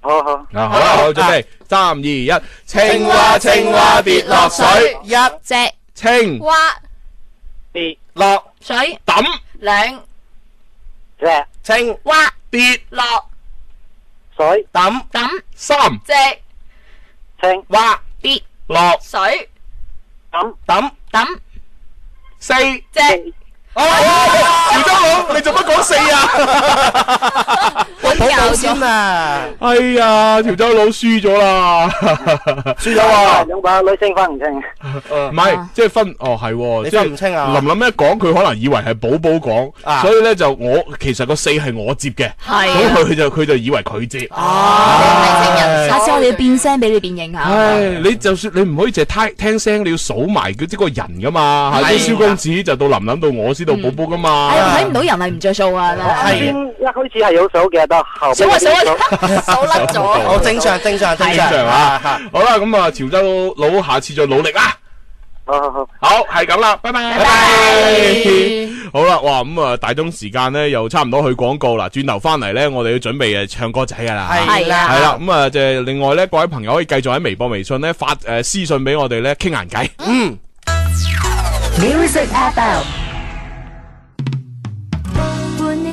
[SPEAKER 15] 好好。
[SPEAKER 1] 啊好啦，好準備，三二一，青
[SPEAKER 6] 蛙青蛙跌落水
[SPEAKER 1] 一
[SPEAKER 3] Dạ,
[SPEAKER 4] 隻
[SPEAKER 1] 青
[SPEAKER 3] 蛙
[SPEAKER 15] 跌
[SPEAKER 1] 落
[SPEAKER 4] 水
[SPEAKER 1] 抌
[SPEAKER 3] 兩
[SPEAKER 15] 隻
[SPEAKER 2] 青
[SPEAKER 4] 蛙
[SPEAKER 1] 跌
[SPEAKER 3] 落
[SPEAKER 15] 水
[SPEAKER 2] 抌
[SPEAKER 4] 抌
[SPEAKER 1] 三
[SPEAKER 3] 隻
[SPEAKER 15] 青
[SPEAKER 1] 蛙
[SPEAKER 4] 跌
[SPEAKER 1] 落
[SPEAKER 3] 水
[SPEAKER 15] 抌
[SPEAKER 1] 抌
[SPEAKER 4] 抌
[SPEAKER 1] 四
[SPEAKER 3] 隻。
[SPEAKER 1] 哦，潮州佬，你做乜講四
[SPEAKER 6] à.
[SPEAKER 1] 啊？
[SPEAKER 2] 我保保先啊！
[SPEAKER 1] 哎呀，潮州佬輸咗啦，輸咗
[SPEAKER 6] à?
[SPEAKER 1] 啊！
[SPEAKER 15] 兩把女星分唔清。
[SPEAKER 6] Ờ,
[SPEAKER 1] 唔
[SPEAKER 6] 啊
[SPEAKER 1] 係，即係分哦，係，
[SPEAKER 2] 你
[SPEAKER 1] 即係
[SPEAKER 2] 分唔清啊
[SPEAKER 1] 林林一講，佢可能以為係寶寶講，所以咧就我其實個四係我接嘅，
[SPEAKER 4] 係啊
[SPEAKER 1] 咁佢就佢就以為佢接。
[SPEAKER 4] 下次我哋要變聲俾你辨認下。
[SPEAKER 1] 唉，你就算你唔可以淨係聽聽聲，你要數埋佢即個人噶嘛，係即係蕭公子就到林林到我先到
[SPEAKER 2] 嗯
[SPEAKER 1] 寶寶噶嘛
[SPEAKER 4] 唉，。睇唔到人係唔着數啊！真係
[SPEAKER 15] 先一開始係有數嘅，到後
[SPEAKER 4] 數啊數啊
[SPEAKER 15] 數
[SPEAKER 4] 甩
[SPEAKER 1] 咗哦正常
[SPEAKER 2] 正常
[SPEAKER 1] 正常啊，好啦，咁啊，潮州佬下次再努力啊啦。
[SPEAKER 15] 好好好，
[SPEAKER 1] 好係咁啦，拜拜。拜拜。好啦，哇，咁啊，大鐘時間咧又差唔多去廣告啦，轉頭翻嚟咧，我哋要準備誒唱歌仔噶啦。
[SPEAKER 2] 係啦
[SPEAKER 1] 係啦，咁啊，就係另外咧，各位朋友可以繼續喺微博、微信咧發誒私信俾我哋咧傾閒偈。嗯。
[SPEAKER 16] Music FM，
[SPEAKER 13] 伴你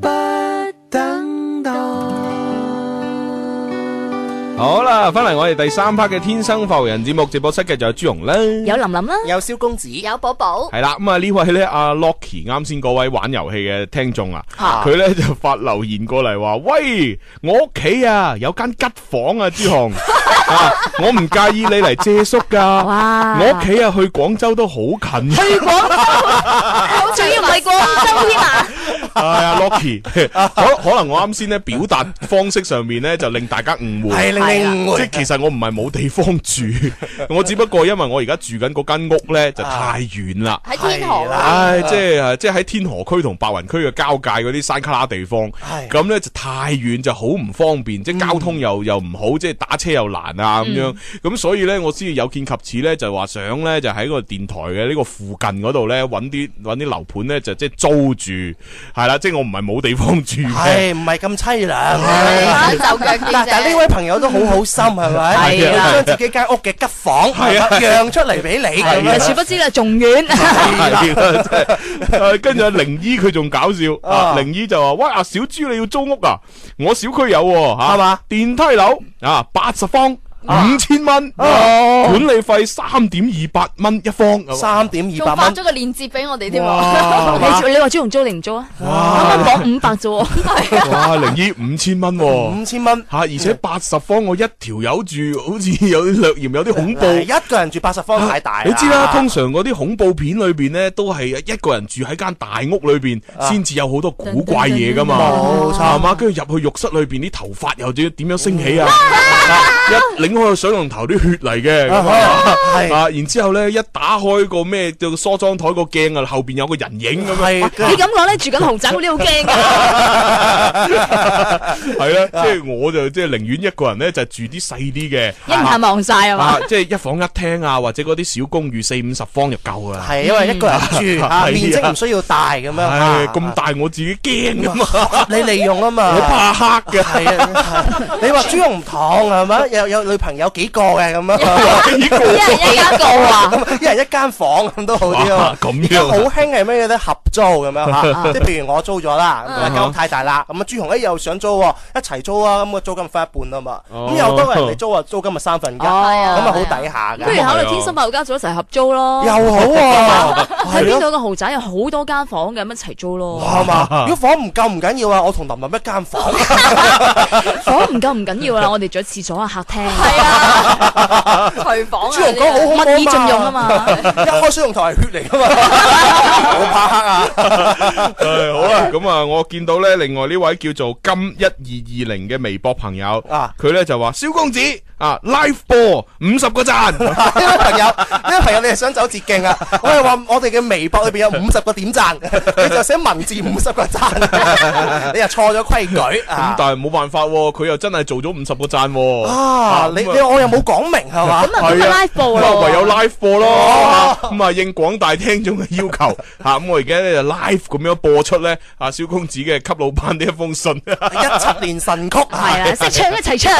[SPEAKER 7] 不等待。
[SPEAKER 1] 好啦，翻嚟我哋第三 part 嘅《天生浮人》節目直播室嘅就有朱容啦，
[SPEAKER 4] 有林林啦，
[SPEAKER 2] 有蕭公子，
[SPEAKER 3] 有寶
[SPEAKER 2] <laughs>
[SPEAKER 3] 寶。
[SPEAKER 1] 系啦，咁啊呢位咧阿 Locky 啱先嗰位玩遊戲嘅聽眾啊，
[SPEAKER 3] 啊
[SPEAKER 1] 佢咧就發留言過嚟話：，喂，我屋企啊有間吉房啊，朱
[SPEAKER 2] <laughs>
[SPEAKER 1] 紅，啊，我唔介意你嚟借宿噶，
[SPEAKER 4] 哇
[SPEAKER 1] 我屋企啊去廣州都好
[SPEAKER 2] <laughs>
[SPEAKER 1] 近，
[SPEAKER 4] 去廣州，仲要唔係廣州添啊！
[SPEAKER 1] 係啊 Locky，可 <laughs> 可能我啱先咧表達方式上面咧就令大家誤會，
[SPEAKER 2] 係令你誤會
[SPEAKER 1] 即係其實我唔係冇地方住，我只不過因為我而家住緊嗰間屋咧就太遠
[SPEAKER 2] <laughs>
[SPEAKER 1] 啦，
[SPEAKER 3] 喺天河啊
[SPEAKER 1] 唉，即係即係喺天河區同白雲區嘅交界嗰啲山卡拉地方，咁咧就太遠就好唔方便，即係交通又又唔好，即係打車又難啊咁樣，咁所以咧我先至有見及此咧，就話想咧就喺個電台嘅呢個附近嗰度咧揾啲揾啲樓盤咧就即係租住，係啦，即係我唔係冇地方住嘅。
[SPEAKER 2] 係唔係咁凄涼？
[SPEAKER 1] 係
[SPEAKER 3] 就腳啲啫
[SPEAKER 2] 嗱，但係呢位朋友都好好心係咪？
[SPEAKER 1] 係啊
[SPEAKER 2] 將自己間屋嘅吉房
[SPEAKER 1] 係啊
[SPEAKER 2] 讓出嚟俾你咁
[SPEAKER 4] 但
[SPEAKER 2] 樣。
[SPEAKER 4] 殊不知啦，仲遠。
[SPEAKER 1] 係啦啊真係誒跟住阿玲姨佢仲搞笑，啊玲姨就話：，喂，阿小朱你要租屋啊？我小區有喎吓，
[SPEAKER 2] 係嘛？
[SPEAKER 1] 電梯樓啊，八十方。
[SPEAKER 2] 啊
[SPEAKER 1] 五千蚊，啊
[SPEAKER 2] 哦
[SPEAKER 1] 管理費三點二八蚊一方，啊
[SPEAKER 2] 三點
[SPEAKER 3] 仲發咗個鏈接俾我哋添
[SPEAKER 4] <laughs>
[SPEAKER 1] 哇
[SPEAKER 3] 喎。
[SPEAKER 1] 係嘛
[SPEAKER 4] 你你話租唔租定唔租啊？
[SPEAKER 1] 哇
[SPEAKER 4] 啱啱講五百啫喎。
[SPEAKER 1] 哇，靈姨五千蚊喎，啊
[SPEAKER 2] 五千蚊
[SPEAKER 1] 吓，而且八十方我一條友住，好似有啲略嫌有啲恐怖。
[SPEAKER 2] 嗱一個人住八十方太大，
[SPEAKER 1] 你知啦，通常嗰啲恐怖片裏边咧，都係一個人住喺間大屋裏边，
[SPEAKER 2] 啊
[SPEAKER 1] 先至有好多古怪嘢噶嘛。
[SPEAKER 2] 冇錯嗯
[SPEAKER 1] 系嘛？跟住入去浴室裏边啲頭髮又點點樣升起啊？啊一擰整開個水龍頭啲血嚟嘅，咁
[SPEAKER 2] 啊
[SPEAKER 1] 啊
[SPEAKER 2] 係
[SPEAKER 1] 啊，然之後咧一打開個咩叫梳妝台個鏡啊，後邊有個人影咁 <laughs>
[SPEAKER 2] 啊
[SPEAKER 1] 樣。
[SPEAKER 4] 你咁講咧，住緊豪宅嗰啲好驚㗎。
[SPEAKER 1] 係啦，
[SPEAKER 2] 啊
[SPEAKER 1] 即係我就即係寧願一個人咧就住啲細啲嘅，
[SPEAKER 4] 一眼望晒係嘛
[SPEAKER 1] 啊，即係一房一廳啊，或者嗰啲小公寓四五十方就夠啦。
[SPEAKER 2] 係因為一個人
[SPEAKER 1] <laughs>
[SPEAKER 2] 住啊，面積唔需要大咁樣
[SPEAKER 1] 唉
[SPEAKER 2] 啊，
[SPEAKER 1] 哎咁大我自己驚 <laughs> 㗎嘛，
[SPEAKER 2] 合理利用啊嘛，
[SPEAKER 1] 我怕黑㗎。
[SPEAKER 2] 係啊，你話豬紅糖係咪？有有女朋友幾個嘅咁啊？
[SPEAKER 1] 幾
[SPEAKER 2] 個？
[SPEAKER 4] 一人一間房啊
[SPEAKER 2] 咁一人一間房咁都好啲啊
[SPEAKER 1] 哇！咁樣
[SPEAKER 2] 而家好興係咩嘢咧？合租咁樣
[SPEAKER 1] 啊
[SPEAKER 2] 嚇，即係譬如我租咗啦，咁
[SPEAKER 1] 啊
[SPEAKER 2] 間屋太大啦，咁啊豬紅咧又想租喎，一齊租啊，咁個租金分一半啊嘛，
[SPEAKER 1] 哦
[SPEAKER 2] 咁有多個人嚟租啊，租金咪三分一，咁 <laughs> 啊好抵下㗎。
[SPEAKER 4] 不如考慮天生快活家族一齊合租咯，啊
[SPEAKER 2] 又好喎
[SPEAKER 4] 喺邊度有個豪宅有好多間房嘅，咁一齊租咯。
[SPEAKER 2] 係嘛？如果房唔夠唔緊要啊，我同林林一間房。
[SPEAKER 4] <laughs> 房唔夠唔緊
[SPEAKER 2] <laughs>
[SPEAKER 4] 要啦，我哋仲有廁所啊、客廳。 <laughs>
[SPEAKER 3] 廚房
[SPEAKER 2] 啊朱紅講好恐怖啊
[SPEAKER 4] 物以盡用啊嘛，
[SPEAKER 2] 一開水龍頭係血嚟噶嘛，好怕黑啊！
[SPEAKER 1] 唉，好啦，咁啊，我見到咧，另外呢位叫做金一二二零嘅微博朋友，佢咧就話：蕭公子啊，live 播五十個 <laughs> 讚，
[SPEAKER 2] <laughs> 呢位朋友，呢位朋友你係想走捷徑啊？我係話我哋嘅微博裏邊有五十個點讚，你就寫文字五十個
[SPEAKER 1] <laughs>
[SPEAKER 2] 讚，你又錯咗規矩
[SPEAKER 1] 咁
[SPEAKER 2] 啊！
[SPEAKER 1] 但係冇辦法喎，佢又真係做咗五十個讚喎。
[SPEAKER 2] 啊！你你我又冇講明係嘛？
[SPEAKER 1] 係啊咁啊唯有 live 播咯。咁啊，應廣大聽眾嘅要求 <laughs> 吓，咁我而家咧就 live 咁樣播出咧，啊，蕭公子嘅給老闆呢一封信，
[SPEAKER 2] 一七年神
[SPEAKER 1] <laughs>
[SPEAKER 2] 曲係
[SPEAKER 4] 係啊，識唱一齊唱。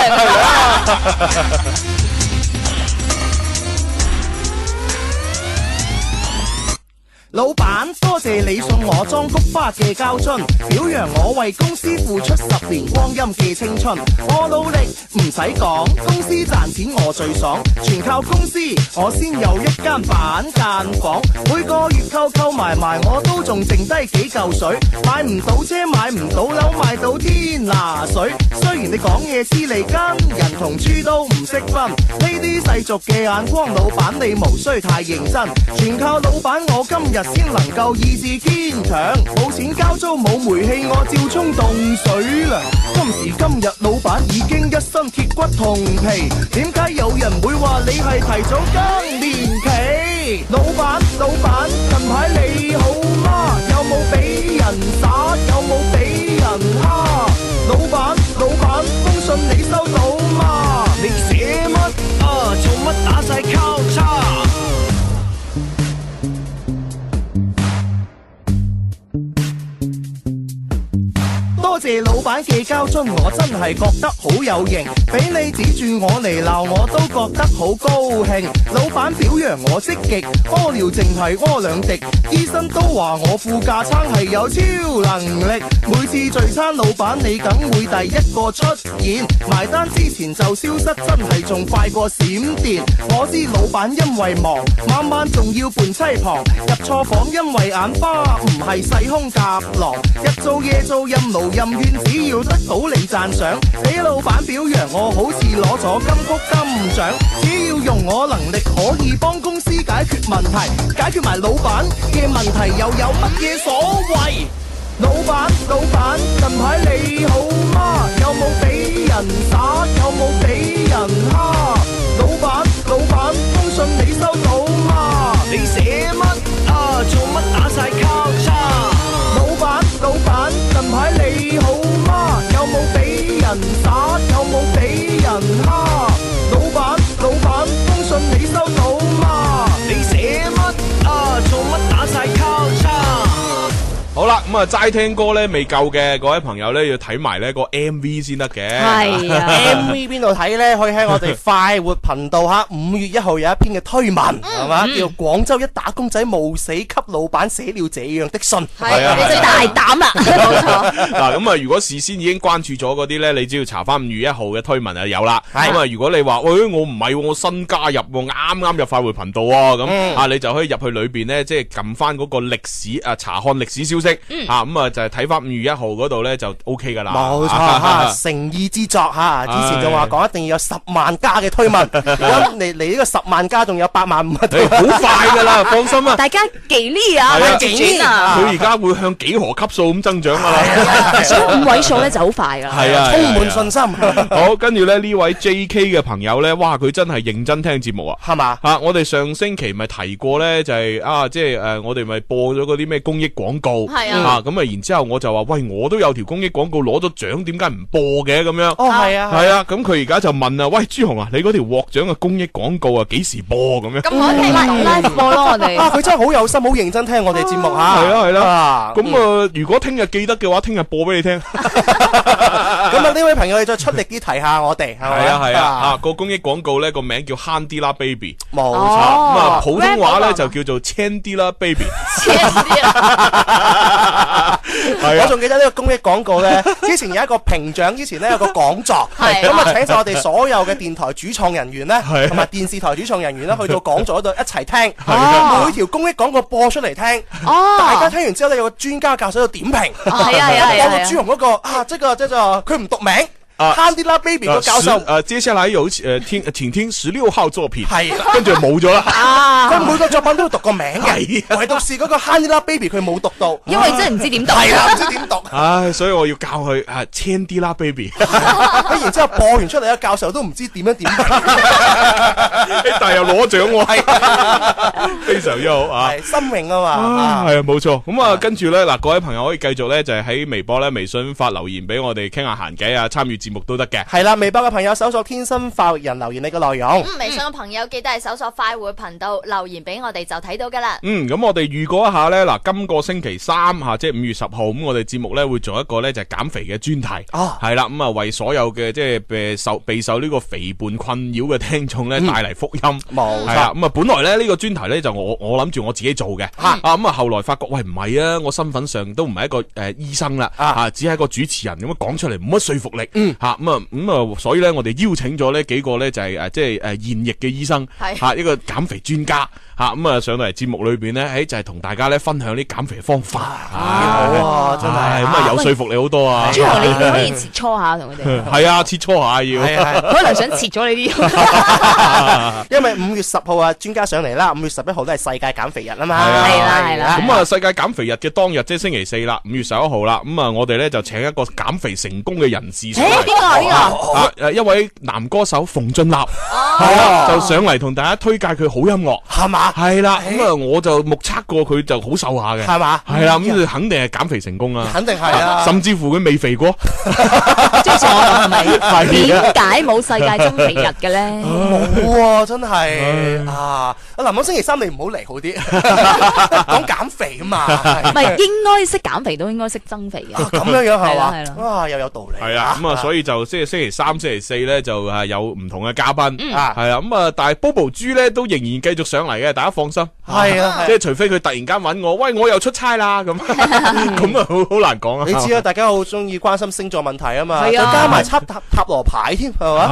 [SPEAKER 17] 老闆，多謝你送我裝菊花嘅膠樽，表揚我為公司付出十年光陰嘅青春。我努力唔使講，公司賺錢我最爽，全靠公司我先有一間板間房，每個月扣扣埋埋我都仲剩低幾嚿水，買唔到車買唔到樓買到天拿水。雖然你講嘢黐脷根，人同豬都唔識分，呢啲世俗嘅眼光，老闆你無需太認真，全靠老闆我今日先能夠意志堅強，冇錢交租冇煤氣，我照沖凍水涼。今時今日老闆已經一身鐵骨同皮，點解有人會話你係提早更年期？老闆老闆，近排你好嗎？有冇俾人耍？有冇俾人蝦？老闆老闆，封信你收到嗎？你寫乜啊？做乜打晒交叉？多謝老闆嘅膠樽，我真係覺得好有型。俾你指住我嚟鬧，我都覺得好高興。老闆表揚我積極，屙尿淨係屙兩滴。醫生都話我副架撐係有超能力。每次聚餐，老闆你梗會第一個出現，埋單之前就消失，真係仲快過閃電。我知老闆因為忙，晚晚仲要伴妻旁，入錯房因為眼花，唔係細空夾狼，日做夜做任勞任怨，只要得到你讚賞，俾老闆表揚我好似攞咗金曲金獎，只要用我能力可以幫公司解決問題，解決埋老闆嘅問題又有乜嘢所謂？老闆，老闆，近排你好嗎？有冇俾人打？有冇俾人蝦？老闆，老闆，封信你收到嗎？你寫乜啊？做乜打晒交叉？老闆，老闆，近排你好嗎？有冇俾人打？有冇俾人蝦？老闆，老闆，封信你收到嗎？你寫乜啊？做乜打晒交叉？
[SPEAKER 1] 好啦，咁啊齋聽歌咧未夠嘅，各位朋友咧要睇埋呢個 M V 先得嘅。 <laughs>
[SPEAKER 4] à.
[SPEAKER 2] <laughs> M V 邊度睇咧？可以喺我哋快活頻道吓，五月一號有一篇嘅推文，係嘛？叫《廣州一打工仔冒死給老闆寫了這樣的信》，
[SPEAKER 1] 係啊你就
[SPEAKER 4] 大膽啦！
[SPEAKER 2] <laughs>
[SPEAKER 1] 嗱咁啊，如果事先已經關注咗嗰啲咧，你只要查翻五月一號嘅推文就有啦。咁啊，如果你話喂我唔係喎，我新加入喎，啱啱入快活
[SPEAKER 2] 嗯
[SPEAKER 1] 頻道喎，咁啊你就可以入去裏邊咧，即係撳翻嗰個歷史啊，查看歷史消息。嗯，啊咁啊就係睇翻五月一號嗰度咧就 O K 噶啦，
[SPEAKER 2] 冇
[SPEAKER 1] <laughs>
[SPEAKER 2] 錯
[SPEAKER 1] 啊
[SPEAKER 2] 嚇，誠意之作嚇。之前就話講一定要有十萬加
[SPEAKER 1] <laughs>
[SPEAKER 2] 嘅推文，咁嚟嚟呢個十萬加仲有八萬五嘅推文，
[SPEAKER 1] 好快㗎啦，放心啊。
[SPEAKER 4] 大家幾呢啊？
[SPEAKER 1] 係啊
[SPEAKER 4] 幾轉啊？
[SPEAKER 1] 佢而家會向幾何級數咁增長噶啦。
[SPEAKER 4] 所以五位數咧就好快噶啦，
[SPEAKER 1] 係
[SPEAKER 6] à.
[SPEAKER 1] 啊
[SPEAKER 2] 充滿信心。 <laughs>
[SPEAKER 1] 好，跟住咧呢位 J.K. 嘅朋友咧，哇，佢真係認真聽節目啊，
[SPEAKER 2] 係嘛？
[SPEAKER 1] 吓，我哋上星期咪提過咧，就係啊，即係诶，誒我哋咪播咗嗰啲咩公益廣告，
[SPEAKER 2] 係啊
[SPEAKER 1] 咁啊，然之后我就話喂，我都有條公益廣告攞咗獎，點解唔播嘅咁樣？
[SPEAKER 2] 哦係啊
[SPEAKER 1] 係啊，咁佢而家就問啊，喂，朱紅啊，你嗰條獲獎嘅公益廣告啊，幾時播咁樣？
[SPEAKER 4] live 播咯，我哋
[SPEAKER 2] 啊，佢真係好有心，好認真聽我哋節目嚇。
[SPEAKER 1] 係啦係啦
[SPEAKER 2] 啊，
[SPEAKER 1] 咁啊，如果聽日記得嘅話，聽日播俾你聽。
[SPEAKER 2] 咁啊，呢位朋友你再出力啲提下我哋，
[SPEAKER 1] 系
[SPEAKER 2] 係咪
[SPEAKER 1] 啊系啊，啊個公益廣告咧個名叫悭啲啦 baby，
[SPEAKER 2] 冇
[SPEAKER 1] 錯。咁啊
[SPEAKER 2] 哦
[SPEAKER 1] 普通話
[SPEAKER 2] rap 嗰個係嘛
[SPEAKER 1] 咧就叫做千啲啦 baby，係啊
[SPEAKER 2] 我仲記得呢個公益廣
[SPEAKER 1] <laughs>
[SPEAKER 2] 告呢，之前有一個評獎，之前呢有個講座，
[SPEAKER 1] 係
[SPEAKER 2] 咁啊請晒我哋所有嘅電台主創人員呢，
[SPEAKER 1] 係啊
[SPEAKER 2] 同埋電視台主創人員呢，去到講座嗰度一齊聽，
[SPEAKER 1] 啊
[SPEAKER 2] 每條公益廣告播出嚟聽，
[SPEAKER 4] 哦
[SPEAKER 2] 大家聽完之後呢，有個專家教授喺度點評，
[SPEAKER 4] 係啊係啊係啊
[SPEAKER 2] 包括朱紅嗰個啊，即個即就佢唔讀名，
[SPEAKER 1] 啊
[SPEAKER 2] 慳啲啦 baby 個教授
[SPEAKER 1] 誒。十誒啊接下來有呃誒聽，請聽十六號作品，
[SPEAKER 2] 係啊
[SPEAKER 1] 跟住就冇咗啦。
[SPEAKER 4] 啊
[SPEAKER 2] 佢每個作品都要讀個名嘅， <laughs> 唯獨是嗰個 h a n d l a Baby 佢冇讀到，
[SPEAKER 4] 因為真係唔知點
[SPEAKER 2] <laughs>
[SPEAKER 4] 讀啊
[SPEAKER 2] 係啦，唔知點讀。
[SPEAKER 1] <laughs> 唉，所以我要教佢啊，千啲啦 baby。
[SPEAKER 2] 咁然之後播完出嚟，個教授都唔知點樣點讀，
[SPEAKER 1] 但係又攞獎 <laughs> 喎，非常之好啊！
[SPEAKER 2] 心榮啊嘛。
[SPEAKER 1] 系啊，冇錯。咁啊，跟住咧，嗱，各位朋友可以繼續咧，就係喺微博咧、微信發留言俾我哋傾下閒偈啊，參與節目都得嘅。
[SPEAKER 2] 係啦，微博嘅朋友搜索天生快活人留言你嘅內容。
[SPEAKER 3] 嗯，微信嘅朋友記得係搜索快活頻道留言俾我哋就睇到噶啦。
[SPEAKER 1] 嗯，咁我哋預告一下呢，嗱，今個星期三吓，即係五月十號，咁我哋節目呢會做一個呢就係減肥嘅專題，
[SPEAKER 2] 哦
[SPEAKER 1] 係啦，咁啊為所有嘅即係備受備受呢個肥胖困擾嘅聽眾呢帶嚟福音，
[SPEAKER 2] 冇錯
[SPEAKER 1] 係啦，咁啊本來呢呢個專題呢就我我諗住我自己做嘅，啊咁啊後來發覺喂唔係啊，我身份上都唔係一個誒醫生啦，啊只係一個主持人咁樣講出嚟冇乜說服力，吓咁啊咁啊，所以呢，我哋邀請咗呢幾個呢就係誒即係誒現役嘅醫生，
[SPEAKER 3] 係
[SPEAKER 1] 吓一個減肥專家吓，咁啊上到嚟節目裏邊咧，誒就係同大家咧分享啲減肥方法，好
[SPEAKER 2] 啊真
[SPEAKER 1] 咁
[SPEAKER 2] 係
[SPEAKER 1] 啊有說服力好多啊！
[SPEAKER 4] 朱紅，你可以切磋下同佢
[SPEAKER 1] <laughs>
[SPEAKER 4] 哋，
[SPEAKER 1] 係啊，切磋下要，
[SPEAKER 2] 係啊係
[SPEAKER 4] 可能想切咗你啲。
[SPEAKER 2] <laughs> 因為五月十號啊，專家上嚟啦，五月十一號都係世界減肥日啊嘛。
[SPEAKER 1] 係
[SPEAKER 4] 啦係啦
[SPEAKER 1] 咁啊，世界減肥日嘅當日即係星期四啦，五月十一號啦。咁啊，我哋咧就請一個減肥成功嘅人士上嚟。
[SPEAKER 4] 誒邊個邊
[SPEAKER 6] Ờ,
[SPEAKER 4] 個
[SPEAKER 1] 啊？誒一位男歌手馮俊
[SPEAKER 2] 哦
[SPEAKER 1] 立，係啦，就上嚟同大家推介佢好音樂，
[SPEAKER 2] 係嘛？
[SPEAKER 1] 係啦，咁啊，我就目測過佢就好瘦下嘅，
[SPEAKER 2] 係嘛
[SPEAKER 1] 係啦，咁佢肯定係減肥成功啦，啊
[SPEAKER 2] 肯定係啊啦
[SPEAKER 1] 甚至乎佢未肥過。
[SPEAKER 4] 張楚係
[SPEAKER 2] <laughs>
[SPEAKER 4] 咪？
[SPEAKER 1] 係啊
[SPEAKER 4] 點解冇世界增肥日嘅咧？
[SPEAKER 2] 冇喎，真係啊！嗱，我星期三你唔好嚟好啲， <laughs>
[SPEAKER 1] <laughs>
[SPEAKER 2] 講減肥啊嘛。啊
[SPEAKER 4] 唔係應該識減肥都應該識增肥嘅。
[SPEAKER 2] 咁樣樣係
[SPEAKER 4] 係啦係
[SPEAKER 2] 嘛？
[SPEAKER 4] 啦
[SPEAKER 2] 哇，又有道理。
[SPEAKER 1] 係啦，咁啊，所以就即係星期三、星期四咧，就係有唔同嘅嘉賓，
[SPEAKER 2] 嗯
[SPEAKER 1] 係啦，咁啊，但係 Bobo 豬咧都仍然繼續上嚟嘅，大家放心。
[SPEAKER 2] 係啊係啊
[SPEAKER 1] 即係除非佢突然間揾我，喂，我又出差啦，
[SPEAKER 2] <laughs>
[SPEAKER 1] 咁咁啊，好好難講啊。
[SPEAKER 2] 你知啦，，大家好中意關心星座問題啊嘛，
[SPEAKER 4] 係啊
[SPEAKER 2] 再加埋七塔塔羅牌添，啊係嘛？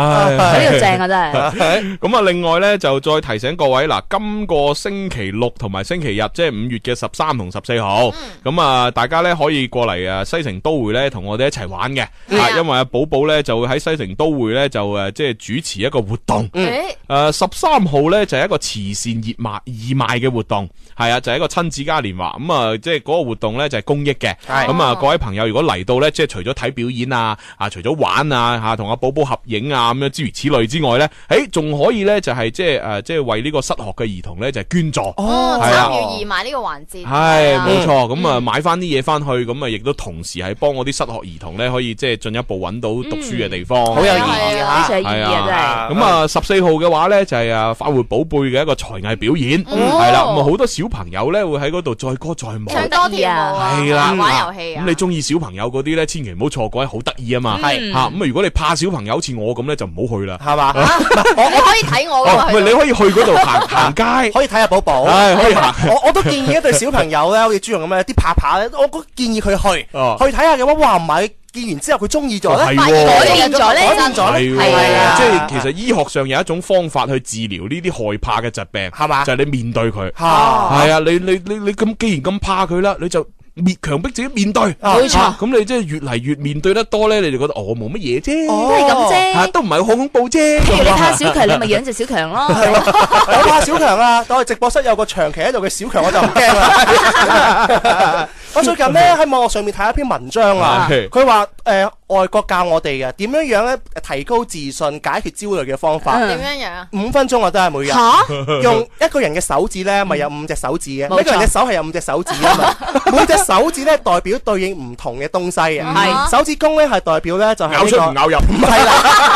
[SPEAKER 1] 唉
[SPEAKER 4] 呢度正啊真係。
[SPEAKER 1] 咁啊，另外咧就再提醒各位嗱，今個星期六同埋星期日，即係五月嘅十三同十四號，咁啊，大家咧可以過嚟啊西城都會咧同我哋一齊玩嘅，
[SPEAKER 6] 係
[SPEAKER 1] 啊，因為阿寶寶咧就會喺西城都會咧就誒即係主持一個活動，
[SPEAKER 6] 嗯
[SPEAKER 1] 誒呃十三號咧就係一個慈善熱賣義賣嘅活動，係啊，就係一個親子嘉年華，咁啊即係嗰個活動咧就係公益嘅，
[SPEAKER 2] 係
[SPEAKER 1] 咁啊各位朋友如果嚟到咧，即係除咗睇表演啊，啊除咗玩啊嚇，同阿寶寶合影啊咁樣諸如此類之外咧，誒仲可以咧就係即係呃誒即係為呢個失學嘅兒童咧就係捐助，
[SPEAKER 3] 哦，
[SPEAKER 1] 係啊
[SPEAKER 3] 參與義賣呢個環節，
[SPEAKER 1] 係
[SPEAKER 3] Ờ.
[SPEAKER 1] 冇錯，咁啊買翻啲嘢翻去，咁啊亦都同時係幫我啲失學兒童咧，可以即係進一步揾到讀書嘅地方，
[SPEAKER 2] 好有意
[SPEAKER 4] 係啊
[SPEAKER 2] 義啊
[SPEAKER 4] 呢啲就係意義啊
[SPEAKER 1] 係
[SPEAKER 4] 真
[SPEAKER 1] 咁啊，十四號嘅話咧就係啊快活寶貝嘅一個才藝表演，
[SPEAKER 3] 嗯
[SPEAKER 1] 係啦，咁啊好多小朋友咧會喺嗰度載歌載舞。
[SPEAKER 3] 唱多條舞啊，
[SPEAKER 1] 係啦，
[SPEAKER 3] 玩遊戲啊
[SPEAKER 1] 咁。你中意小朋友嗰啲咧，千祈唔好錯過，好得意啊嘛。
[SPEAKER 3] 係
[SPEAKER 1] 吓咁啊！如果你怕小朋友，好似我咁咧，就唔好去啦。
[SPEAKER 3] 啊
[SPEAKER 2] 係嘛？
[SPEAKER 3] 你可以睇我
[SPEAKER 1] 哦，
[SPEAKER 3] 喎，
[SPEAKER 1] 唔係你可以去嗰度行行街，
[SPEAKER 2] 可以睇下寶寶，
[SPEAKER 1] 係可以行
[SPEAKER 2] 哎我我都建議一對小朋友
[SPEAKER 1] <laughs>
[SPEAKER 2] 咧，好似朱容咁樣啲拍拍咧，我都建議佢去，
[SPEAKER 1] 哦
[SPEAKER 2] 去睇下嘅話，哇唔係，見完之後佢中意咗
[SPEAKER 1] 係
[SPEAKER 2] 咧，
[SPEAKER 1] 喎改
[SPEAKER 3] 變咗咧
[SPEAKER 2] 改變咗
[SPEAKER 1] 係
[SPEAKER 2] 咧，
[SPEAKER 1] 喎
[SPEAKER 2] 係啊，
[SPEAKER 1] 即係其實醫學上有一種方法去治療呢啲害怕嘅疾病，係
[SPEAKER 2] 嘛
[SPEAKER 1] 就係你面對佢，係
[SPEAKER 2] 啊
[SPEAKER 1] 啊，你你你你咁既然咁怕佢啦，你就面強迫自己面對，
[SPEAKER 4] 冇錯
[SPEAKER 1] 啊咁你即係越嚟越面對得多咧，你就覺得哦冇乜嘢啫，
[SPEAKER 4] 都係咁啫
[SPEAKER 1] 啊都唔係好恐怖啫。啊
[SPEAKER 4] 譬如 <laughs> 你睇
[SPEAKER 2] 啊
[SPEAKER 4] 下小強，你咪養只小強咯。
[SPEAKER 2] 我怕小強啊！ <laughs> 當我直播室有個長期喺度嘅小強，我就唔驚啦。我最近呢，喺網絡上面睇一篇文章啊，
[SPEAKER 6] 係
[SPEAKER 2] 佢話誒外國教我哋嘅點樣樣咧提高自信、解決焦慮嘅方法。
[SPEAKER 3] 點樣樣啊？
[SPEAKER 2] 五分鐘啊，都係每日
[SPEAKER 3] 吓
[SPEAKER 2] 用一個人嘅手指咧，咪有五隻手指嘅，
[SPEAKER 3] 嗯冇錯
[SPEAKER 2] 一個人嘅手係有五隻手指啊嘛，
[SPEAKER 3] <laughs>
[SPEAKER 2] 每隻手指咧代表對應唔同嘅東西嘅，
[SPEAKER 3] 嗯啊
[SPEAKER 1] 係
[SPEAKER 2] 手指公咧係代表咧就係
[SPEAKER 1] 咬
[SPEAKER 2] 呢
[SPEAKER 1] 出
[SPEAKER 2] 個
[SPEAKER 1] 唔
[SPEAKER 2] <laughs>
[SPEAKER 1] 咬入，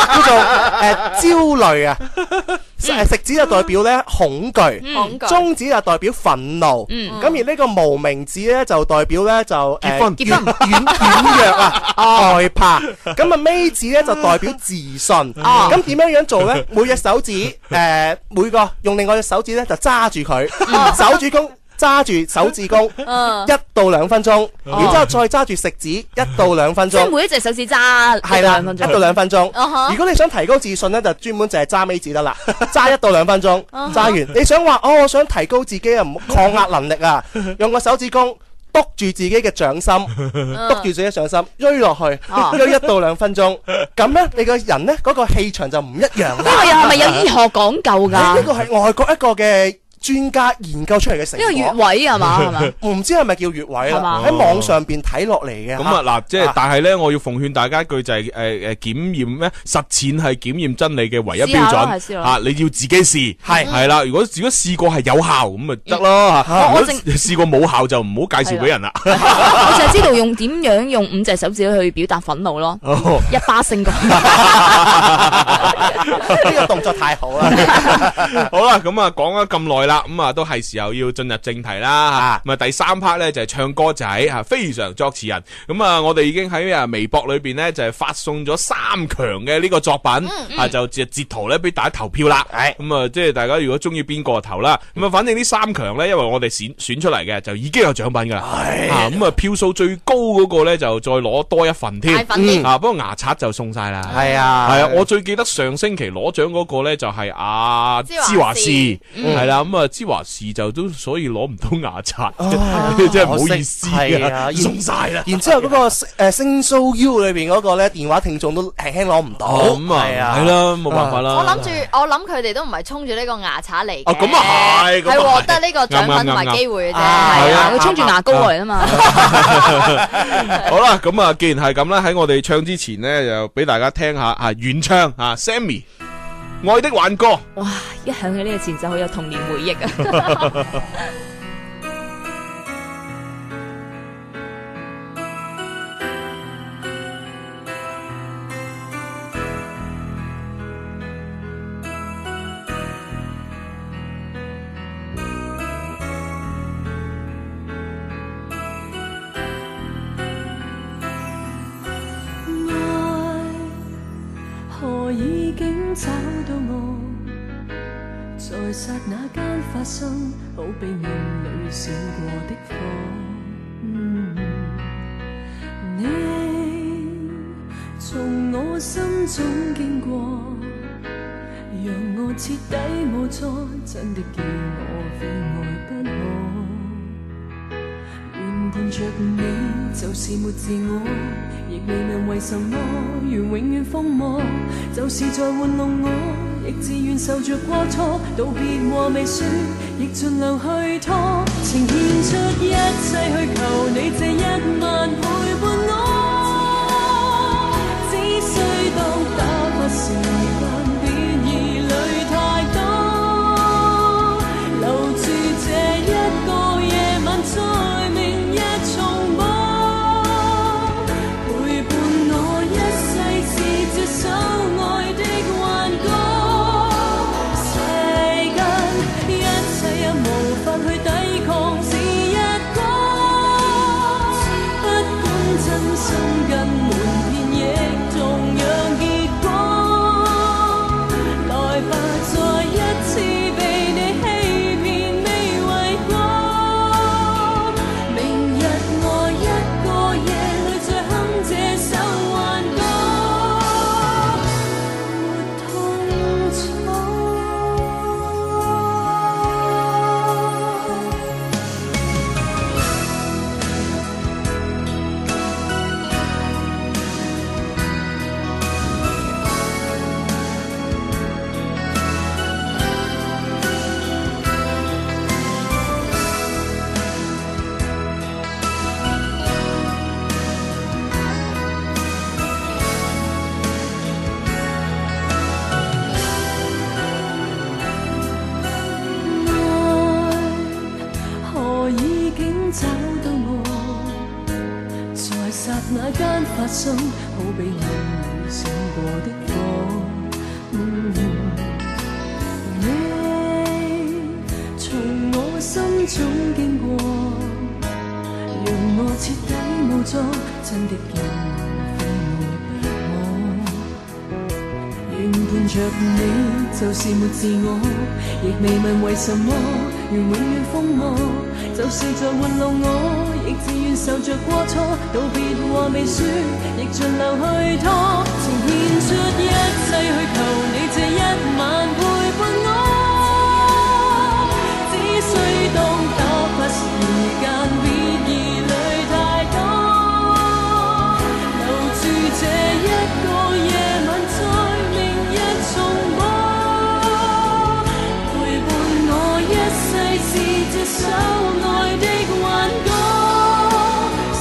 [SPEAKER 2] 叫
[SPEAKER 3] <laughs>
[SPEAKER 2] 做誒焦慮啊，
[SPEAKER 3] 嗯
[SPEAKER 2] 誒食指就代表咧恐
[SPEAKER 6] 嗯
[SPEAKER 2] 懼
[SPEAKER 6] 恐，懼
[SPEAKER 2] 中指就啊代表憤怒，
[SPEAKER 6] 嗯
[SPEAKER 2] 咁而呢個無名指咧就代表咧就誒
[SPEAKER 6] 婚結婚 <laughs>
[SPEAKER 2] 軟軟弱啊，害怕，咁啊尾指咧就代表自信，
[SPEAKER 6] 哦
[SPEAKER 2] 咁點樣樣做咧？每隻手指誒每個用另外隻手指咧就揸住佢，
[SPEAKER 6] 哦
[SPEAKER 2] 手指公。揸住手指公
[SPEAKER 4] 嗯
[SPEAKER 2] 一到兩分鐘，
[SPEAKER 4] 哦
[SPEAKER 2] 然之後再揸住食指一到兩分
[SPEAKER 4] 即
[SPEAKER 2] 鐘
[SPEAKER 4] 係。每一隻手指揸
[SPEAKER 2] 係啦，一到兩分鐘
[SPEAKER 4] 啊哈。
[SPEAKER 2] 如果你想提高自信呢，就專門就係揸尾指得啦，
[SPEAKER 4] Uh-huh
[SPEAKER 2] 揸一到兩分鐘，
[SPEAKER 6] 啊哈
[SPEAKER 2] 揸完。你想話哦，我想提高自己啊，唔抗壓能力
[SPEAKER 4] <laughs>
[SPEAKER 2] 啊，用個手指公。督住自己嘅掌心，
[SPEAKER 4] Uh
[SPEAKER 2] 督住自己嘅掌心，追落去
[SPEAKER 4] 啊，
[SPEAKER 2] 追一到兩分鐘，咁呢，你個人呢，嗰個氣場就唔一樣啦。呢
[SPEAKER 4] 個又係咪有醫學講究㗎
[SPEAKER 2] 呢個係外國一個嘅專家研究出嚟嘅成果。
[SPEAKER 4] 呢個穴位
[SPEAKER 3] à,
[SPEAKER 4] 係嘛係
[SPEAKER 2] <laughs>
[SPEAKER 4] 嘛
[SPEAKER 2] 唔知係咪叫穴位
[SPEAKER 4] 係
[SPEAKER 2] 啦
[SPEAKER 4] 嘛？
[SPEAKER 2] 喺網上邊睇落嚟嘅。
[SPEAKER 1] 咁啊嗱，即係但係咧，我要奉勸大家一句就係诶诶检验咩實踐係檢驗真理嘅唯一標
[SPEAKER 4] 試下咯
[SPEAKER 1] 準
[SPEAKER 4] 係試下
[SPEAKER 1] 吓，你要自己試
[SPEAKER 2] 係
[SPEAKER 1] 系啦。如果如果试过係有效咁咪得咯吓，
[SPEAKER 4] 我
[SPEAKER 1] 如
[SPEAKER 4] 我
[SPEAKER 1] 果
[SPEAKER 4] 正
[SPEAKER 1] 試過冇效就唔好介紹俾人啦。
[SPEAKER 4] 我就係知道用點樣用五隻手指去表達憤怒咯，
[SPEAKER 1] 哦
[SPEAKER 4] 一巴星咁。
[SPEAKER 2] <laughs> 呢個動作太好啦。
[SPEAKER 1] 好啦，咁啊講咗咁耐啦，咁啊都係時候要進入正題啦。咁啊第三 part 咧就係唱歌仔啊，非常作詞人。咁啊，我哋已經喺啊微博裏边咧就係發送咗三強嘅呢個作品
[SPEAKER 6] 嗯
[SPEAKER 1] 啊，就截截圖咧俾大家投票啦。咁啊，即係大家如果中意邊個就投啦。咁啊，反正呢三強咧，因為我哋選选出嚟嘅就已經有獎品噶啦。啊，咁啊票數最高嗰個咧就再攞多一份添。
[SPEAKER 6] 大份啲
[SPEAKER 1] 啊，不過牙刷就送晒啦。
[SPEAKER 2] 係啊
[SPEAKER 1] 系啊，我最記得上星期攞獎嗰個咧就係阿
[SPEAKER 6] 芝
[SPEAKER 1] 芝
[SPEAKER 6] 華士
[SPEAKER 1] 華士，
[SPEAKER 6] 嗯
[SPEAKER 1] 係啦，咁啊芝華士就都所以攞唔到牙刷， <laughs> 真係唔好意思
[SPEAKER 2] 哦
[SPEAKER 1] <laughs>
[SPEAKER 2] 係啊
[SPEAKER 1] 啊，送晒
[SPEAKER 2] <laughs>
[SPEAKER 1] 啦。
[SPEAKER 2] 然之後嗰個誒星 show U 裏邊嗰個咧電話聽眾都輕輕攞唔到，
[SPEAKER 1] 哦咁啊
[SPEAKER 2] 係啊，
[SPEAKER 1] 係啦冇辦法啦
[SPEAKER 3] 我諗住，我諗佢哋都唔係衝住呢個牙刷嚟
[SPEAKER 1] 啊哦
[SPEAKER 3] 嘅，
[SPEAKER 1] 咁啊係咁啊
[SPEAKER 3] 係獲得呢個獎
[SPEAKER 1] 啱啱
[SPEAKER 3] 品同
[SPEAKER 1] 啱
[SPEAKER 3] 埋
[SPEAKER 1] 啱
[SPEAKER 3] 機會嘅啫。
[SPEAKER 1] 係啊
[SPEAKER 4] 佢衝住牙膏過嚟啊嘛。
[SPEAKER 1] <laughs> 好啦，咁啊，既然係咁啦，喺我哋唱之前呢，就俾大家聽下啊原唱啊 Sammy《愛的挽歌》。
[SPEAKER 4] 哇！一響起呢個前奏，好有童年回憶啊！
[SPEAKER 2] <laughs>
[SPEAKER 9] 何以竟找到我？在刹那間發生，好比夢裏閃過的火。嗯你從我心中經過，讓我徹底無助，真的叫我非愛不可。原伴着你就是沒自我。亦未明為什麼，如永遠瘋魔，就是在玩弄我，亦自願受着過錯，道別話未說，亦盡量去拖，情獻出一切去求你這一晚陪伴我，只需當打發時間，別疑慮太多，留住這一個夜晚，在明日重播。陪伴我一世是這首愛的幻歌，世間一切也無法去抵抗，是一個不管真間發生，好比燃燒過的火。嗯你從我心中經過，讓我徹底無助，真的有非無逼我，仍伴着你，就是沒自我，亦未問為什麼，願永遠瘋魔，就是在玩弄我，亦自願受着過錯，道別話未說，亦盡量去拖，情獻出一切去求你這一晚陪伴我，只需當打發時間，別疑慮太多，留住這一個夜晚，在明日重播，陪伴我一世是這首愛的幻歌，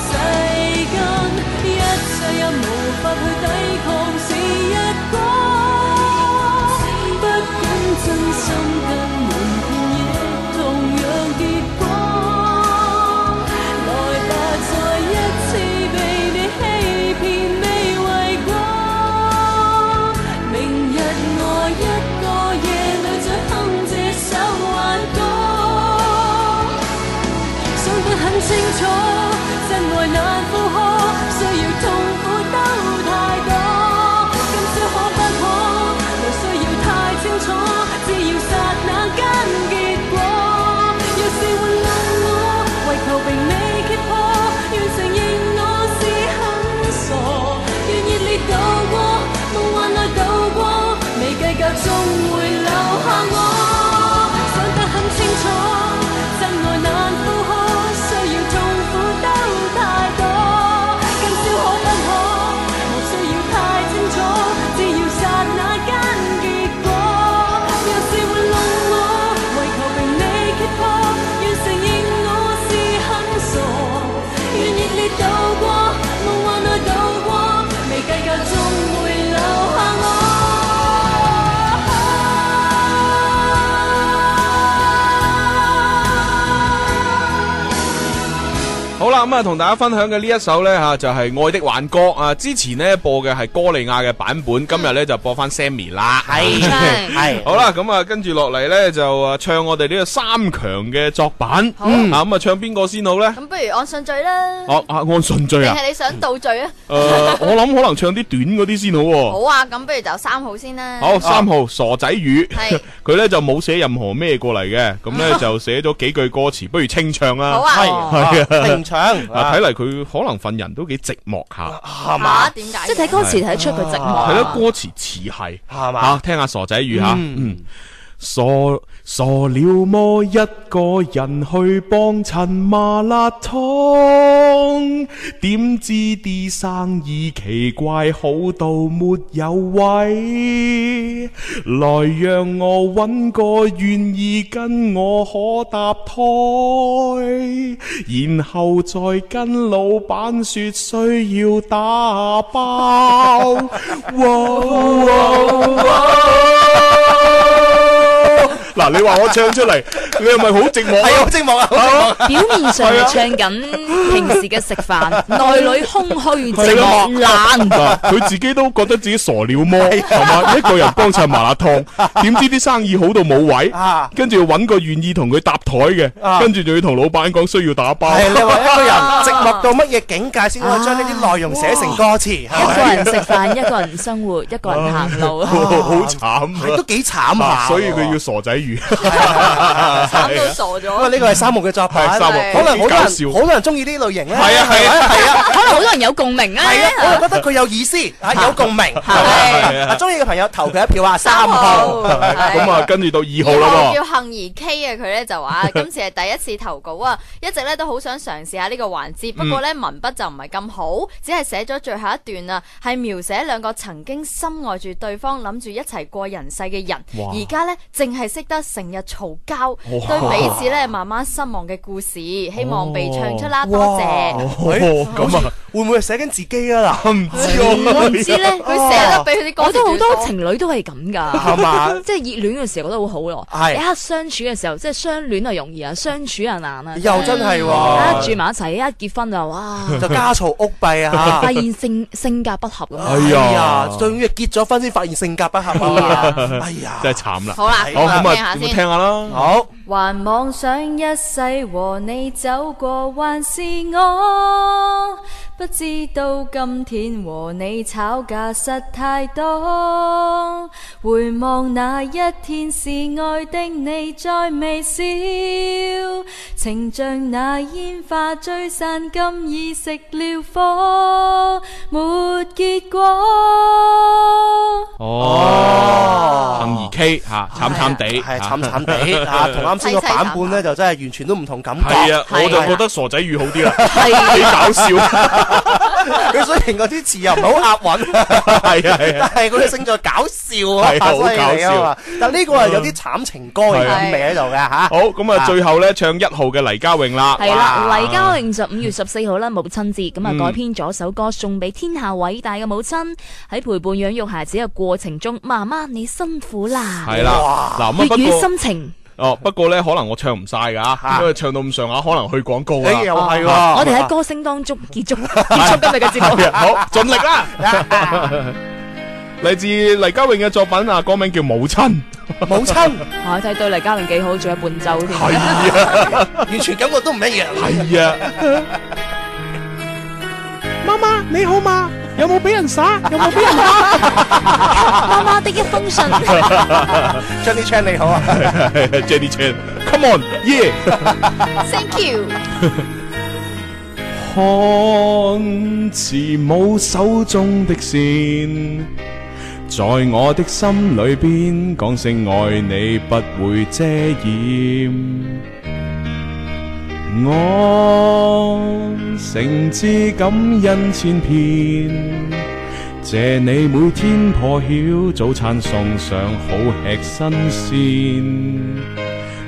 [SPEAKER 9] 世間一切也無法去抵抗是一個，不管真心跟瞞騙亦同樣結果。來吧，再一次被你欺騙未為過，明日我一個夜裏再哼這首幻歌。想得很清楚，真愛難負荷，需要痛苦都太多。今宵可不可，無需要太清楚，只要剎那間結果。若是玩弄我，為求被你揭破，願承認我是很傻，願熱烈度過，夢幻內度過，未計較終會留下我。想得很清楚，真愛難負荷，需要痛苦都太多。今宵可不可？無需要太清楚，只要剎那間結果。若是玩弄我，為求被你揭破，願承認我是很傻，願熱烈度過，夢幻內度過，未計較終會留下我。
[SPEAKER 1] 好啦，咁啊，同大家分享嘅呢一首呢，吓就係《愛的挽歌》啊，之前呢播嘅係歌利亞嘅版本，今日呢就播翻 Sammy 啦， <laughs>
[SPEAKER 2] 係係
[SPEAKER 1] 好啦，咁啊，跟住落嚟呢，就啊唱我哋呢個三強嘅作品，
[SPEAKER 3] 好
[SPEAKER 1] 啊咁啊唱邊個先好呢？
[SPEAKER 3] 咁不如按順序啦，
[SPEAKER 1] 哦啊按順序
[SPEAKER 3] 定
[SPEAKER 1] 啊，
[SPEAKER 3] 係你想倒序啊？
[SPEAKER 1] 诶，我諗可能唱啲短嗰啲先好
[SPEAKER 3] <laughs> 好
[SPEAKER 1] 喎。
[SPEAKER 3] 啊，咁不如就三號先啦。
[SPEAKER 1] 好，三號傻仔魚
[SPEAKER 3] 啊係，
[SPEAKER 1] <laughs> 佢呢就冇寫任何咩過嚟嘅，咁呢就寫咗幾句歌詞，不如清唱啦。
[SPEAKER 3] 好啊
[SPEAKER 1] 係係啊，
[SPEAKER 2] 清唱
[SPEAKER 1] 啊，睇嚟佢可能份人都幾寂寞下。
[SPEAKER 2] 係嘛？
[SPEAKER 3] 點解？
[SPEAKER 4] 即係睇歌詞睇得出佢寂寞。
[SPEAKER 1] 啊係咯，歌詞似係，
[SPEAKER 2] 係
[SPEAKER 1] 嘛？吓，聽下傻仔語吓，
[SPEAKER 6] Ừ.
[SPEAKER 1] 嗯。傻傻了麼？一個人去幫襯麻辣燙，點知啲生意奇怪，好到沒有位。來讓我揾個願意跟我可搭胎，然後再跟老闆說需要打包。 <laughs> 嗱，你話我唱出嚟，你係咪好寂寞？係
[SPEAKER 2] 好寂寞
[SPEAKER 1] 啊！
[SPEAKER 4] 表面上
[SPEAKER 1] 係啊
[SPEAKER 4] 係唱緊平時嘅食飯，
[SPEAKER 2] 啊
[SPEAKER 4] 內裏空虛寂寞冷。
[SPEAKER 1] 嗱佢自己都覺得自己傻了麼，
[SPEAKER 2] 啊
[SPEAKER 1] 係嘛？一個人幫襯麻辣燙，點知啲生意好到冇位
[SPEAKER 2] 啊，
[SPEAKER 1] 跟住要揾個願意同佢搭台嘅
[SPEAKER 2] 啊，
[SPEAKER 1] 跟住仲要同老闆講需要打包。
[SPEAKER 2] 係你話一
[SPEAKER 1] <laughs>
[SPEAKER 2] 個人寂寞到乜嘢境界先可以將呢啲內容寫成歌詞？係
[SPEAKER 4] 一個
[SPEAKER 2] 咪
[SPEAKER 4] 人食
[SPEAKER 2] <laughs>
[SPEAKER 4] 飯，一個人生活，一個人行
[SPEAKER 2] 啊
[SPEAKER 4] 路。
[SPEAKER 1] 好好慘啊，
[SPEAKER 2] 係都幾慘
[SPEAKER 1] 啊
[SPEAKER 2] 下，
[SPEAKER 1] 所以佢要傻仔魚，
[SPEAKER 3] 慘到傻咗。
[SPEAKER 2] 因為呢個係三木嘅作品，
[SPEAKER 1] 啊係三木
[SPEAKER 2] 可能好多
[SPEAKER 1] 幾搞笑
[SPEAKER 2] 人好多人中意呢類型咧。
[SPEAKER 1] 係啊係啊
[SPEAKER 2] 係啊。
[SPEAKER 4] 可能好多人有共鳴啊！
[SPEAKER 2] 係啊，我又覺得佢有意思，啊有共鳴，
[SPEAKER 1] 係啊
[SPEAKER 2] 啊中意嘅朋友投佢一票啊，三
[SPEAKER 3] 號
[SPEAKER 2] 號，
[SPEAKER 1] 咁啊，跟住到二號啦喎
[SPEAKER 3] 叫。杏兒 K 嘅佢咧
[SPEAKER 1] <laughs>
[SPEAKER 3] 就話：今次係第一次投稿啊，一直咧都好想嘗試下呢個環節，不過
[SPEAKER 1] 嗯
[SPEAKER 3] 咧文筆就唔係咁好，只係寫咗最後一段啊，係描寫兩個曾經深愛住對方、諗住一齊過人世嘅人，
[SPEAKER 9] 哇
[SPEAKER 3] 而家咧淨係識得得成日嘈交，對彼此咧慢慢失望嘅故事，希望被唱出啦，多謝。
[SPEAKER 1] 哦，咁啊，
[SPEAKER 2] 哎會唔會係寫緊自己啊？
[SPEAKER 1] 嗱，唔知喎
[SPEAKER 3] 我唔知
[SPEAKER 2] <laughs>
[SPEAKER 3] 咧，佢寫得俾佢啲歌
[SPEAKER 4] 我
[SPEAKER 3] 詞
[SPEAKER 4] 都好
[SPEAKER 3] 段
[SPEAKER 4] 多
[SPEAKER 3] 落
[SPEAKER 4] 情侶都係咁㗎，
[SPEAKER 2] 係嘛
[SPEAKER 4] 即係熱戀嘅時候覺得好好咯，
[SPEAKER 2] 係
[SPEAKER 4] 一相處嘅時候，即係相戀啊容易啊，相處啊難啊，
[SPEAKER 2] 又真係喎
[SPEAKER 4] 一住埋一齊，一結婚就哇，
[SPEAKER 2] <laughs> 就家嘈屋閉
[SPEAKER 3] <laughs>
[SPEAKER 2] 啊！
[SPEAKER 3] 哎
[SPEAKER 4] 發現性性格不合咁樣。
[SPEAKER 1] 哎呀
[SPEAKER 2] 終於結咗婚先發現性格不合啊！
[SPEAKER 3] <laughs>
[SPEAKER 1] <laughs>
[SPEAKER 2] 哎呀，
[SPEAKER 1] 真係慘啦。
[SPEAKER 3] 好啦
[SPEAKER 1] 好咁
[SPEAKER 3] 聽下
[SPEAKER 1] 啊，
[SPEAKER 3] 先
[SPEAKER 1] 咪聽下啦。
[SPEAKER 2] 好，
[SPEAKER 3] 還妄想一世和你走過，還是我不知道今天和你吵架實太多。回望那一天是愛的你在微笑，情像那煙花追散，今已熄了火，沒結果。
[SPEAKER 1] 哦，幸而 K 吓，慘慘地，
[SPEAKER 2] 係慘慘
[SPEAKER 1] <laughs>
[SPEAKER 3] 哎
[SPEAKER 2] 地啊，同啱先個版本咧就真係完全都唔同感覺。
[SPEAKER 1] 係啊，我就覺得傻仔語好啲啦，
[SPEAKER 3] 啊
[SPEAKER 2] 啊
[SPEAKER 1] 幾搞笑。
[SPEAKER 2] <laughs> 佢雖然嗰啲詞又唔係好押韻，
[SPEAKER 1] 係啊係啊
[SPEAKER 2] 但係嗰啲聲在搞笑
[SPEAKER 1] 係啊
[SPEAKER 2] 啊，
[SPEAKER 1] 好搞笑
[SPEAKER 2] 犀利啊嘛！但呢個係有啲慘情歌嘅意味喺度嘅嚇。
[SPEAKER 1] 啊好，咁啊，最後咧唱一號嘅黎家榮啦。
[SPEAKER 4] 系啦，
[SPEAKER 1] 哇
[SPEAKER 4] 黎嘉穎就五月十四號
[SPEAKER 1] <laughs>
[SPEAKER 4] 啦，母親節咁啊，
[SPEAKER 1] 嗯
[SPEAKER 4] 改編咗首歌送俾天下偉大嘅母親，喺陪伴養育孩子嘅過程中，媽媽你辛苦啦，
[SPEAKER 1] 係啦嗱咁啊
[SPEAKER 4] 粵
[SPEAKER 1] 不過
[SPEAKER 4] 語心情，
[SPEAKER 1] 哦，不過咧可能我唱唔晒噶，因為唱到咁上下可能去廣告
[SPEAKER 4] 哎
[SPEAKER 1] 啦。
[SPEAKER 2] 誒哎又係
[SPEAKER 1] 啊
[SPEAKER 2] 喎，
[SPEAKER 4] 我哋喺歌聲當中
[SPEAKER 1] <laughs>
[SPEAKER 4] 結束結束今日嘅節目，
[SPEAKER 1] 係啊好，盡力
[SPEAKER 2] <laughs>
[SPEAKER 1] 啦。嚟自黎家榮嘅作品啊，歌名叫《母親》。
[SPEAKER 4] <laughs>
[SPEAKER 2] 母親
[SPEAKER 4] 我睇對黎嘉穎幾好，仲有伴奏添，
[SPEAKER 1] 係
[SPEAKER 4] <laughs>
[SPEAKER 1] 啊，
[SPEAKER 2] 完全感覺都唔一樣。
[SPEAKER 1] 係啊，
[SPEAKER 7] 媽媽你好嘛？有冇俾人耍？有冇俾人
[SPEAKER 3] <laughs>
[SPEAKER 7] 打？
[SPEAKER 4] 媽媽的一封信，
[SPEAKER 2] Jenny Chan 你好啊
[SPEAKER 1] Jenny Chan，Come on，yeah。
[SPEAKER 3] Thank you。
[SPEAKER 1] 看慈母手中的線，在我的心裏邊講聲愛你，不會遮掩。我誠摯感恩千遍，謝你每天破曉早餐送上好吃新鮮。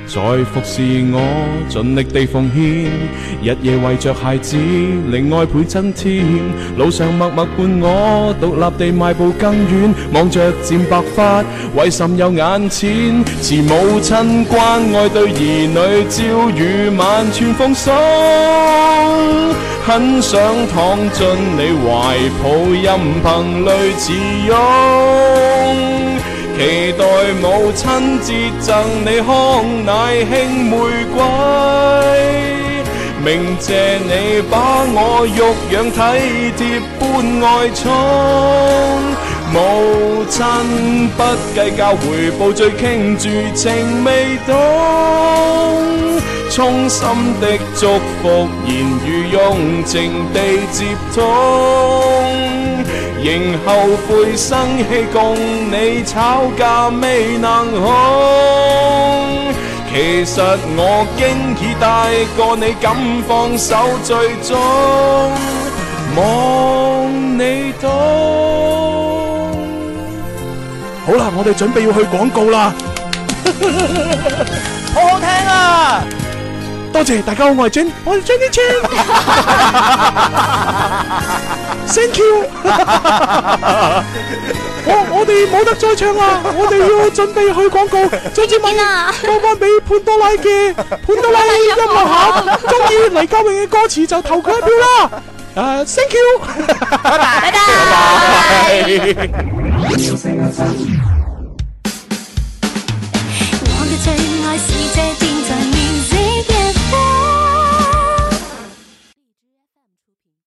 [SPEAKER 1] 在服侍我，盡力地奉獻，日夜為着孩子，令愛倍增添。路上默默伴我，獨立地邁步更遠，望着漸白髮，為甚有眼淺？慈母親關愛對兒女，朝與晚全奉送。很想躺進你懷抱，任憑淚自湧。期待母親節贈你康乃馨玫瑰，明謝你把我育養體貼般愛寵。母親不計較回報，最傾注情未懂。衷心的祝福，言語用情地接通。仍後悔生氣共你吵架未能控。其實我經已大個，你敢放手最終望你懂。好啦，我哋準備要去廣告啦，
[SPEAKER 2] 好好聽
[SPEAKER 6] à.
[SPEAKER 2] 啊！
[SPEAKER 1] 多謝大家好，我係 Jen，我係 Jenny
[SPEAKER 3] <laughs>
[SPEAKER 1] Chan，Thank you。
[SPEAKER 7] 我我哋冇得再唱啦，我哋要準備去廣告，再接問
[SPEAKER 4] 啦，
[SPEAKER 7] 交翻俾潘多拉嘅潘多拉音樂
[SPEAKER 4] <laughs>
[SPEAKER 7] 盒，中意黎家榮嘅歌詞就投佢一票啦。誒，thank you，
[SPEAKER 4] 拜拜。
[SPEAKER 16] 我嘅最愛是